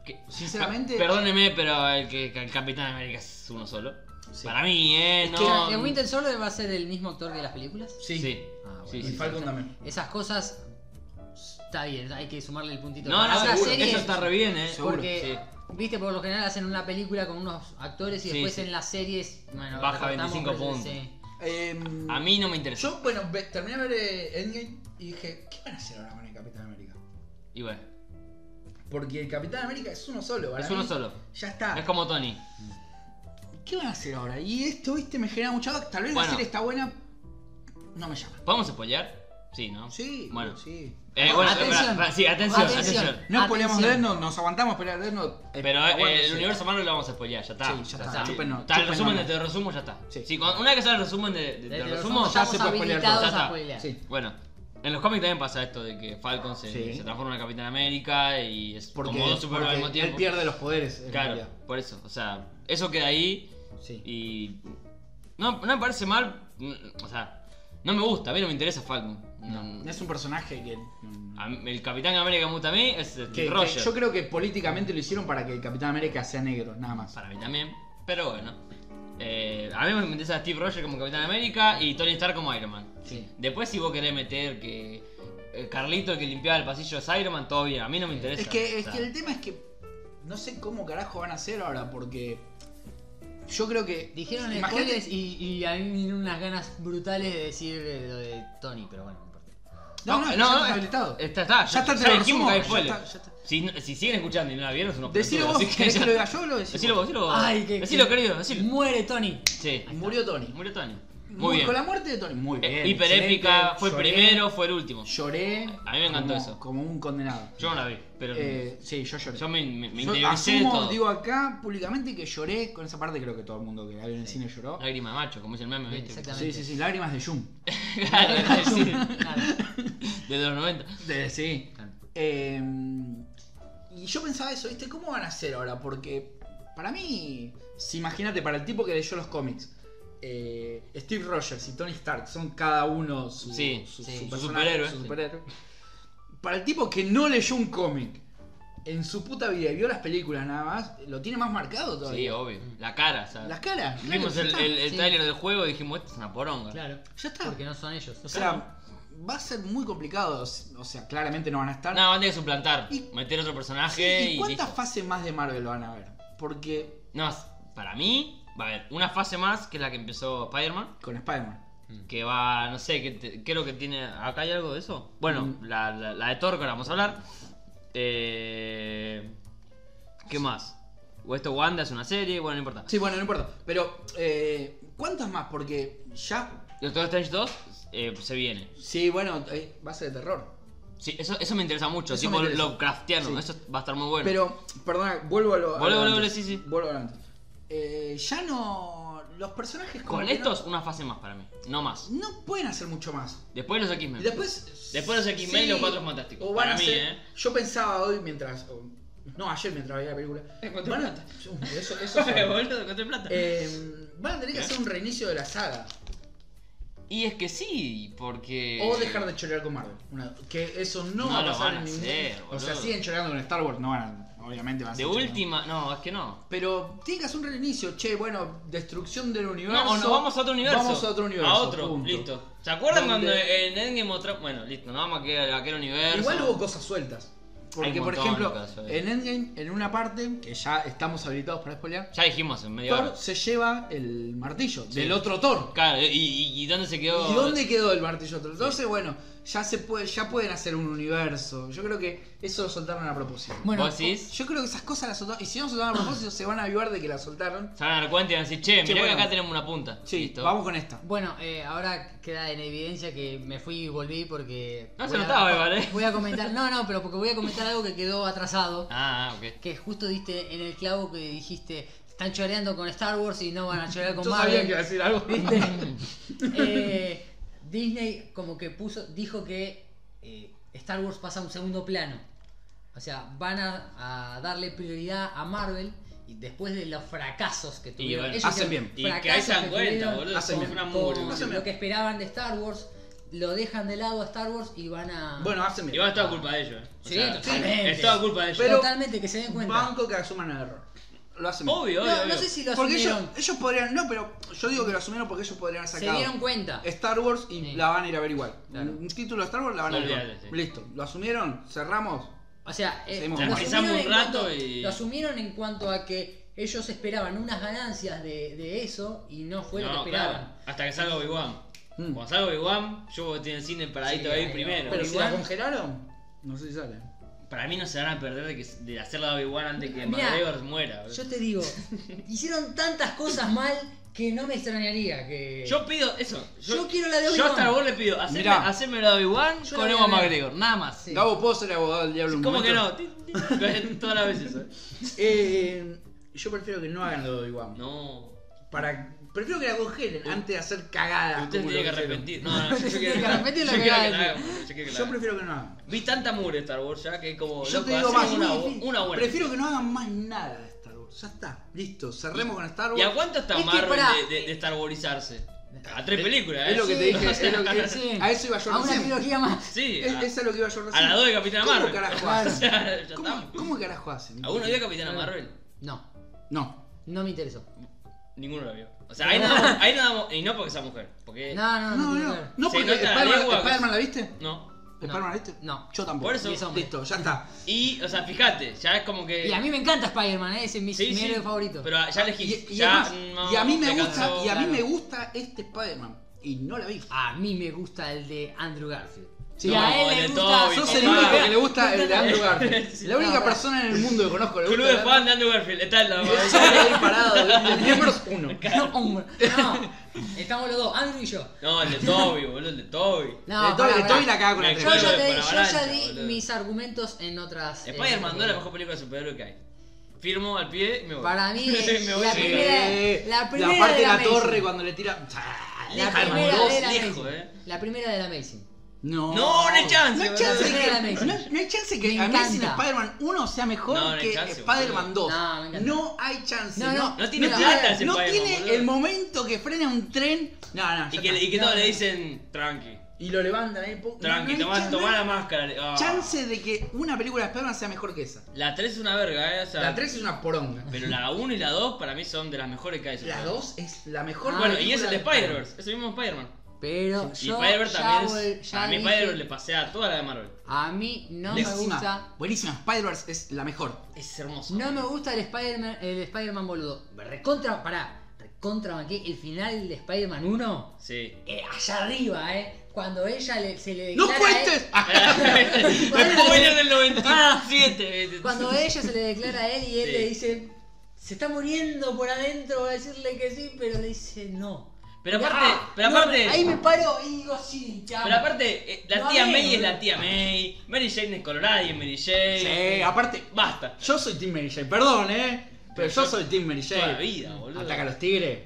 S2: Que-
S1: Sinceramente- eh,
S2: Ca- Perdóneme, pero el, que, que el Capitán América es uno solo.
S1: Sí.
S2: Para mí, ¿eh?
S1: que
S2: No.
S3: ¿El Winter Soldier va a ser el mismo actor que las películas?
S2: Sí.
S3: Ah, bueno.
S2: Sí,
S1: Y
S2: sí, sí.
S1: Falcon también.
S3: Esas cosas. Está bien, hay que sumarle el puntito.
S2: No,
S3: Para
S2: no,
S3: otra
S2: seguro,
S3: serie-
S2: eso está re bien, ¿eh?
S1: Seguro,
S3: Porque, viste, por lo general hacen una película con unos actores y
S2: Sí,
S3: después
S2: sí.
S3: en las series. Bueno,
S2: Baja
S3: recortamos,
S2: 25
S3: pero-
S2: puntos.
S3: sí.
S1: Em,
S2: A mí no me interesa.
S1: Yo, bueno, ve- terminé de ver eh, Endgame y dije, ¿qué van a hacer ahora con el Capitán América?
S2: Y bueno,
S1: Porque el Capitán América es uno solo, ¿verdad?
S2: es uno solo.
S1: Ya está.
S2: Es como Tony.
S1: ¿Qué van a hacer ahora? Y esto, viste, me genera mucha duda. Tal vez
S2: Bueno.
S1: la serie está buena. No me llama.
S2: ¿Podemos spoilear? Sí, ¿no?
S1: Sí,
S2: Bueno.
S1: sí. Oh,
S2: Eh, bueno,
S3: Atención.
S2: espera, espera, sí, atención,
S3: Atención.
S2: atención.
S1: No spoileamos
S3: Atención.
S1: Death Note, nos aguantamos, pero Death Note. eh,
S2: Pero eh,
S1: aguántese.
S2: el universo Marvel lo vamos a spoilear, ya está.
S1: Sí, ya está, chúpenlo,
S2: Está el
S1: chúpenlo.
S2: resumen de te resumo, ya está.
S1: Sí.
S2: Sí, cuando- una vez que sale el resumen de, de-
S3: Desde
S2: del
S3: los
S2: resumo,
S3: somos
S1: ya se puede spoilear todo,
S3: habilitados
S2: ya está.
S3: a spoilear.
S1: Sí.
S2: Bueno, en los cómics también pasa esto de que Falcon se,
S1: Sí.
S2: se transforma en Capitán América y es
S1: Porque,
S2: como dos superhéroes al mismo
S1: porque
S2: tiempo.
S1: él pierde los poderes. en
S2: claro,
S1: realidad.
S2: por eso. O sea, eso queda ahí
S1: Sí.
S2: y. No, no me parece mal. mm, O sea, no me gusta, a mí no me interesa Falcon. No.
S1: Es un personaje que.
S2: A mí- el Capitán América me gusta a mí es
S1: que- que
S2: Roger.
S1: yo creo que políticamente lo hicieron para que el Capitán América sea negro, nada más.
S2: Para mí también, pero bueno. Eh, a mí me interesa Steve Rogers como Capitán América y Tony Stark como Iron Man.
S1: Sí.
S2: Después si vos querés meter que eh, Carlito el que limpiaba el pasillo es Iron Man, todo bien, a mí no me interesa.
S1: Es que,
S2: O
S1: es
S2: sea,
S1: que el tema es que no sé cómo carajo van a hacer ahora, porque yo creo que.
S3: Dijeron
S1: imagínate-
S3: spoilers y, y a mí me dieron unas ganas brutales de decir eh, lo de Tony, pero bueno, no importa.
S1: No, no, no, ya está habilitado.
S2: Está, está,
S1: Ya está, te
S2: ya
S1: lo
S2: dijimos que hay
S1: resumo, ya
S2: spoiler.
S1: está, ya está.
S2: Si, no- si siguen escuchando y no la vieron, es unos
S1: Decilo vos,
S2: pelotudos,
S1: ¿querés
S2: así ya-
S1: que, lo diga yo o lo decís?
S2: Decilo vos, decilo vos.
S3: Ay, que-
S2: decilo,
S3: que-
S2: querido, decilo.
S3: Muere Tony.
S2: Sí.
S1: Murió Tony.
S2: Murió Tony. Muy
S1: Mu-
S2: bien.
S1: Con la muerte de Tony. Muy bien.
S2: Eh, Hiper
S1: excelente.
S2: épica, fue el
S1: Lloré,
S2: primero, fue el último. Yo
S1: Lloré.
S2: A mí me encantó
S1: como-
S2: eso.
S1: Como un condenado.
S2: no la vi, pero
S1: Eh, sí, yo lloré.
S2: yo me, me, me
S1: Yo
S2: interioricé de
S1: asumo,
S2: todo.
S1: digo acá públicamente que lloré con esa parte, creo que todo el mundo que la vio en el cine lloró.
S2: Lágrima de macho, como dice el meme, ¿viste?
S3: Exactamente.
S1: Sí, sí, sí, lágrimas de Jung.
S2: Claro, sí.
S3: Claro.
S2: De los 90.
S1: De- sí.
S3: Claro.
S1: Eh, y yo pensaba eso, ¿viste? ¿Cómo van a hacer ahora? Porque para mí, si imagínate, para el tipo que leyó los cómics, eh, eh, Steve Rogers y Tony Stark son cada uno su,
S2: Sí,
S1: su-
S3: sí,
S1: su
S3: su
S1: personaje,
S2: superhéroe,
S1: su
S2: sí.
S1: superhéroe. Para el tipo que no leyó un cómic en su puta vida y vio las películas nada más, lo tiene más marcado
S2: Sí,
S1: todavía.
S2: obvio. La cara, o sea.
S1: Las caras. claro,
S2: Vimos
S1: ya
S2: el,
S1: está.
S2: el, el
S3: Sí.
S2: trailer del juego y dijimos, esto es una poronga.
S3: Claro.
S1: Ya está.
S3: Porque no son ellos.
S1: O sea, va a ser muy complicado. O sea, claramente no van a estar.
S2: No, van a tener que suplantar,
S1: Y-
S2: meter otro
S1: Sí,
S2: personaje
S1: ¿Y
S2: y,
S1: cuántas
S2: Ah, listo.
S1: fases más de Marvel van a ver? Porque
S2: No, para mí va a haber una fase más, que es la que empezó Spider-Man,
S1: con Spider-Man.
S2: que va, no sé, que te- creo que tiene... ¿Acá hay algo de eso? Bueno,
S1: Mm.
S2: la, la- la de Thor que ahora vamos a hablar. Eh, ¿Qué más? O esto Wanda es una serie, bueno, no importa.
S1: Sí, bueno, no importa. Pero, eh, ¿cuántas más? Porque ya.
S2: Doctor Strange 2 eh, se viene.
S1: Sí, bueno, eh, va a ser de terror.
S2: Sí, eso, eso me interesa mucho,
S1: Eso
S2: tipo
S1: me interesa.
S2: Lovecraftiano,
S1: Sí.
S2: eso va a estar muy bueno.
S1: Pero, perdona, vuelvo a lo. a
S2: Volvé,
S1: lo
S2: volvé,
S1: antes.
S2: volvé, sí, sí.
S1: Vuelvo a lo antes. Eh, ya no. Los personajes como
S2: Con
S1: que
S2: estos, una fase más para mí, no más.
S1: No, no pueden hacer mucho más.
S2: Después los X-Men.
S1: Y después.
S2: Mm. Después los X-Men y los Cuatro Fantásticos.
S1: o van
S2: Para
S1: a
S2: mí,
S1: ser-
S2: ¿eh?
S1: Yo pensaba hoy mientras. o- no, ayer mientras veía la película.
S2: Encontré
S1: van a- Eso, eso sí.
S2: Boludo, encontré plata.
S1: Eh, van a tener que hacer un reinicio de la saga.
S2: Y es que sí, porque.
S1: O dejar de chorear con Marvel. Una- que eso no,
S2: Eh, No
S1: va a
S2: lo
S1: pasar
S2: van a
S1: en ningún-
S2: hacer,
S1: O sea,
S2: boludo.
S1: siguen choreando con Star Wars, no van a. Obviamente van a
S2: De
S1: seguir
S2: última. No, es que no.
S1: choreando. Pero tiene que hacer un reinicio, che, bueno, destrucción del universo.
S2: No, o nos vamos a otro universo.
S1: Vamos a otro universo.
S2: A otro,
S1: punto.
S2: listo. ¿Se acuerdan
S1: Donde-
S2: cuando en Endgame mostramos.? Bueno, listo, nos vamos a aquel, a aquel universo.
S1: Igual hubo cosas sueltas. Porque,
S2: un
S1: por
S2: montón
S1: ejemplo,
S2: de cosas sueltas.
S1: en Endgame, en una parte, que ya estamos habilitados para spoilear,
S2: Ya dijimos en medio
S1: Thor
S2: hora.
S1: se lleva el martillo del otro Thor.
S2: Claro, ¿y, y, y dónde se quedó?
S1: ¿Y dónde quedó el martillo Thor? Entonces, bueno, ya se puede, ya pueden hacer un universo. Yo creo que eso lo soltaron a propósito.
S3: Bueno,
S2: ¿Vos decís?
S1: Yo creo que esas cosas las soltaron. Y si no soltaron a propósito, se van a avivar de que las soltaron.
S2: Se van a dar cuenta y van a decir, che, mirá que
S1: bueno.
S2: acá tenemos una punta.
S1: Sí,
S2: Listo.
S1: vamos con esta.
S3: Bueno, eh, ahora queda en evidencia que me fui y volví porque.
S2: No se
S3: voy a-
S2: notaba igual, ¿eh?
S3: Voy a comentar. No, no, pero porque voy a comentar algo que quedó atrasado.
S2: Ah, ah, ok.
S3: Que justo diste en el clavo que dijiste. Están choreando con Star Wars y no van a chorear con
S1: Yo
S3: Marvel.
S1: sabía que iba a decir algo.
S3: ¿Viste? Eh, Disney como que puso, dijo que eh, Star Wars pasa a un segundo plano. O sea, van a, a darle prioridad a Marvel y después de los fracasos que tuvieron.
S2: bueno,
S3: Ellos
S1: hacen
S3: dijeron,
S1: bien.
S2: Y que ahí
S3: fracasos
S2: se dan cuenta,
S3: tuvieron
S2: boludo,
S1: hacen
S2: somos
S1: bien.
S2: una
S3: con
S2: mugre.
S1: Hacen
S3: lo
S1: bien.
S3: que esperaban de Star Wars, lo dejan de lado a Star Wars y van a...
S1: Bueno, hacen
S2: Y
S1: bien.
S2: va a estar culpa de ellos. eh. O
S3: Sí,
S2: sea,
S3: totalmente.
S2: Es toda culpa de ellos.
S1: pero-
S3: totalmente que se den cuenta.
S1: Banco que asuman el error. Lo hacen bien.
S2: obvio, obvio.
S3: no, no
S2: obvio.
S3: sé si lo
S1: Porque ellos,
S3: asumieron.
S1: ellos podrían. No, pero yo digo que lo asumieron porque ellos podrían haber
S3: Se
S1: sacado
S3: dieron cuenta.
S2: Eh,
S1: Star Wars y
S3: Sí.
S1: la van a ir a ver igual.
S3: Claro.
S1: Un título de Star Wars la van a
S2: No,
S1: ver igual.
S2: olvídate, sí.
S1: Listo, lo asumieron, cerramos.
S3: O sea, eh,
S1: Seguimos
S3: lo,
S2: Tranquilizamos
S3: asumieron
S2: un
S3: en cuanto-
S2: rato y-
S3: lo asumieron en cuanto a que ellos esperaban unas ganancias de, de eso y no fue lo que
S2: No,
S3: esperaban.
S2: claro, Hasta que salga Obi-Wan.
S1: Mm.
S2: Cuando salga Obi-Wan, yo voy a tener el cine en paradito
S3: Sí,
S2: ahí
S3: ahí
S2: primero.
S3: va.
S1: Pero si la
S3: Igual-
S1: congelaron, no sé si sale.
S2: Para mí no se van a perder de, que, de hacerla de Obi-Wan antes que
S3: Mirá,
S2: McGregor muera. boludo.
S3: Yo te digo, hicieron tantas cosas mal que no me extrañaría que.
S2: Yo pido eso. Yo,
S3: Yo quiero la de
S2: Yo
S3: Obi-Wan.
S2: a Star Wars le pido, haceme,
S1: Mirá.
S2: haceme la de Obi-Wan
S3: Yo
S2: con
S3: la voy
S2: Ewan
S3: a ver.
S2: McGregor, nada más.
S3: Sí.
S1: Gabo, ¿puedo ser abogado del diablo un
S2: ¿Cómo que
S1: momento?
S2: no? Tin, tin, tin. Todas las veces. ¿eh?
S1: Eh, yo prefiero que no hagan lo de Obi-Wan.
S2: No.
S1: Para, prefiero que la congelen antes de hacer cagadas.
S2: Usted
S1: Ah,
S2: tiene
S1: como
S2: que
S1: lo hicieron.
S2: arrepentir. No, no, yo quiero
S3: Tiene
S2: que
S3: que
S2: la-
S3: arrepentir
S2: yo
S3: lo
S2: quiero
S3: que
S2: que la
S3: haga.
S2: hagan, boludo, yo quiero que la
S1: Yo
S2: hagan.
S1: prefiero que no hagan.
S2: Vi tanta mugre de Star Wars ya que es como.
S1: Yo
S2: loco,
S1: te digo
S2: haceme
S1: más,
S2: una,
S1: muy difícil.
S2: una buena.
S1: prefiero que no hagan más nada de Star Wars. Ya está, listo, cerremos con Star Wars.
S2: ¿Y a cuánto está
S3: Es que,
S2: Marvel
S3: pará.
S2: de, de, de Star Warsizarse? A tres películas, ¿eh?
S1: Es lo que te dije, es lo que-
S3: Sí.
S1: a eso iba yo
S3: A una
S1: recién.
S3: trilogía más.
S2: Sí,
S1: Es-
S2: a,
S1: eso es lo que iba yo recién.
S2: a las dos de Capitana
S1: ¿Cómo
S2: Marvel.
S1: carajo
S2: O
S1: hacen?
S2: sea, ya
S1: ¿Cómo,
S2: estamos.
S1: cómo carajo hacen?
S2: ¿Alguno vio Capitana
S3: Claro.
S2: Marvel?
S3: No,
S1: No.
S3: no me interesó.
S2: Ninguno la vio. O sea, ahí no damos, ahí no damos- y no porque sea mujer, porque
S3: No, no,
S1: No,
S3: no. quiero
S1: no.
S3: ver.
S1: No,
S2: Se
S1: porque
S2: nota la
S1: Spider-Man
S2: lengua,
S1: Spider-Man la viste.
S2: no.
S1: ¿Spider-Man la viste?
S3: No.
S1: Yo tampoco.
S2: Por eso-
S3: Y es hombre.
S1: Listo, ya está.
S2: Y, o sea, fíjate, ya es como que
S3: Y a mí me encanta Spider-Man, ¿eh? ese es mi,
S2: Sí,
S3: mi
S2: sí,
S3: héroe favorito.
S2: Pero ya elegí,
S1: Y, y es
S2: ya
S1: más, y a mí me gusta,
S2: cansó,
S1: y a mí
S2: claro.
S1: me gusta este Spider-Man. Y no la vi.
S3: A mí me gusta el de Andrew Garfield.
S1: Sí.
S3: y
S1: No,
S3: a él
S2: el
S3: le
S2: de
S3: gusta.
S2: Toby,
S1: Sos
S2: papá.
S1: el único que le gusta el de Andrew Garfield.
S2: Sí,
S1: La única
S3: no,
S1: persona en el mundo que conozco le gusta.
S2: Club de fan de Andrew Garfield, está en la
S1: Ahí parado, el miembros uno.
S3: No, hombre, no. Estamos los dos, Andrew y yo.
S2: No, el de Toby, boludo, el de Toby.
S3: No,
S1: Estoy-
S3: pará,
S1: estoy
S3: pará.
S1: la caga con la
S2: Me
S3: Yo
S2: acuerdo.
S1: tremenda.
S3: ya,
S2: de
S3: te- yo ya
S2: Avalancha,
S3: di
S2: boludo.
S3: mis argumentos en otras. eh,
S2: Spider-Man no es la mejor película de superhéroe que hay. Firmo al pie y me voy.
S3: Para mí,
S2: me voy.
S3: la
S2: Sí.
S3: primera- la primera
S1: parte de
S3: de
S1: la
S3: la
S1: torre
S3: Messi.
S1: cuando le tira. Ah,
S3: La
S1: calma,
S3: primera
S1: vos.
S3: de la
S2: lejos,
S3: Amazing.
S2: eh.
S3: La primera de la Amazing.
S1: No,
S2: No, no hay chance,
S1: No hay
S2: boludo.
S1: chance,
S3: No,
S1: que-
S3: no hay chance.
S1: no- no hay chance que
S3: Me
S1: Amazing
S3: encanta.
S1: Spider-Man 1 sea mejor
S2: No, no hay
S1: que
S2: chance,
S1: Spider-Man
S2: boludo.
S1: 2.
S3: No, me encanta.
S1: No hay chance.
S3: No,
S1: No,
S3: no,
S2: no tiene
S1: no
S2: plata
S1: tiene-
S2: ese
S1: No
S2: Spider-Man,
S1: tiene
S2: boludo.
S1: el momento que frena un tren. No, no.
S2: Y
S1: ya
S2: que,
S1: está.
S2: y que todos
S3: No.
S2: le dicen tranqui.
S1: Y lo levantan ahí. po-
S2: Tranqui,
S1: no, no
S2: tomá,
S1: hay chan-
S2: tomá
S1: no
S2: la máscara. le- ah.
S1: hay Chance de que una película de Spider-Man sea mejor que esa.
S2: La 3 es una verga, eh. o sea,
S1: La 3 es una poronga.
S2: Pero la 1 y la 2 para mí son de las mejores que hay.
S1: La 2 es la mejor.
S3: Ah,
S2: Bueno, y es el de
S1: película
S2: Spider-Verse. Es el mismo Spider-Man.
S3: Pero
S2: Y
S3: yo
S2: Spider-Verse
S3: ya
S2: también
S3: vol-
S2: es.
S3: ya
S2: A mí
S3: dije-
S2: Spider-Verse le pasea a toda la de Marvel.
S3: A mí no me
S1: Buenísima,
S3: gusta.
S1: Buenísima. Spider-Verse es la mejor.
S2: Es hermoso.
S3: No me gusta el Spider-Man el Spider-Man boludo. Me Recontra. Pará. Recontra banqué el final de Spider-Man 1.
S2: Sí.
S3: eh, allá arriba, eh. Cuando ella le- se le
S1: ¡No
S3: declara. a él-
S1: cuentes! Ah,
S2: Spoiler del 97.
S3: Cuando ella se le declara a él y él
S2: Sí.
S3: le dice. Se está muriendo por adentro, va a decirle que sí, pero le dice no.
S2: Pero
S3: Y,
S2: aparte-
S3: ah,
S2: pero
S3: no,
S2: aparte-
S3: Ahí me paro y digo sí, chao.
S2: Pero aparte, eh, la
S3: No,
S2: tía
S3: no,
S2: May es
S3: boludo.
S2: la tía May. Mary Jane es Colorada y es Mary Jane.
S1: Sí, aparte.
S2: Basta.
S1: Yo soy Team Mary Jane, perdón, eh. Pero yo soy Team Mary
S2: Toda la
S1: Jane.
S2: vida, boludo.
S1: Ataca a los tigres.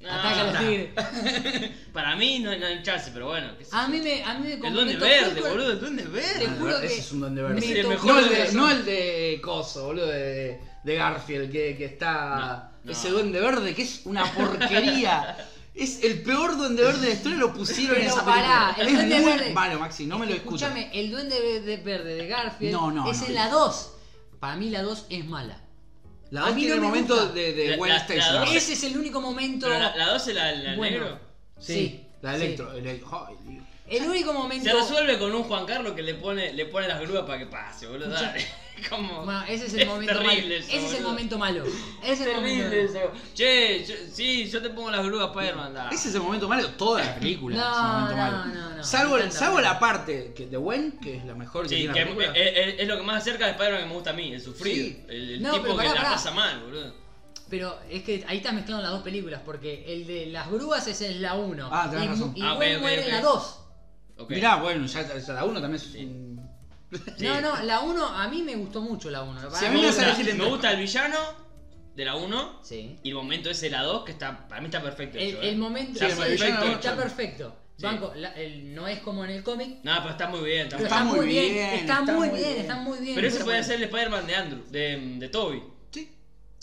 S2: No,
S3: Ataca a los
S2: no.
S3: tigres.
S2: Ah,
S3: Ah,
S2: Para mí no, no hay chance, pero bueno. qué sé
S3: A
S2: yo.
S3: mí me, a mí me
S2: El duende
S3: completó
S2: verde,
S3: full con-
S2: boludo. El duende verde.
S3: Te juro que.
S1: Ese es un duende verde.
S3: me
S2: Es el
S3: tocó
S2: mejor
S1: No el,
S2: duende
S1: de,
S2: verde.
S1: no el de Coso, boludo, de, de Garfield, que, que está.
S2: No, no.
S1: Ese duende verde, que es una porquería. es el peor duende verde de la historia, lo pusieron en
S3: Pero
S1: esa
S3: pará,
S1: película.
S3: el
S1: es
S3: duende
S1: muy
S3: verde-
S1: malo, Maxi, no me lo escuchas.
S3: Escúchame, el duende Ve- de- verde de Garfield
S1: No, no,
S3: es
S1: no.
S3: en la 2. Para mí la 2 es mala.
S1: La
S3: a
S1: dos
S3: mí
S1: tiene
S3: no
S1: el
S3: me
S1: momento
S3: gusta.
S1: de, de
S2: La-
S1: Gwen
S2: la- la
S1: Stacy.
S2: dos-
S1: ¿no?
S3: Ese es el único momento.
S2: Pero la, la 12, la, la
S3: Bueno.
S2: negro.
S3: Sí.
S1: La de
S3: sí.
S1: Electro. ele- ay, Dios.
S3: El único momento.
S2: Se resuelve con un Juan Carlos que le pone, le pone las grúas para que pase, boludo.
S3: Escucha.
S2: Dale. Como.
S3: Bueno, ese es el momento malo.
S2: terrible eso,
S3: ese es el
S2: boludo.
S3: momento malo. Ese es el momento
S2: Terrible eso. Che, yo- sí, yo te pongo las grúas para mandar.
S1: Ese es el momento malo de toda la película.
S3: Ah. No,
S1: es el momento
S3: no,
S1: malo.
S3: no, no.
S1: salvo
S3: Me encanta.
S1: salvo la parte que, de Gwen, que es la mejor que
S2: Sí,
S1: tiene
S2: que
S1: la
S2: es,
S1: película.
S2: es- es- es lo que más acerca de Spider-Man que me gusta a mí, el sufrido.
S1: Sí.
S2: El, el
S3: No,
S2: tipo
S3: pero
S2: que
S3: pará,
S2: la
S3: pará.
S2: pasa mal, boludo.
S3: Pero es que ahí está mezclando las dos películas. Porque el de las grúas es en la 1.
S1: Ah, tenés
S3: y,
S1: razón.
S3: Y
S2: Ah, ok,
S3: Gwen
S2: ok,
S3: muere
S2: ok.
S3: en la 2.
S2: Ok.
S1: Mirá, bueno, ya, ya la 1 también es un-
S2: Sí.
S3: No, no, la 1 a mí me gustó mucho la 1.
S1: Si a mí
S2: me,
S1: me
S2: gusta,
S1: sale-
S2: me gusta el villano de la 1
S3: Sí.
S2: y el momento ese de la 2 que está, para mí está perfecto.
S3: El,
S2: hecho,
S3: el
S2: eh.
S3: momento.
S1: Sí,
S2: Está
S1: el villano
S2: perfecto
S1: de la
S2: hecho.
S3: Está perfecto.
S2: Sí.
S3: Banco, la- el- no es como en el cómic,
S2: No, pero está muy bien. Está
S3: Pero
S2: muy
S1: Está
S3: está,
S2: bien.
S3: muy bien, está, muy bien,
S1: bien.
S3: está muy bien.
S2: Pero ese
S3: Pero
S2: puede
S3: bueno,
S2: ser el Spider-Man de Andrew, de, de Toby,
S1: Sí.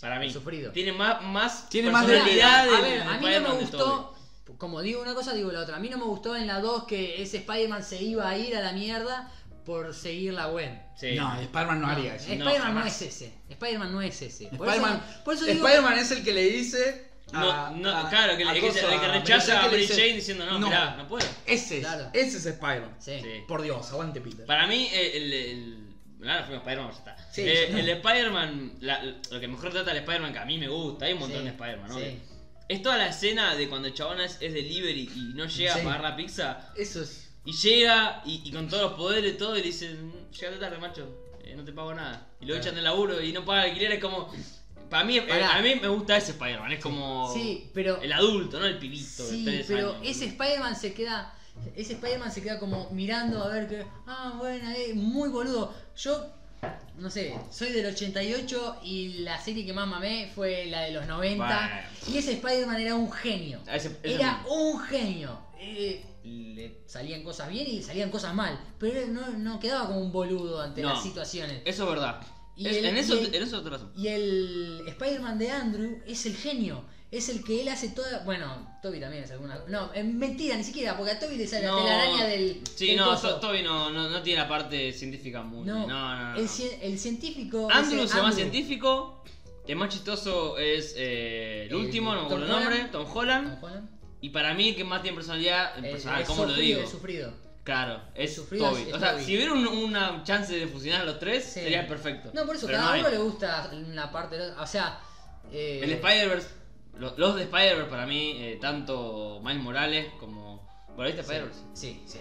S2: para mí.
S3: Sufrido.
S2: Tiene más, más
S1: Tiene más
S2: personalidad
S3: A
S2: del-
S3: ver,
S2: del
S3: a mí no
S2: Spider-Man
S3: me
S2: de
S3: gustó.
S2: Toby.
S3: Como digo una cosa, digo la otra. A mí no me gustó en la 2 que ese Spider-Man se iba a ir a la mierda por seguir la Gwen.
S2: Sí.
S1: No, Spider-Man no, haría eso.
S3: Spider-Man no,
S2: jamás.
S3: es ese. Spider-Man no es ese. Por eso-
S1: Spider-Man
S3: Eh, por eso digo.
S1: Spider-Man es el que le dice.
S2: No,
S1: a-
S2: no,
S1: a-
S2: claro, que,
S1: a
S2: le- que, se-
S1: Cosa,
S2: que
S1: a
S2: rechaza a
S1: que le
S2: Mary
S1: dice,
S2: Jane diciendo, no, mirá, no puedo.
S1: Ese es,
S3: Claro.
S1: ese es Spider-Man.
S3: Sí.
S2: Sí.
S1: Por Dios, aguante Peter.
S2: Para mí, eh, el. el, Ahora fuimos Spider-Man, ya está.
S1: Sí,
S2: Eh,
S1: ya está.
S2: el Spider-Man, la- lo que mejor trata el Spider-Man, que a mí me gusta, hay un montón
S3: Sí,
S2: de Spider-Man, ¿no?
S3: sí.
S2: Es toda la escena de cuando el chabón es, es delivery y no llega
S1: Sí.
S2: a pagar la pizza,
S1: Eso es.
S2: y llega y, y con todos los poderes y todo, y le dicen, llegate tarde, macho, eh, no te pago nada. Y lo echan del laburo y no paga el alquiler, es como. Para mí, eh,
S3: Pará.
S2: a mí me gusta ese Spider-Man, es como.
S3: Sí, pero-
S2: El adulto, no el pibito. de
S3: Sí,
S2: tres
S3: pero
S2: años.
S3: ese Spider-Man se queda. Ese Spider-Man se queda como mirando a ver que. Ah, bueno, eh, muy boludo. Yo, no sé, soy del 88 y la serie que más mamé fue la de los 90.
S2: Bueno.
S3: Y ese Spider-man era un genio.
S2: A ese- ese
S3: Era
S2: mismo.
S3: un genio. Eh, le salían cosas bien y salían cosas mal. Pero él no, no quedaba como un boludo ante
S2: No.
S3: las situaciones.
S2: Eso es verdad.
S3: Y
S2: Es-
S3: el-
S2: en, eso,
S3: y el-
S2: en eso te razón.
S3: Y el Spider-Man de Andrew es el genio. Es el que él hace toda. Bueno, Toby también es alguna. No, es mentira, ni siquiera, porque a Toby le sale la telaraña del.
S2: Sí,
S3: del
S2: no,
S3: coso.
S2: To- Toby no, no, no tiene la parte científica muy. No,
S3: No,
S2: no, no.
S3: El, cien- el científico.
S2: Andrew
S3: ese
S2: es el más científico. El más chistoso es eh, el
S3: El-
S2: último, no me acuerdo el
S3: Tom
S2: nombre,
S3: Holland.
S2: Tom
S3: Tom
S2: Holland.
S3: Holland.
S2: Y para mí, el que más tiene personalidad,
S3: El-
S2: personal,
S3: el
S2: Ah, pues, ¿cómo lo
S3: Eh, sufrido,
S2: digo?
S3: El sufrido.
S2: Claro, es
S3: sufrido
S2: Toby.
S3: es- es
S2: o sea,
S3: Toby.
S2: si hubiera un- una chance de fusionar a los tres,
S3: Sí.
S2: sería perfecto.
S3: No, por eso
S2: Pero
S3: cada
S2: no
S3: uno
S2: hay.
S3: le gusta una parte. de la- O sea. eh,
S2: El Spider-Verse, lo- los de Spider-Verse para mí, eh, tanto Miles Morales como. Bueno, ¿viste Spider-Verse?
S3: Sí, sí.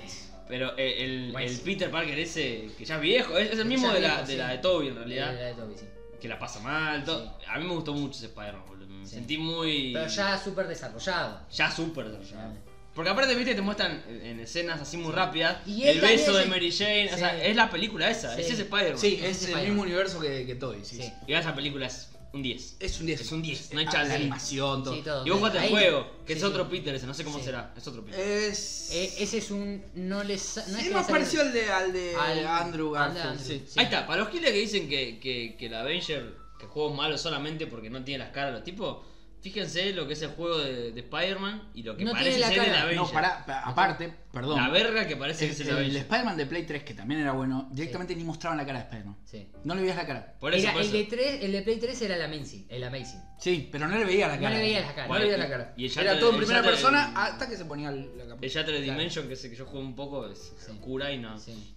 S2: Pero eh, el, el
S3: Buenísimo.
S2: Peter Parker ese, que ya es viejo, es, es el
S3: Que
S2: mismo
S3: ya
S2: de,
S3: es
S2: la,
S3: viejo,
S2: de
S3: sí. Eh,
S2: la de Toby en
S3: La
S2: realidad,
S3: de Toby, sí.
S2: que la pasa mal. todo. A mí me gustó mucho ese Spider-Man, boludo. Me
S3: Sí.
S2: sentí muy.
S3: Pero ya súper desarrollado.
S2: Ya súper desarrollado. Porque aparte, viste, te muestran en, en escenas así muy rápidas
S3: Y él
S2: el
S3: también
S2: beso
S3: es
S2: de
S3: el-
S2: Mary Jane. O sea,
S3: Sí.
S2: es la película esa,
S3: Sí.
S2: es ese Spider-Man.
S1: Sí,
S3: Ese
S1: es
S3: es
S1: el
S3: Spider-Man.
S1: mismo universo que, que Toby. Sí,
S3: Sí.
S1: sí.
S2: Y esa película es un 10.
S1: Es un 10.
S2: Es un 10, no hay
S1: Ah,
S2: chance.
S1: La animación, todo.
S3: Sí, todo.
S2: Y vos jugaste el
S3: Ahí-
S2: juego, que es
S3: sí,
S2: otro
S3: sí.
S2: Peter ese, no sé cómo
S3: Sí.
S2: será, es otro Peter.
S1: Es.
S3: Eh, ese es un. No les. No
S1: es
S3: que
S1: más
S3: le sale-
S1: parecido al de, al de
S3: al-
S1: Andrew
S3: al de
S1: Garfield.
S3: Andrew,
S1: sí.
S3: sí.
S2: Ahí está, para los giles que dicen que, que, que el Avenger, que juego es malo solamente porque no tiene las caras de los tipos, fíjense lo que es el juego de, de Spider-Man y lo que
S3: No
S2: parece
S3: tiene la
S2: ser el
S3: cara.
S2: Avenger.
S1: No, pará, pa- aparte, perdón.
S2: La verga que parece que es
S1: el,
S2: el
S1: el
S2: Avenger.
S1: Spider-Man de Play 3, que también era bueno, directamente ni mostraban la cara de Spider-Man.
S3: Sí.
S1: No le veías la cara.
S2: Por eso,
S3: Era-
S2: por
S3: el, de
S2: eso.
S3: tres- el de Play 3 era el Amazing. El Amazing.
S1: Sí, pero no le veía la
S3: No
S1: cara.
S3: le veía la cara.
S2: Bueno,
S3: no le veía la cara.
S2: Y el Shattered-
S1: Era todo en
S2: el
S1: primera
S2: Shattered-
S1: persona hasta que se ponía el- la capa.
S2: El Shattered Dimension, que es el que yo juego un poco, es
S3: Sí.
S2: oscura y no.
S3: Sí.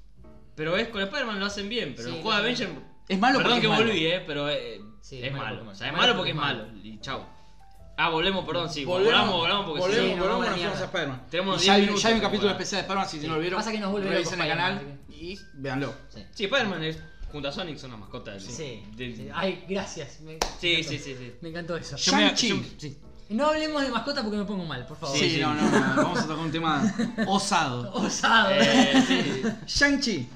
S2: Pero es con Spider-Man lo hacen bien, pero
S3: Sí,
S2: el juego de
S3: lo hacen
S2: Avenger.
S1: Es malo
S2: Perdón
S1: porque
S2: que
S1: es malo.
S2: volví, eh, pero eh,
S3: Sí,
S2: es malo.
S3: porque
S2: O sea, es
S3: es
S2: malo
S3: malo.
S2: porque es
S3: Malo
S2: malo. Y chau. Ah, volvemos, perdón, sí.
S1: Volvemos,
S2: Volvamos, volvamos porque
S1: volvemos,
S2: si no-
S3: Sí, no,
S1: volvemos,
S3: vamos a
S1: nos
S3: la
S1: fuimos a
S3: mierda.
S1: Spiderman.
S2: Tenemos
S1: Y
S2: 10
S1: ya, hay,
S2: minutos
S1: ya hay un
S2: para
S1: capítulo
S2: jugar.
S1: especial de Spider-Man, si
S3: Sí.
S1: no lo vieron.
S3: Pasa que nos vuelve loco
S1: Revisen el
S3: Spider-Man,
S1: canal y véanlo.
S3: Sí.
S2: Sí, Spider-Man es, junto a Sonic son las mascotas del.
S3: Sí.
S2: del-
S3: Sí. Ay, gracias. Me, me
S2: sí,
S3: encantó.
S2: sí, sí, sí.
S3: Me encantó eso.
S2: Yo me-
S1: Shang-Chi.
S2: yo-
S1: Sí,
S3: No hablemos de mascota porque me pongo mal, por favor.
S2: Sí,
S1: Sí, no, no, no, vamos a tocar un tema osado.
S3: Osado. ¿eh?
S2: Eh, sí.
S1: Shang-Chi.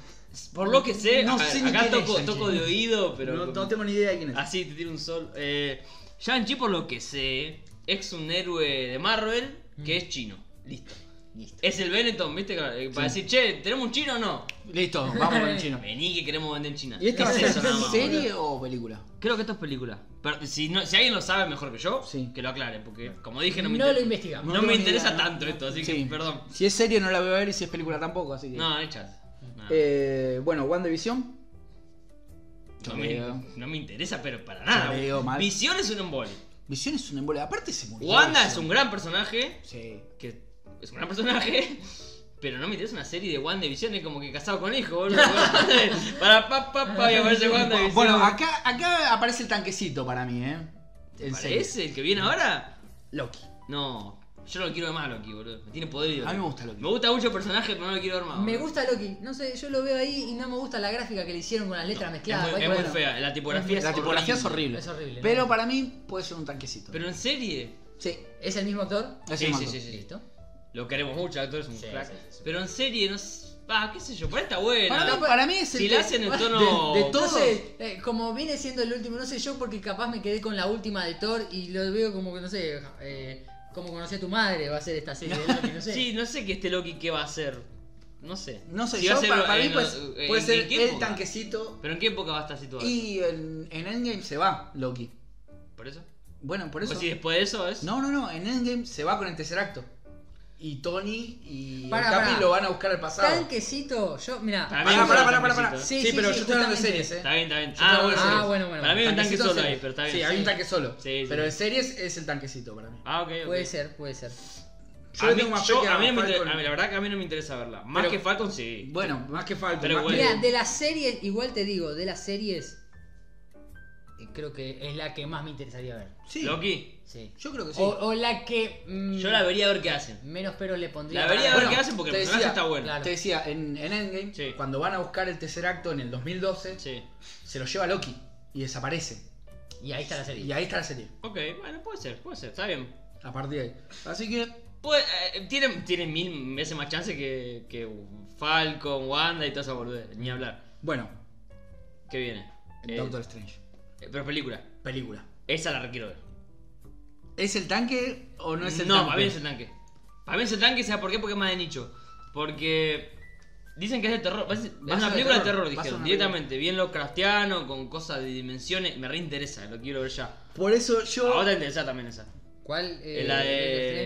S2: Por lo que sé,
S1: No
S2: acá-
S1: sé ni
S2: acá
S1: quién es
S2: toco,
S1: Shang-Chi.
S2: toco de oído, pero.
S1: No,
S2: como-
S1: no tengo ni idea de quién es.
S2: Así, te tiro un sol. Eh, Shang-Chi, por lo que sé, es un héroe de Marvel que es chino. Listo.
S3: Listo.
S2: Es el Benetton, ¿viste? Eh, Para decir, che, ¿tenemos un chino o no?
S1: Listo, vamos con el chino.
S2: Vení que queremos vender en China.
S1: ¿Y este esto
S2: Es
S1: va a
S2: eso
S1: ser
S2: nada más, boludo.
S1: serie o película?
S2: Creo que esto es película. Pero si, no- si alguien lo sabe mejor que yo,
S1: Sí.
S2: que lo aclare, porque como dije, no me
S3: No
S2: inter-
S3: lo investigamos.
S2: No, me
S1: No tengo ni
S2: interesa
S1: idea, no,
S2: tanto esto, así que
S1: Sí.
S2: perdón.
S1: Si es serie no la voy a ver y si es película tampoco, así que.
S2: No, echas. No,
S1: Eh, bueno, WandaVision.
S2: no,
S1: yo
S2: me,
S1: creo.
S2: no me interesa, pero para nada.
S1: Yo creo, mal.
S2: Visión es un embole.
S1: Visión es un embole. Aparte se murió.
S2: Wanda
S1: Visión.
S2: es un gran personaje.
S1: Sí.
S2: que es un gran personaje, pero no me interesa una serie de WandaVision, es como que casado con hijo, boludo. Para pa pa pa y aparece WandaVision.
S1: Bueno, acá, acá aparece el tanquecito para mí, ¿eh?
S2: ¿Te
S1: En serio.
S2: parece el que viene ahora?
S1: Loki.
S2: No, yo no lo quiero ver más a Loki, boludo. Me tiene podrido.
S1: A mí me gusta Loki.
S2: Me gusta mucho el personaje, pero no lo quiero ver más.
S3: Me
S2: boludo.
S3: gusta Loki. No sé, yo lo veo ahí y no me gusta la gráfica que le hicieron con las letras
S2: Es
S3: mezcladas. pues
S2: muy, es
S3: Bueno,
S2: muy fea, la tipografía es
S1: La tipografía es
S2: horrible.
S1: horrible.
S3: Es horrible, ¿no?
S1: Pero para mí puede ser un tanquecito.
S2: Pero en serie,
S1: Sí.
S3: ¿Es el mismo actor?
S1: es
S2: Sí,
S1: un
S2: sí,
S1: mango.
S2: sí, sí.
S3: Listo.
S2: lo queremos mucho, el actor es un
S3: Sí,
S2: crack.
S3: sí, sí, sí.
S2: Pero en serie, no sé. Ah, qué sé yo, por ahí está buena.
S1: Para, mí, para mí es el
S2: si
S1: que-
S2: la hacen en
S1: de-
S2: tono.
S1: de todo-
S3: No sé, eh, como viene siendo el último, no sé yo porque capaz me quedé con la última de Thor y lo veo como que no sé, eh, como conocí a tu madre va a ser esta serie, es lo que no sé.
S2: Sí, no sé qué este Loki qué va a hacer. No sé.
S1: No sé,
S2: Si va
S1: yo
S2: a ser
S1: para, para
S2: en
S1: mí
S2: lo-
S1: pues,
S2: en-
S1: puede
S2: en
S1: ser
S2: qué
S1: el
S2: época.
S1: tanquecito.
S2: Pero en qué época va a estar situado.
S1: Y en, en Endgame se va Loki.
S2: ¿Por eso?
S1: Bueno, por
S2: Pues
S1: eso.
S2: si después de eso es.
S1: No, no, no. En Endgame se va con el tercer acto. Y Tony y el
S3: Pará,
S1: Capi
S3: pará.
S1: lo van a buscar al pasado.
S3: Tanquecito, yo, mira.
S2: Para mí
S1: Pará,
S2: es
S1: pará,
S2: un
S1: pará, pará,
S2: tanquecito.
S1: pará.
S3: Sí,
S1: Sí,
S3: sí,
S1: pero
S3: sí,
S1: yo estoy hablando de
S3: justamente.
S1: series, eh.
S2: Está bien, está bien.
S1: Yo
S2: Ah,
S1: te voy a
S2: bueno,
S1: decir.
S2: sí.
S3: Ah, bueno, bueno,
S2: Para mí hay un tanque
S1: Tanquecito
S2: solo
S1: sí.
S2: ahí, pero está bien.
S1: Sí, hay un tanque solo.
S2: Sí, sí,
S1: pero
S2: sí.
S1: de series es el tanquecito para mí.
S2: Ah, ok, ok.
S3: Puede ser, puede ser.
S1: Yo
S2: a
S1: le
S2: mí,
S1: tengo más fe
S2: yo-
S1: que
S2: a mí no me
S1: Falcon.
S2: inter- a mí, la verdad que a mí no me interesa verla. Más
S1: Pero-
S2: que Falcon, sí.
S1: Bueno, más que falta.
S2: Pero bueno.
S3: Mira, de las series, igual te digo, de las series, eh, creo que es la que más me interesaría ver.
S1: Sí,
S2: Loki,
S3: Sí.
S1: yo creo que sí.
S3: O, o la que mm,
S2: yo la vería a ver qué hacen.
S3: menos pero le
S2: La
S3: pondría.
S2: vería a ver
S1: Ah, Bueno,
S2: qué hacen porque el
S1: te
S2: personaje
S1: decía,
S2: está bueno.
S3: claro.
S1: Te decía, en, en Endgame,
S2: Sí.
S1: cuando van a buscar el tercer acto en el 2012,
S2: Sí.
S1: se lo lleva Loki y desaparece.
S3: Y ahí está la serie.
S1: Y ahí está la serie.
S2: Ok, bueno, puede ser, puede ser, está bien.
S1: A partir de ahí. Así que
S2: Puede- eh, tienen, tienen mil veces más chance que, que Falcon, Wanda y toda esa boludez. Ni hablar.
S1: Bueno,
S2: ¿Qué viene? Eh,
S1: Doctor Strange.
S2: eh, pero película.
S1: Película.
S2: Esa la requiero ver.
S1: ¿Es el tanque o no es el tanque?
S2: para mí es el tanque. Para mí es el tanque, ¿sabes por qué? Porque es más de nicho. Porque dicen que es de terror. parece- Es
S1: a ser
S2: una
S1: de
S2: película de
S1: terror,
S2: terror,
S1: va a ser
S2: dijeron.
S1: una
S2: Directamente, bien Lovecraftiano, con cosas de dimensiones. Me reinteresa, lo quiero ver ya.
S1: Por eso
S2: A
S1: yo.
S2: vos te interesa también esa.
S3: ¿Cuál? eh,
S2: Es la
S3: de-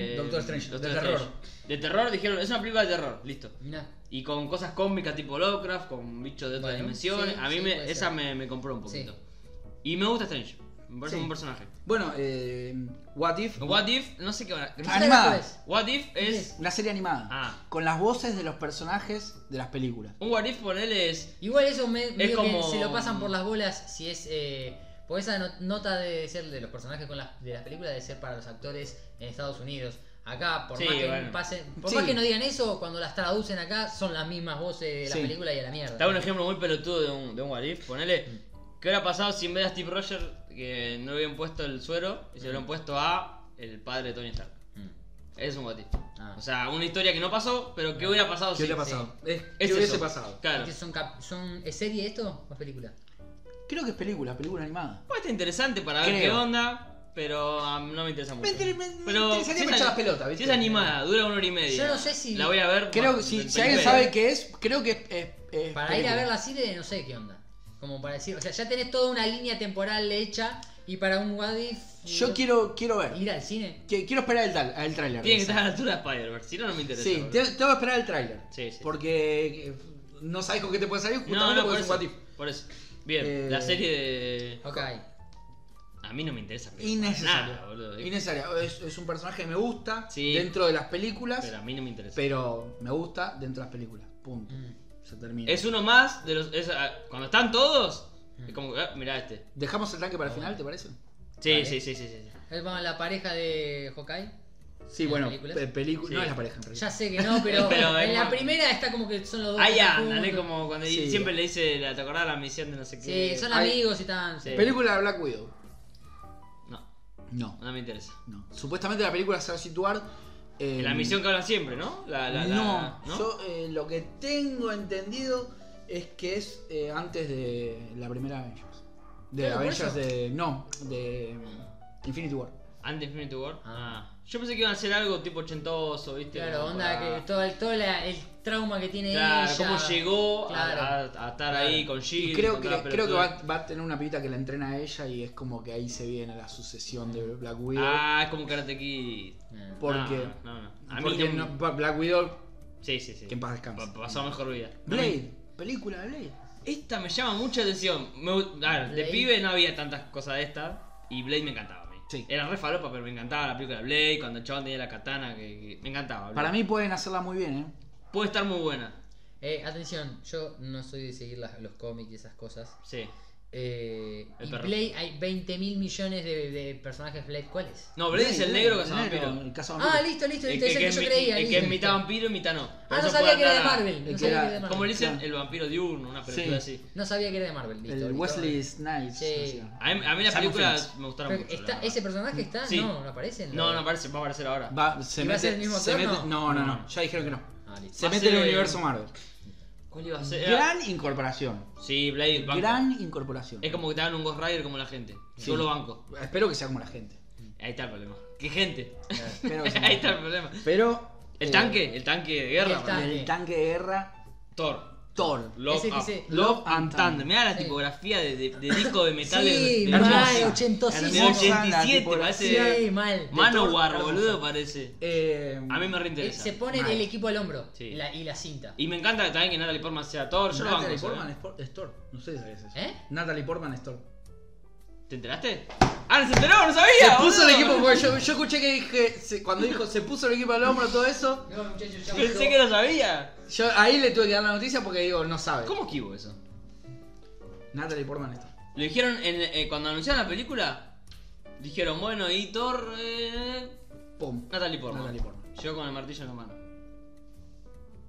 S2: de.
S1: Doctor Strange,
S2: Doctor
S1: de
S2: Strange.
S1: terror.
S2: De terror dijeron, es una película de terror, listo.
S3: Mirá.
S2: Y con cosas cómicas tipo Lovecraft, con bichos de otras
S3: Bueno,
S2: dimensiones.
S3: sí,
S2: a mí
S3: sí,
S2: me,
S3: puede
S2: esa
S3: ser.
S2: me, me compró un poquito.
S3: Sí.
S2: Y me gusta Strange. Me parece un
S1: Sí.
S2: buen personaje.
S1: Bueno, eh, What If.
S2: What If, no sé qué van a. no sé-
S1: Animada.
S3: ¿Sabes
S2: What If es.
S1: Una serie animada.
S2: Ah.
S1: Con las voces de los personajes de las películas.
S2: Un What If, ponele, es.
S3: Igual eso me, medio
S2: como-
S3: que se lo pasan por las bolas si es... Eh, porque esa no- nota de ser de los personajes con las, de las películas de ser para los actores en Estados Unidos. Acá, por
S2: Sí,
S3: más que
S2: bueno.
S3: pasen, por
S1: Sí.
S3: más que no digan eso, cuando las traducen acá son las mismas voces de la
S1: Sí.
S3: película y a la mierda.
S2: Te hago un ejemplo muy pelotudo de un, de un What If, ponele. ¿Qué hubiera pasado si en vez de a Steve Rogers, que no le hubieran puesto el suero, y se lo hubieran puesto a. el padre de Tony Stark?
S3: Mm.
S2: Es un What If.
S3: Ah.
S2: O sea, una historia que no pasó, pero ¿qué hubiera pasado
S1: ¿Qué
S2: si.
S1: hubiera
S2: sí.
S1: pasado? Eh, ¿Qué
S2: Es
S1: hubiese
S2: eso.
S1: pasado?
S2: Claro.
S3: ¿Qué ¿Son, cap- son, ¿Es serie esto o es película?
S1: Creo que es película, película animada.
S2: Pues está interesante para ver
S1: Creo.
S2: qué onda, pero ah, no me interesa mucho.
S1: Me inter- me- me
S2: pero
S1: interesaría
S2: si es
S1: me
S2: ani-
S1: echar las pelotas, ¿viste?
S2: Si es animada, dura una hora y media.
S3: Yo no sé si-
S2: La voy a ver.
S1: Creo
S2: más-
S1: que si,
S2: en
S1: si alguien
S2: película.
S1: sabe qué es, creo que es. es- es
S3: Para ir
S1: película.
S3: a ver la serie no sé qué onda. Como para decir, o sea, ya tenés toda una línea temporal hecha y para un What If,
S1: Yo
S3: eh,
S1: quiero, quiero ver.
S3: ir al cine.
S1: Que- Quiero esperar el, tal- el tráiler.
S2: Tiene que estar a la altura de Spider-Verse, si no, no me interesa.
S1: Sí,
S2: boludo.
S1: te- tengo que esperar el tráiler.
S2: Sí, sí.
S1: Porque eh, no sabes con qué te puede salir
S2: No,
S1: justamente
S2: no, por
S1: porque es un
S2: eso,
S1: what if.
S2: por eso. Bien,
S1: Eh,
S2: la serie de.
S3: Ok.
S2: A mí no me interesa. pero
S1: Innecesario.
S2: Nada, boludo.
S1: Innecesario. Es, es un personaje que me gusta
S2: Sí.
S1: dentro de las películas,
S2: Pero a
S1: pero,
S2: mí no me interesa.
S1: me gusta dentro de las películas. Punto.
S3: Mm.
S1: Se termina.
S2: Es uno más de los. es, ah, cuando están todos, es como que. ah, mirá este.
S1: ¿Dejamos el tanque para el final, te parece?
S2: Sí,
S3: Vale.
S2: sí, sí, sí, sí. sí.
S3: Es bueno, la pareja de Hawkeye.
S1: Sí,
S3: ¿Las
S1: bueno,
S3: películas?
S1: pe- pelicu-
S2: Sí.
S1: No es la pareja en realidad.
S3: Ya sé que no, pero,
S2: Pero es
S3: en la
S2: como-
S3: primera está como que son los dos. que
S2: Ahí
S3: están
S2: andan, es
S3: juntos.
S2: como cuando
S1: Sí.
S2: siempre le dice, la- ¿te acordás la misión de no sé qué?
S3: Sí, son
S1: Ahí-
S3: amigos y están.
S2: Sí.
S1: Película de Black Widow.
S2: No,
S1: No,
S2: no me interesa.
S1: no. Supuestamente la película se va a situar. en-
S2: La misión que hablan siempre, ¿no? La, la, la-
S1: no,
S2: ¿no?
S1: yo eh, lo que tengo entendido es que es eh, antes de la primera Avengers. De
S3: Claro, por
S1: Avengers
S3: eso.
S1: de. No, de mm, Infinity War.
S2: Antes de Infinity War.
S3: Ah.
S2: Ah. Yo pensé que iban a hacer algo tipo ochentoso, ¿viste?
S3: Claro,
S2: Como
S3: onda
S2: para-
S3: que todo, el- todo la- el trauma que tiene
S2: Claro,
S3: ella.
S2: cómo llegó a-
S3: Claro.
S2: a, a estar ahí con Jill.
S1: Y creo
S2: con
S1: que,
S2: toda la
S1: creo que
S2: pelotuda.
S1: va, va a tener una pibita que la entrena a ella y es como que ahí se viene la sucesión de Black Widow.
S2: Ah, es como Karate Kid.
S3: Eh.
S1: porque
S2: No, no, no. A mí
S1: porque
S2: no-
S1: no- Black Widow,
S2: Sí, sí, sí.
S1: que en paz descanse.
S2: Pa- Pasó mejor vida. No me-
S1: Blade, película de Blade.
S2: Esta me llama mucha atención. Me gu- a ver, de
S3: Blade.
S2: pibe no había tantas cosas de estas. Y Blade me encantaba a mí.
S1: Sí.
S2: Era re falopa, pero me encantaba la película de Blade. Cuando el chabón tenía la katana, que, que- me encantaba.
S1: Para
S2: Blade.
S1: mí pueden hacerla muy bien, ¿eh?
S2: Puede estar muy buena.
S3: Eh, atención, yo no soy de seguir las- los cómics y esas cosas.
S2: Sí.
S3: Eh,
S2: El
S3: y
S2: perro.
S3: Blade hay 20 mil millones de, de personajes Blade. ¿Cuáles?
S2: No, Blade, es el negro que se
S1: negro,
S2: vampiro.
S1: el cazavampiro.
S3: Ah, listo, listo,
S2: El
S3: listo.
S2: que,
S3: es
S2: que
S3: el que
S2: es
S3: yo
S2: mi-
S3: creía.
S2: el que es
S3: listo.
S2: mitad vampiro y mitad no.
S3: Ah,
S2: Por
S3: no
S2: eso
S3: sabía
S2: puede
S3: que era de
S2: andar a-
S3: Marvel.
S1: que
S3: No sabía
S1: era-
S3: que era de
S2: Como le
S3: Marvel.
S2: dicen,
S1: Claro.
S2: el vampiro diurno, una película
S1: Sí.
S2: así.
S3: No sabía que era de Marvel. Listo,
S1: el
S3: listo.
S1: Wesley Snipes.
S3: Sí.
S1: no sé.
S2: A mí, a mí las
S1: Simon
S2: películas
S1: Phoenix.
S2: me gustaron
S3: Pero
S2: mucho. la
S3: está-
S2: verdad.
S3: ¿Ese personaje está?
S2: Sí.
S3: No, no aparece. en la-
S2: No, no aparece, va a aparecer ahora.
S1: Va, se
S3: ¿Y va a ser
S1: mete,
S3: el mismo
S1: se
S3: actor,
S1: mete- no,
S3: no?
S1: no, no, ya dijeron que no.
S3: Ah, listo.
S1: Se
S2: Va a
S1: mete en el
S2: ser-
S1: universo Marvel.
S2: ¿Cuál iba a ser? Ah,
S1: Gran incorporación.
S2: Sí, Blade. banco.
S1: Gran incorporación.
S2: Es como que te dan un Ghost Rider como la gente.
S1: Sí.
S2: Solo banco.
S1: Espero que sea como la gente.
S2: Ahí está el problema. ¿Qué gente?
S1: Espero que sea como
S2: Ahí
S1: la
S2: está el
S1: gente.
S2: problema.
S1: Pero.
S2: El
S1: eh,
S2: tanque, el tanque de
S3: el
S2: guerra.
S3: tanque.
S2: boludo.
S1: El tanque de guerra.
S2: Thor.
S1: Thor.
S2: Love,
S3: Ese que
S2: Up.
S3: se-
S2: Love and Thunder. Mirá la
S3: Sí.
S2: tipografía de, de- de disco de metal.
S3: Sí,
S2: de-
S1: hermosa.
S3: mal, ochentosísimo.
S1: Hermosa.
S3: Sí,
S2: 87,
S1: tipografía.
S2: parece.
S3: mal.
S2: Manowar,
S1: Thor,
S2: boludo,
S1: hermosa.
S2: parece.
S1: Eh,
S2: A mí me
S3: Eh,
S2: reinteresa.
S3: Se pone
S1: Mal.
S3: el equipo al hombro
S2: Sí.
S3: la- y la cinta.
S2: Y me encanta también que Natalie Portman sea Thor. Yo lo banco.
S1: Natalie
S2: eso,
S1: Portman
S2: ¿eh?
S1: es, por- es Thor. No sé si sabías eso.
S3: ¿Eh?
S1: Natalie Portman es Thor.
S2: ¿Te enteraste? ¡Ah, no se enteró! ¡No
S1: Se
S2: sabía!
S1: puso el
S2: boludo!
S1: equipo. porque Yo, yo escuché que dije. se- cuando dijo se puso el equipo al hombro, todo eso.
S3: No, muchachos, ya
S2: Pensé que lo sabía.
S1: Yo ahí le tuve que dar la noticia porque digo, no sabe.
S2: ¿Cómo esquivo eso?
S1: Natalie Portman es Thor.
S2: Lo dijeron en, eh, cuando anunciaron la película. Dijeron, bueno, y Thor. eh,
S1: Pum.
S2: Natalie Portman.
S1: Natalie Portman.
S2: Yo con el martillo en la mano.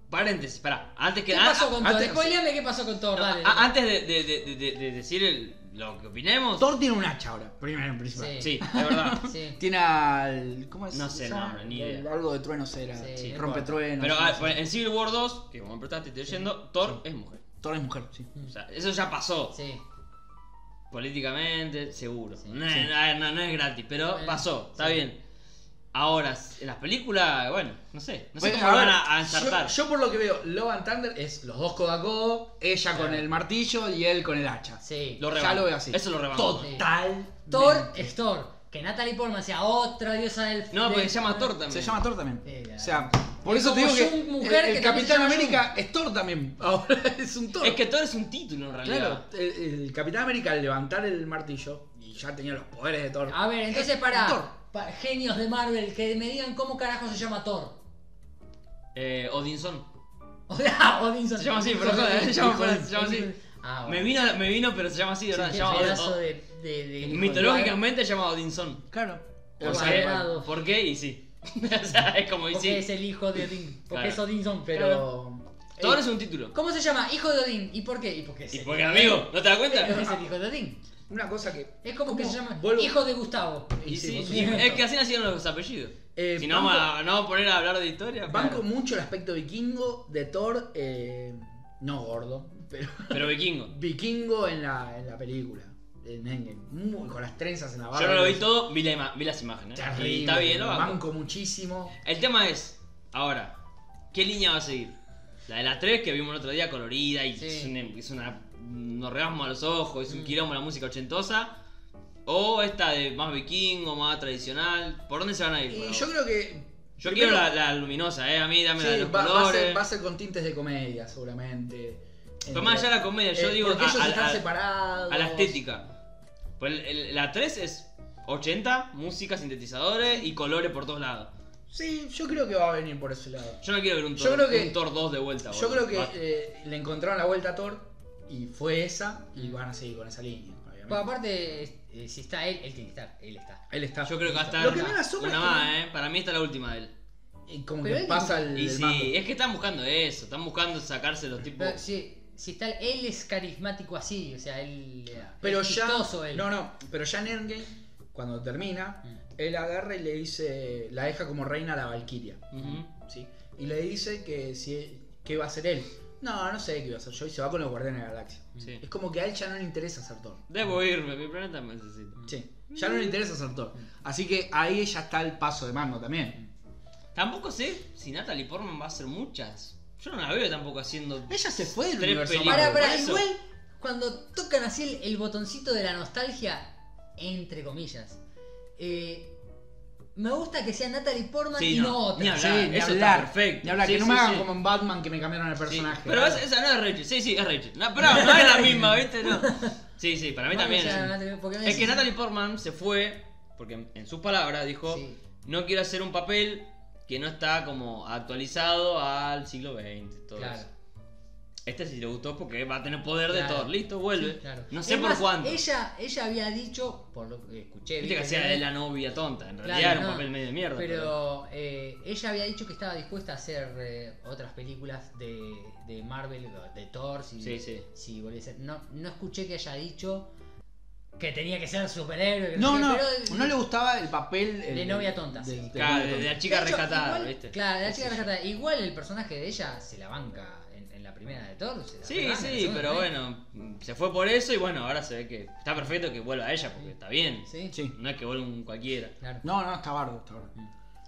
S2: Paréntesis, pará. Antes que.
S3: ¿Qué
S2: a-
S3: pasó
S2: a-
S3: con Thor?
S2: antes,
S3: Spoileame qué pasó con Thor,
S2: no,
S3: dale.
S2: a- antes de, de- de- de- de decir el- lo que opinemos.
S1: Thor tiene un hacha ahora. Primero, en principal.
S3: Sí.
S2: Sí, es verdad.
S3: Sí.
S1: Tiene al. ¿Cómo es?
S2: No sé el
S1: Ah,
S2: nombre, ni idea.
S1: el- Algo de truenos era.
S3: Sí,
S1: Sí,
S3: no
S1: rompe
S3: importa.
S1: truenos.
S2: Pero
S1: no
S2: ah,
S1: sé.
S2: en Civil War 2, que como me prestaste, estoy leyendo, Thor es mujer.
S1: Thor es mujer, sí.
S2: O sea, eso ya pasó.
S3: Sí.
S2: Políticamente, seguro.
S3: Sí.
S2: No,
S1: Sí.
S2: no, no- no es gratis, pero
S3: Bueno,
S2: pasó, está
S3: sí.
S2: bien. Ahora, en las películas, bueno, no sé. No sé
S1: Bueno,
S2: cómo lo van
S1: ver,
S2: a, a ensartar.
S1: Yo, yo por lo que veo, Love and Thunder es los dos codo a codo, ella con el martillo y él con el hacha.
S3: Sí.
S2: Lo
S1: Ya
S2: rebanco.
S1: lo veo así.
S2: Eso lo rebanco.
S1: Total.
S3: Thor es Thor. Que Natalie Portman sea otra diosa del.
S2: No, porque
S3: del-
S2: se llama Thor también.
S1: Se llama Thor también.
S3: Sí, claro.
S1: o sea, por
S3: Es
S1: eso te
S3: como
S1: digo que
S3: Jung, mujer,
S1: el,
S3: que
S1: el
S3: también se
S1: Capitán
S3: llama
S1: América es Thor también. Ahora es un Thor.
S2: Es que Thor es un título en
S1: Claro,
S2: realidad.
S1: el, el Capitán América al levantar el martillo y ya tenía los poderes de Thor.
S3: A ver, entonces
S1: Thor.
S3: para. genios de Marvel, que me digan cómo carajo se llama Thor.
S2: Eh, Odinson.
S3: O sea, Odinson.
S2: Se llama así, pero joder, se llama, fuera, se llama así.
S3: Ah,
S2: Me
S3: bueno.
S2: vino, me vino, pero se llama así, de
S3: Sí,
S2: ¿verdad? Se
S3: qué
S2: llama Od-
S3: pedazo
S2: Od-
S3: de, de, de-
S2: Mitológicamente se llama Odinson.
S1: Claro.
S2: O
S3: Por
S2: sea,
S3: cuadrado.
S2: ¿Por qué? Y sí. o sea, es como y
S3: Porque es
S2: sí.
S3: el hijo de Odín. Porque
S2: Claro.
S3: es Odinson, pero.
S1: Pero.
S2: Thor
S1: Ey,
S2: es un título.
S3: ¿Cómo se llama? Hijo de Odín. ¿Y por qué? ¿Y por qué? es
S2: Y
S3: el-
S2: porque, amigo, ¿no te das
S3: Pero
S2: cuenta?
S3: es el hijo de Odín.
S1: Una cosa que.
S3: Es como que
S1: ¿Cómo?
S3: se llama
S1: Vuelvo-
S3: hijo de Gustavo.
S1: Y
S2: Y sí,
S1: sí,
S2: sí,
S3: vos-
S2: es que así nacieron los apellidos.
S1: Eh,
S2: si no vamos,
S1: banco-
S2: a, no vamos a poner a hablar de historia.
S1: Banco
S2: claro.
S1: mucho el aspecto vikingo de Thor. eh, No gordo, pero
S2: Pero vikingo.
S1: vikingo en la, en la película. En Endgame. Muy- con las trenzas en la barba.
S2: Yo no lo vi todo, vi, la ima- vi las imágenes.
S1: Terrible,
S2: y está bien, lo
S1: lo
S2: banco.
S1: banco muchísimo.
S2: El tema es, ahora, ¿qué línea va a seguir? La de las tres que vimos el otro día colorida y
S3: Sí.
S2: es, una, es una- un orgasmo a los ojos, es
S1: Mm.
S2: un quilombo la música ochentosa. O esta de más vikingo, más tradicional. ¿Por dónde se van a ir? por
S1: Y
S2: vos?
S1: yo creo que.
S2: Yo
S1: primero-
S2: quiero la, la luminosa, eh. A mí dame la de
S1: sí,
S2: los
S1: va, va a
S2: colores.
S1: ser, va a ser con tintes de comedia, seguramente.
S2: Tomá
S1: Entre-
S2: ya la comedia, yo
S1: Eh,
S2: digo
S1: Porque
S2: a,
S1: ellos
S2: a-
S1: están
S2: a-
S1: separados.
S2: a la estética. Pues el- el- la 3 es 80, música, sintetizadores y colores por todos lados.
S1: Sí, yo creo que va a venir por ese lado.
S2: Yo no quiero ver un
S1: Yo
S2: Thor,
S1: creo que-
S2: un Thor 2 de vuelta.
S1: Yo
S2: boludo.
S1: creo que
S2: Basta.
S1: eh, le encontraron la vuelta a Thor y fue esa y van a seguir con esa línea. obviamente.
S3: Pues aparte, eh, si está él, él tiene que estar. Él está.
S1: Él está.
S2: Yo creo que va a estar
S1: eh, Lo que
S2: una,
S1: me da sombra
S2: una
S1: es que
S2: más, ¿eh? Para mí está la última de él.
S1: Y como
S3: Pero
S1: que
S3: él-
S1: pasa el, Eh,
S2: Y
S1: el
S2: sí,
S1: manto.
S2: es que están buscando eso, están buscando sacarse los tipos.
S3: Pero si, si está él, él es carismático así. O sea, él. eh,
S1: Pero
S3: es
S1: ya.
S3: chistoso él.
S1: No, no. Pero ya en Endgame, cuando termina,
S3: Mm.
S1: él agarra y le dice. La deja como reina a la Valquiria.
S2: Ujú.
S1: ¿sí? Y le dice que si que iba a ser él. No, no sé qué iba a hacer yo y se va con los Guardianes de la Galaxia.
S2: Sí.
S1: Es como que a él ya no le interesa ser Thor.
S2: Debo irme, mi planeta me necesita.
S1: Sí, ya no le interesa ser Thor.
S2: Mm.
S1: Así que ahí ya está el paso de mando también.
S2: Tampoco sé si Natalie Portman va a hacer muchas. Yo no la veo tampoco haciendo.
S1: Ella se fue del
S2: Tres
S1: universo
S2: películas.
S1: Marvel.
S3: Pará, pará,
S2: Por eso.
S3: igual cuando tocan así el, el botoncito de la nostalgia, entre comillas, eh, me gusta que sea Natalie Portman
S2: Sí,
S3: y
S2: no,
S3: no, otra.
S2: ni hablar.
S1: Sí, ni
S2: eso está
S1: hablar.
S2: perfecto.
S1: Ni hablar,
S2: Mm. Sí,
S1: que no
S2: sí,
S1: me hagan
S2: sí.
S1: como en Batman que me cambiaron el
S2: Sí,
S1: personaje.
S2: Pero esa, esa no es Rachel, sí, sí, es Rachel. No, pero no es la misma, ¿viste? No. Sí, sí, para mí
S3: No,
S2: también.
S3: o sea,
S2: es-
S3: Natalie- porque me
S2: Es que
S3: decís-
S2: Natalie Portman se fue porque en- en sus palabras dijo,
S3: Sí.
S2: no quiero hacer un papel que no está como actualizado al siglo XX. Todo
S3: Claro.
S2: eso. Este sí le gustó porque va a tener poder de
S3: Claro.
S2: Thor. Listo, vuelve.
S3: Sí, claro.
S2: No sé
S3: Es
S2: por
S3: más,
S2: cuánto.
S3: Ella, ella había dicho, por lo que escuché.
S2: Viste que
S3: ¿viste?
S2: hacía de la novia tonta. En
S3: Claro,
S2: realidad era un
S3: no.
S2: papel medio de mierda.
S3: Pero eh, ella había dicho que estaba dispuesta a hacer eh, otras películas de, de Marvel, de Thor, si,
S2: Sí, sí.
S3: si volviese. No, no escuché que haya dicho que tenía que ser superhéroe. que
S1: No,
S3: sé
S1: no,
S3: qué, pero-
S1: no le gustaba el papel eh, el-
S3: De novia tonta,
S1: de-
S3: sí.
S1: de
S2: Claro,
S1: novia
S2: de, de
S1: tonta.
S2: la chica
S3: De hecho,
S2: rescatada,
S3: igual-
S2: ¿viste?
S3: Claro, de la chica
S2: Sí, sí.
S3: rescatada. Igual el personaje de ella se la banca en, en la primera de Thor. se la
S2: Sí,
S1: Ah,
S3: rebanca en la
S2: sí,
S3: segunda
S1: eh.
S3: ¿eh?
S2: pero
S3: también.
S2: bueno, se fue por eso y bueno, ahora se ve que está perfecto que vuelva a ella porque está bien.
S3: Sí,
S1: Sí.
S2: No es que vuelva un cualquiera.
S3: claro.
S1: No, no, está bardo, está bardo.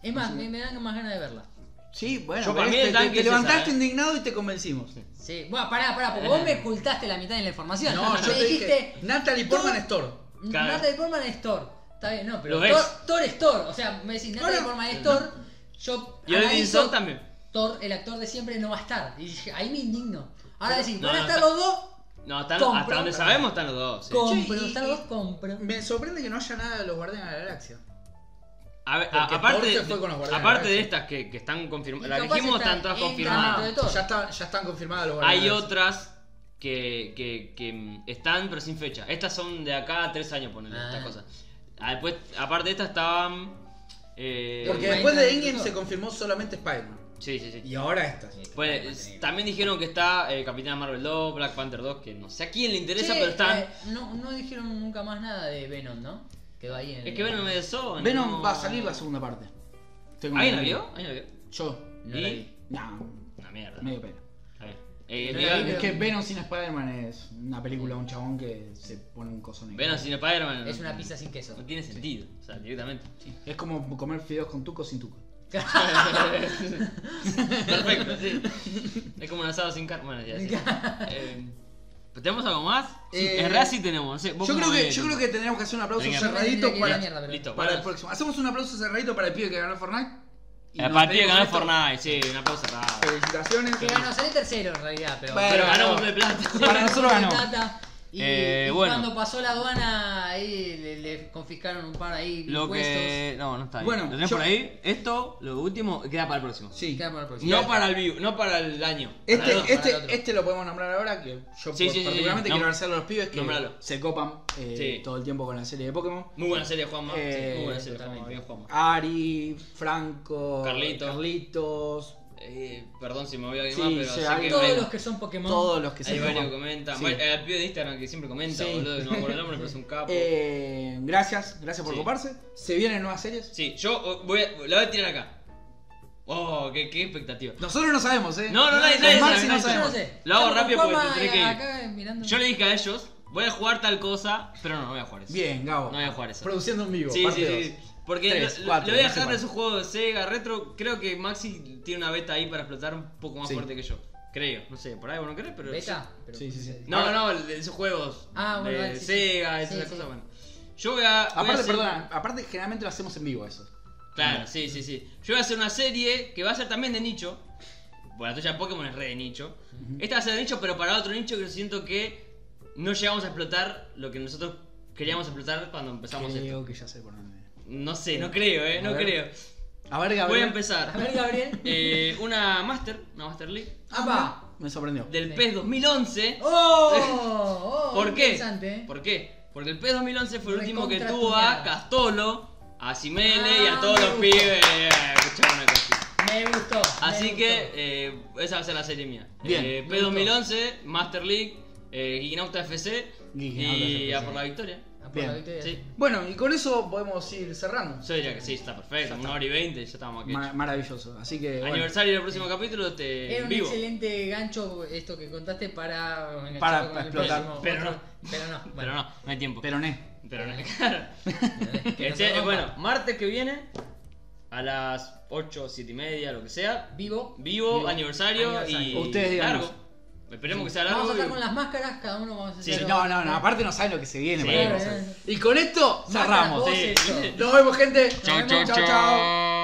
S3: Es más, me, me dan más ganas de verla.
S1: Sí, bueno,
S2: Yo
S1: pero
S2: para mí
S1: este-
S2: el
S1: te,
S2: tanque
S1: te
S2: es
S1: levantaste
S2: esa, ¿eh?
S1: indignado y te convencimos.
S3: Sí, bueno, pará, pará, porque vos me ocultaste la mitad de la información.
S1: No,
S3: Me
S1: yo te dije,
S3: dijiste.
S1: Natalie Portman es Thor.
S2: Claro.
S3: Natalie Portman es Thor. Está bien, no, pero
S2: Lo
S3: Thor,
S2: es.
S3: Thor es Thor. O sea, me decís, Natalie
S1: Bueno.
S3: Portman es Thor. Yo.
S2: Y Odin
S3: analizo,
S2: Son también.
S3: Thor, el actor de siempre, no va a estar. Y dije, ahí me indigno. Ahora
S2: Pero-
S3: decís,
S2: no,
S3: van a
S2: no,
S3: estar
S2: está-
S3: los dos.
S2: No, están,
S3: Compro.
S2: hasta donde sabemos están los dos. sí.
S3: Compro,
S1: Che, y-
S3: están los dos, compro.
S1: Me sorprende que no haya nada de los Guardianes de la Galaxia.
S2: A ver,
S1: Porque
S2: a- aparte,
S1: Thor se
S2: de,
S1: fue con los Guardianes
S2: aparte
S1: de
S2: de
S1: la
S2: estas que, que están confirmadas,
S3: Y
S2: las que
S3: capaz
S2: dijimos
S3: están
S2: están todas
S3: en
S2: confirmadas.
S3: dentro de Thor.
S1: Ya, está- ya están confirmadas los Guardianes. de
S2: Hay
S1: la Galaxia.
S2: otras que, que, que, mm, están pero sin fecha. Estas son de acá a tres años, ponen
S3: Ah.
S2: estas cosas. Ah, Después, aparte de estas estaban... eh,
S1: Porque
S3: Eh,
S1: después de
S3: Spider-Man
S1: Endgame
S3: incluso.
S1: se confirmó solamente Spider-Man.
S2: Sí, sí, sí.
S1: Y ahora estas.
S2: Pues, es- también dijeron que está eh, Capitana Marvel 2, Black Panther 2, que no sé a quién le interesa,
S3: Che,
S2: pero están...
S3: eh, no, no dijeron nunca más nada de Venom, ¿no? Quedó ahí en
S2: es que Venom me desó.
S1: Venom va a salir la segunda parte. Tengo
S2: ¿Alguien la
S1: entendido.
S2: vio? ¿Alguien la vio?
S1: Yo.
S3: No
S2: ¿Y?
S3: la vi.
S1: No,
S2: Una mierda.
S1: medio pena.
S2: Está bien. Eh,
S3: No la
S2: Miguel,
S3: vi,
S1: Es
S3: pero-
S1: que Venom sin Spider-Man es una película de un chabón que se pone un coso negro.
S2: Venom sin Spider-Man...
S3: Es una pizza sin queso.
S2: No tiene sentido, o sea, directamente.
S1: Es como comer fideos con tuco sin tuco.
S2: Perfecto, sí. Es como un asado sin carne. Bueno, ya sí. Eh, ¿Tenemos algo más?
S1: Eh,
S2: en realidad sí tenemos. ¿eh? ¿Vos
S1: Yo
S2: cómo
S1: creo, que,
S2: ves?
S1: yo creo que tendríamos que hacer un aplauso
S2: Venga,
S1: cerradito
S3: Tendría que ir a la
S1: para,
S3: mierda, pero-
S2: Listo,
S1: para el
S2: bueno.
S1: próximo. Hacemos un aplauso cerradito para el pibe que ganó Fortnite. y
S2: Eh, El
S1: nos
S2: partido que ganó
S1: pedimos esto.
S2: Fortnite, sí, una pausa rara.
S1: Felicitaciones.
S3: Que ganó, salí tercero en realidad, pero.
S1: Bueno,
S2: Pero
S1: ganó.
S2: ganamos de plata.
S1: Para nosotros ganó.
S3: Plata, Y,
S2: Eh,
S3: y
S2: bueno.
S3: cuando pasó la aduana, ahí le, le confiscaron un par ahí
S2: Lo
S3: impuestos.
S2: que. No, no está bien.
S1: Bueno,
S2: Lo tenés
S1: yo-
S2: por ahí. Esto, lo último, queda para el próximo.
S1: Sí.
S3: Queda para el próximo.
S2: No para el vivo, no para el año.
S1: Este,
S2: Para los-
S1: este,
S3: para el otro.
S1: este lo podemos nombrar ahora, que yo
S2: Sí,
S1: por-
S2: sí, sí,
S1: particularmente
S2: sí.
S1: quiero
S2: Nom-
S1: agradecerle a los pibes que
S2: nombralo.
S1: se copan eh,
S2: Sí.
S1: todo el tiempo con la serie de Pokémon.
S2: Muy buena serie, Juanma.
S1: Eh,
S2: Sí, muy buena serie, Juanma.
S1: totalmente.
S2: Bien, Juanma.
S1: Ari, Franco,
S2: Carlito.
S1: Carlitos,
S2: Eh, perdón si me voy a alguien
S1: Sí,
S2: más, pero
S1: sí,
S2: sé
S1: alguien-
S2: que
S3: Todos
S2: hay,
S3: los que son Pokémon.
S1: todos los que se
S2: hay varios que
S1: copan.
S2: comentan.
S1: Sí.
S2: Bueno, el pibe de Instagram que siempre comenta,
S1: Sí.
S2: boludo, que no me acuerdo el nombre, pero es un capo.
S1: Eh, gracias, gracias por
S2: Sí. oh,
S1: coparse. Se vienen nuevas series.
S2: Sí, yo voy a, la voy a tirar acá. Oh, qué, qué expectativa.
S1: Nosotros no sabemos, ¿eh?
S2: No, no, nadie, nadie
S1: Maxi
S2: sabe,
S1: no
S2: nadie
S1: sabemos.
S2: sabe. Lo hago rápido porque tendré que ir.
S3: eh, mirando.
S2: Yo le dije a ellos, voy a jugar tal cosa, pero no, no voy a jugar eso.
S1: Bien, Gabo.
S2: No voy a jugar eso.
S1: Produciendo en vivo.
S2: Sí,
S1: parte
S2: sí, sí,
S1: dos.
S2: sí. Porque
S1: Tres,
S2: lo- lo-
S1: cuatro,
S2: le voy a
S1: no sé
S2: dejar de su
S1: cuál.
S2: juego de Sega Retro. Creo que Maxi tiene una beta ahí para explotar un poco más
S1: Sí.
S2: fuerte que yo. Creo, no sé, por ahí vos no crees, pero.
S3: ¿Beta? Pero-
S1: Sí, sí, sí.
S2: No, no, no, el de esos juegos.
S3: Ah, bueno,
S2: de
S3: vale, sí, sí.
S2: Sega, esas
S3: Sí, sí.
S2: cosas, bueno. Yo voy a. voy a
S1: Aparte,
S2: hacer-
S1: perdona, aparte generalmente lo hacemos en vivo eso.
S2: Claro, sí, sí, sí. Yo voy a hacer una serie que va a ser también de nicho. Bueno, la tuya Pokémon es re de nicho. Esta va a ser de nicho, pero para otro nicho que siento que no llegamos a explotar lo que nosotros queríamos explotar cuando empezamos esto.
S1: Creo que ya sé por dónde.
S2: No sé, no creo, eh,
S1: A
S2: no
S1: ver.
S2: creo.
S1: A ver,
S2: Voy a
S1: Gabriel.
S2: empezar.
S3: A ver, Gabriel.
S2: Eh, una Master, una Master League,
S1: Ah,
S3: ¡Apa!
S1: Me sorprendió.
S2: del
S3: Sí.
S2: PES 2011.
S3: ¡Oh! oh,
S2: ¿Por qué?
S3: Interesante, ¿eh?
S2: ¿Por qué? Porque el PES 2011 fue el último que
S3: Recontra
S2: tuvo a
S3: tuneado.
S2: Castolo, a Simele y a
S3: Ah,
S2: todos
S3: me
S2: los
S3: gusta.
S2: pibes. Eh, escuchá una cosita.
S3: Me gustó.
S2: Así que eh, esa va a ser la serie mía.
S1: Bien.
S2: Eh,
S3: Me
S2: P2011, Master League, eh, Geekinauta FC
S1: Geekinauta
S2: y
S1: FC.
S2: a por la victoria.
S3: Ah,
S1: Bien,
S2: sí.
S1: Bueno, y con eso podemos ir cerrando.
S2: Yo diría que sí, está perfecto. Una hora y veinte, ya estamos aquí.
S1: Ma- maravilloso. Así que. bueno,
S2: Aniversario del próximo capítulo te
S3: Era
S2: en
S3: un
S2: vivo.
S3: excelente gancho esto que contaste para engancharlo
S1: Para-
S3: con
S1: para
S3: el
S1: explotar.
S3: próximo.
S2: Pero
S3: Otro-
S2: no.
S3: Pero no.
S2: Pero no, no hay tiempo. Pero,
S1: Pero ne.
S2: no, claro.
S3: Que no
S2: Este,
S3: se rompa.
S2: bueno, martes que viene a las 8, 7 y media, lo que sea.
S3: Vivo.
S2: Vivo,
S3: Vivo,
S2: aniversario, y
S3: aniversario.
S1: Ustedes díganos.
S2: largo. Esperemos que sea largo.
S3: Vamos a estar
S2: y-
S3: con las máscaras, cada uno vamos a
S2: Sí,
S3: hacer.
S1: No, no, no. Aparte no saben lo que se viene.
S2: Sí,
S1: para
S2: no
S1: nosotros.
S3: saben.
S1: Y con esto cerramos.
S2: Sí.
S3: Sí.
S1: Nos vemos, gente.
S2: Chau,
S3: Nos
S2: chau,
S3: vemos.
S2: chau.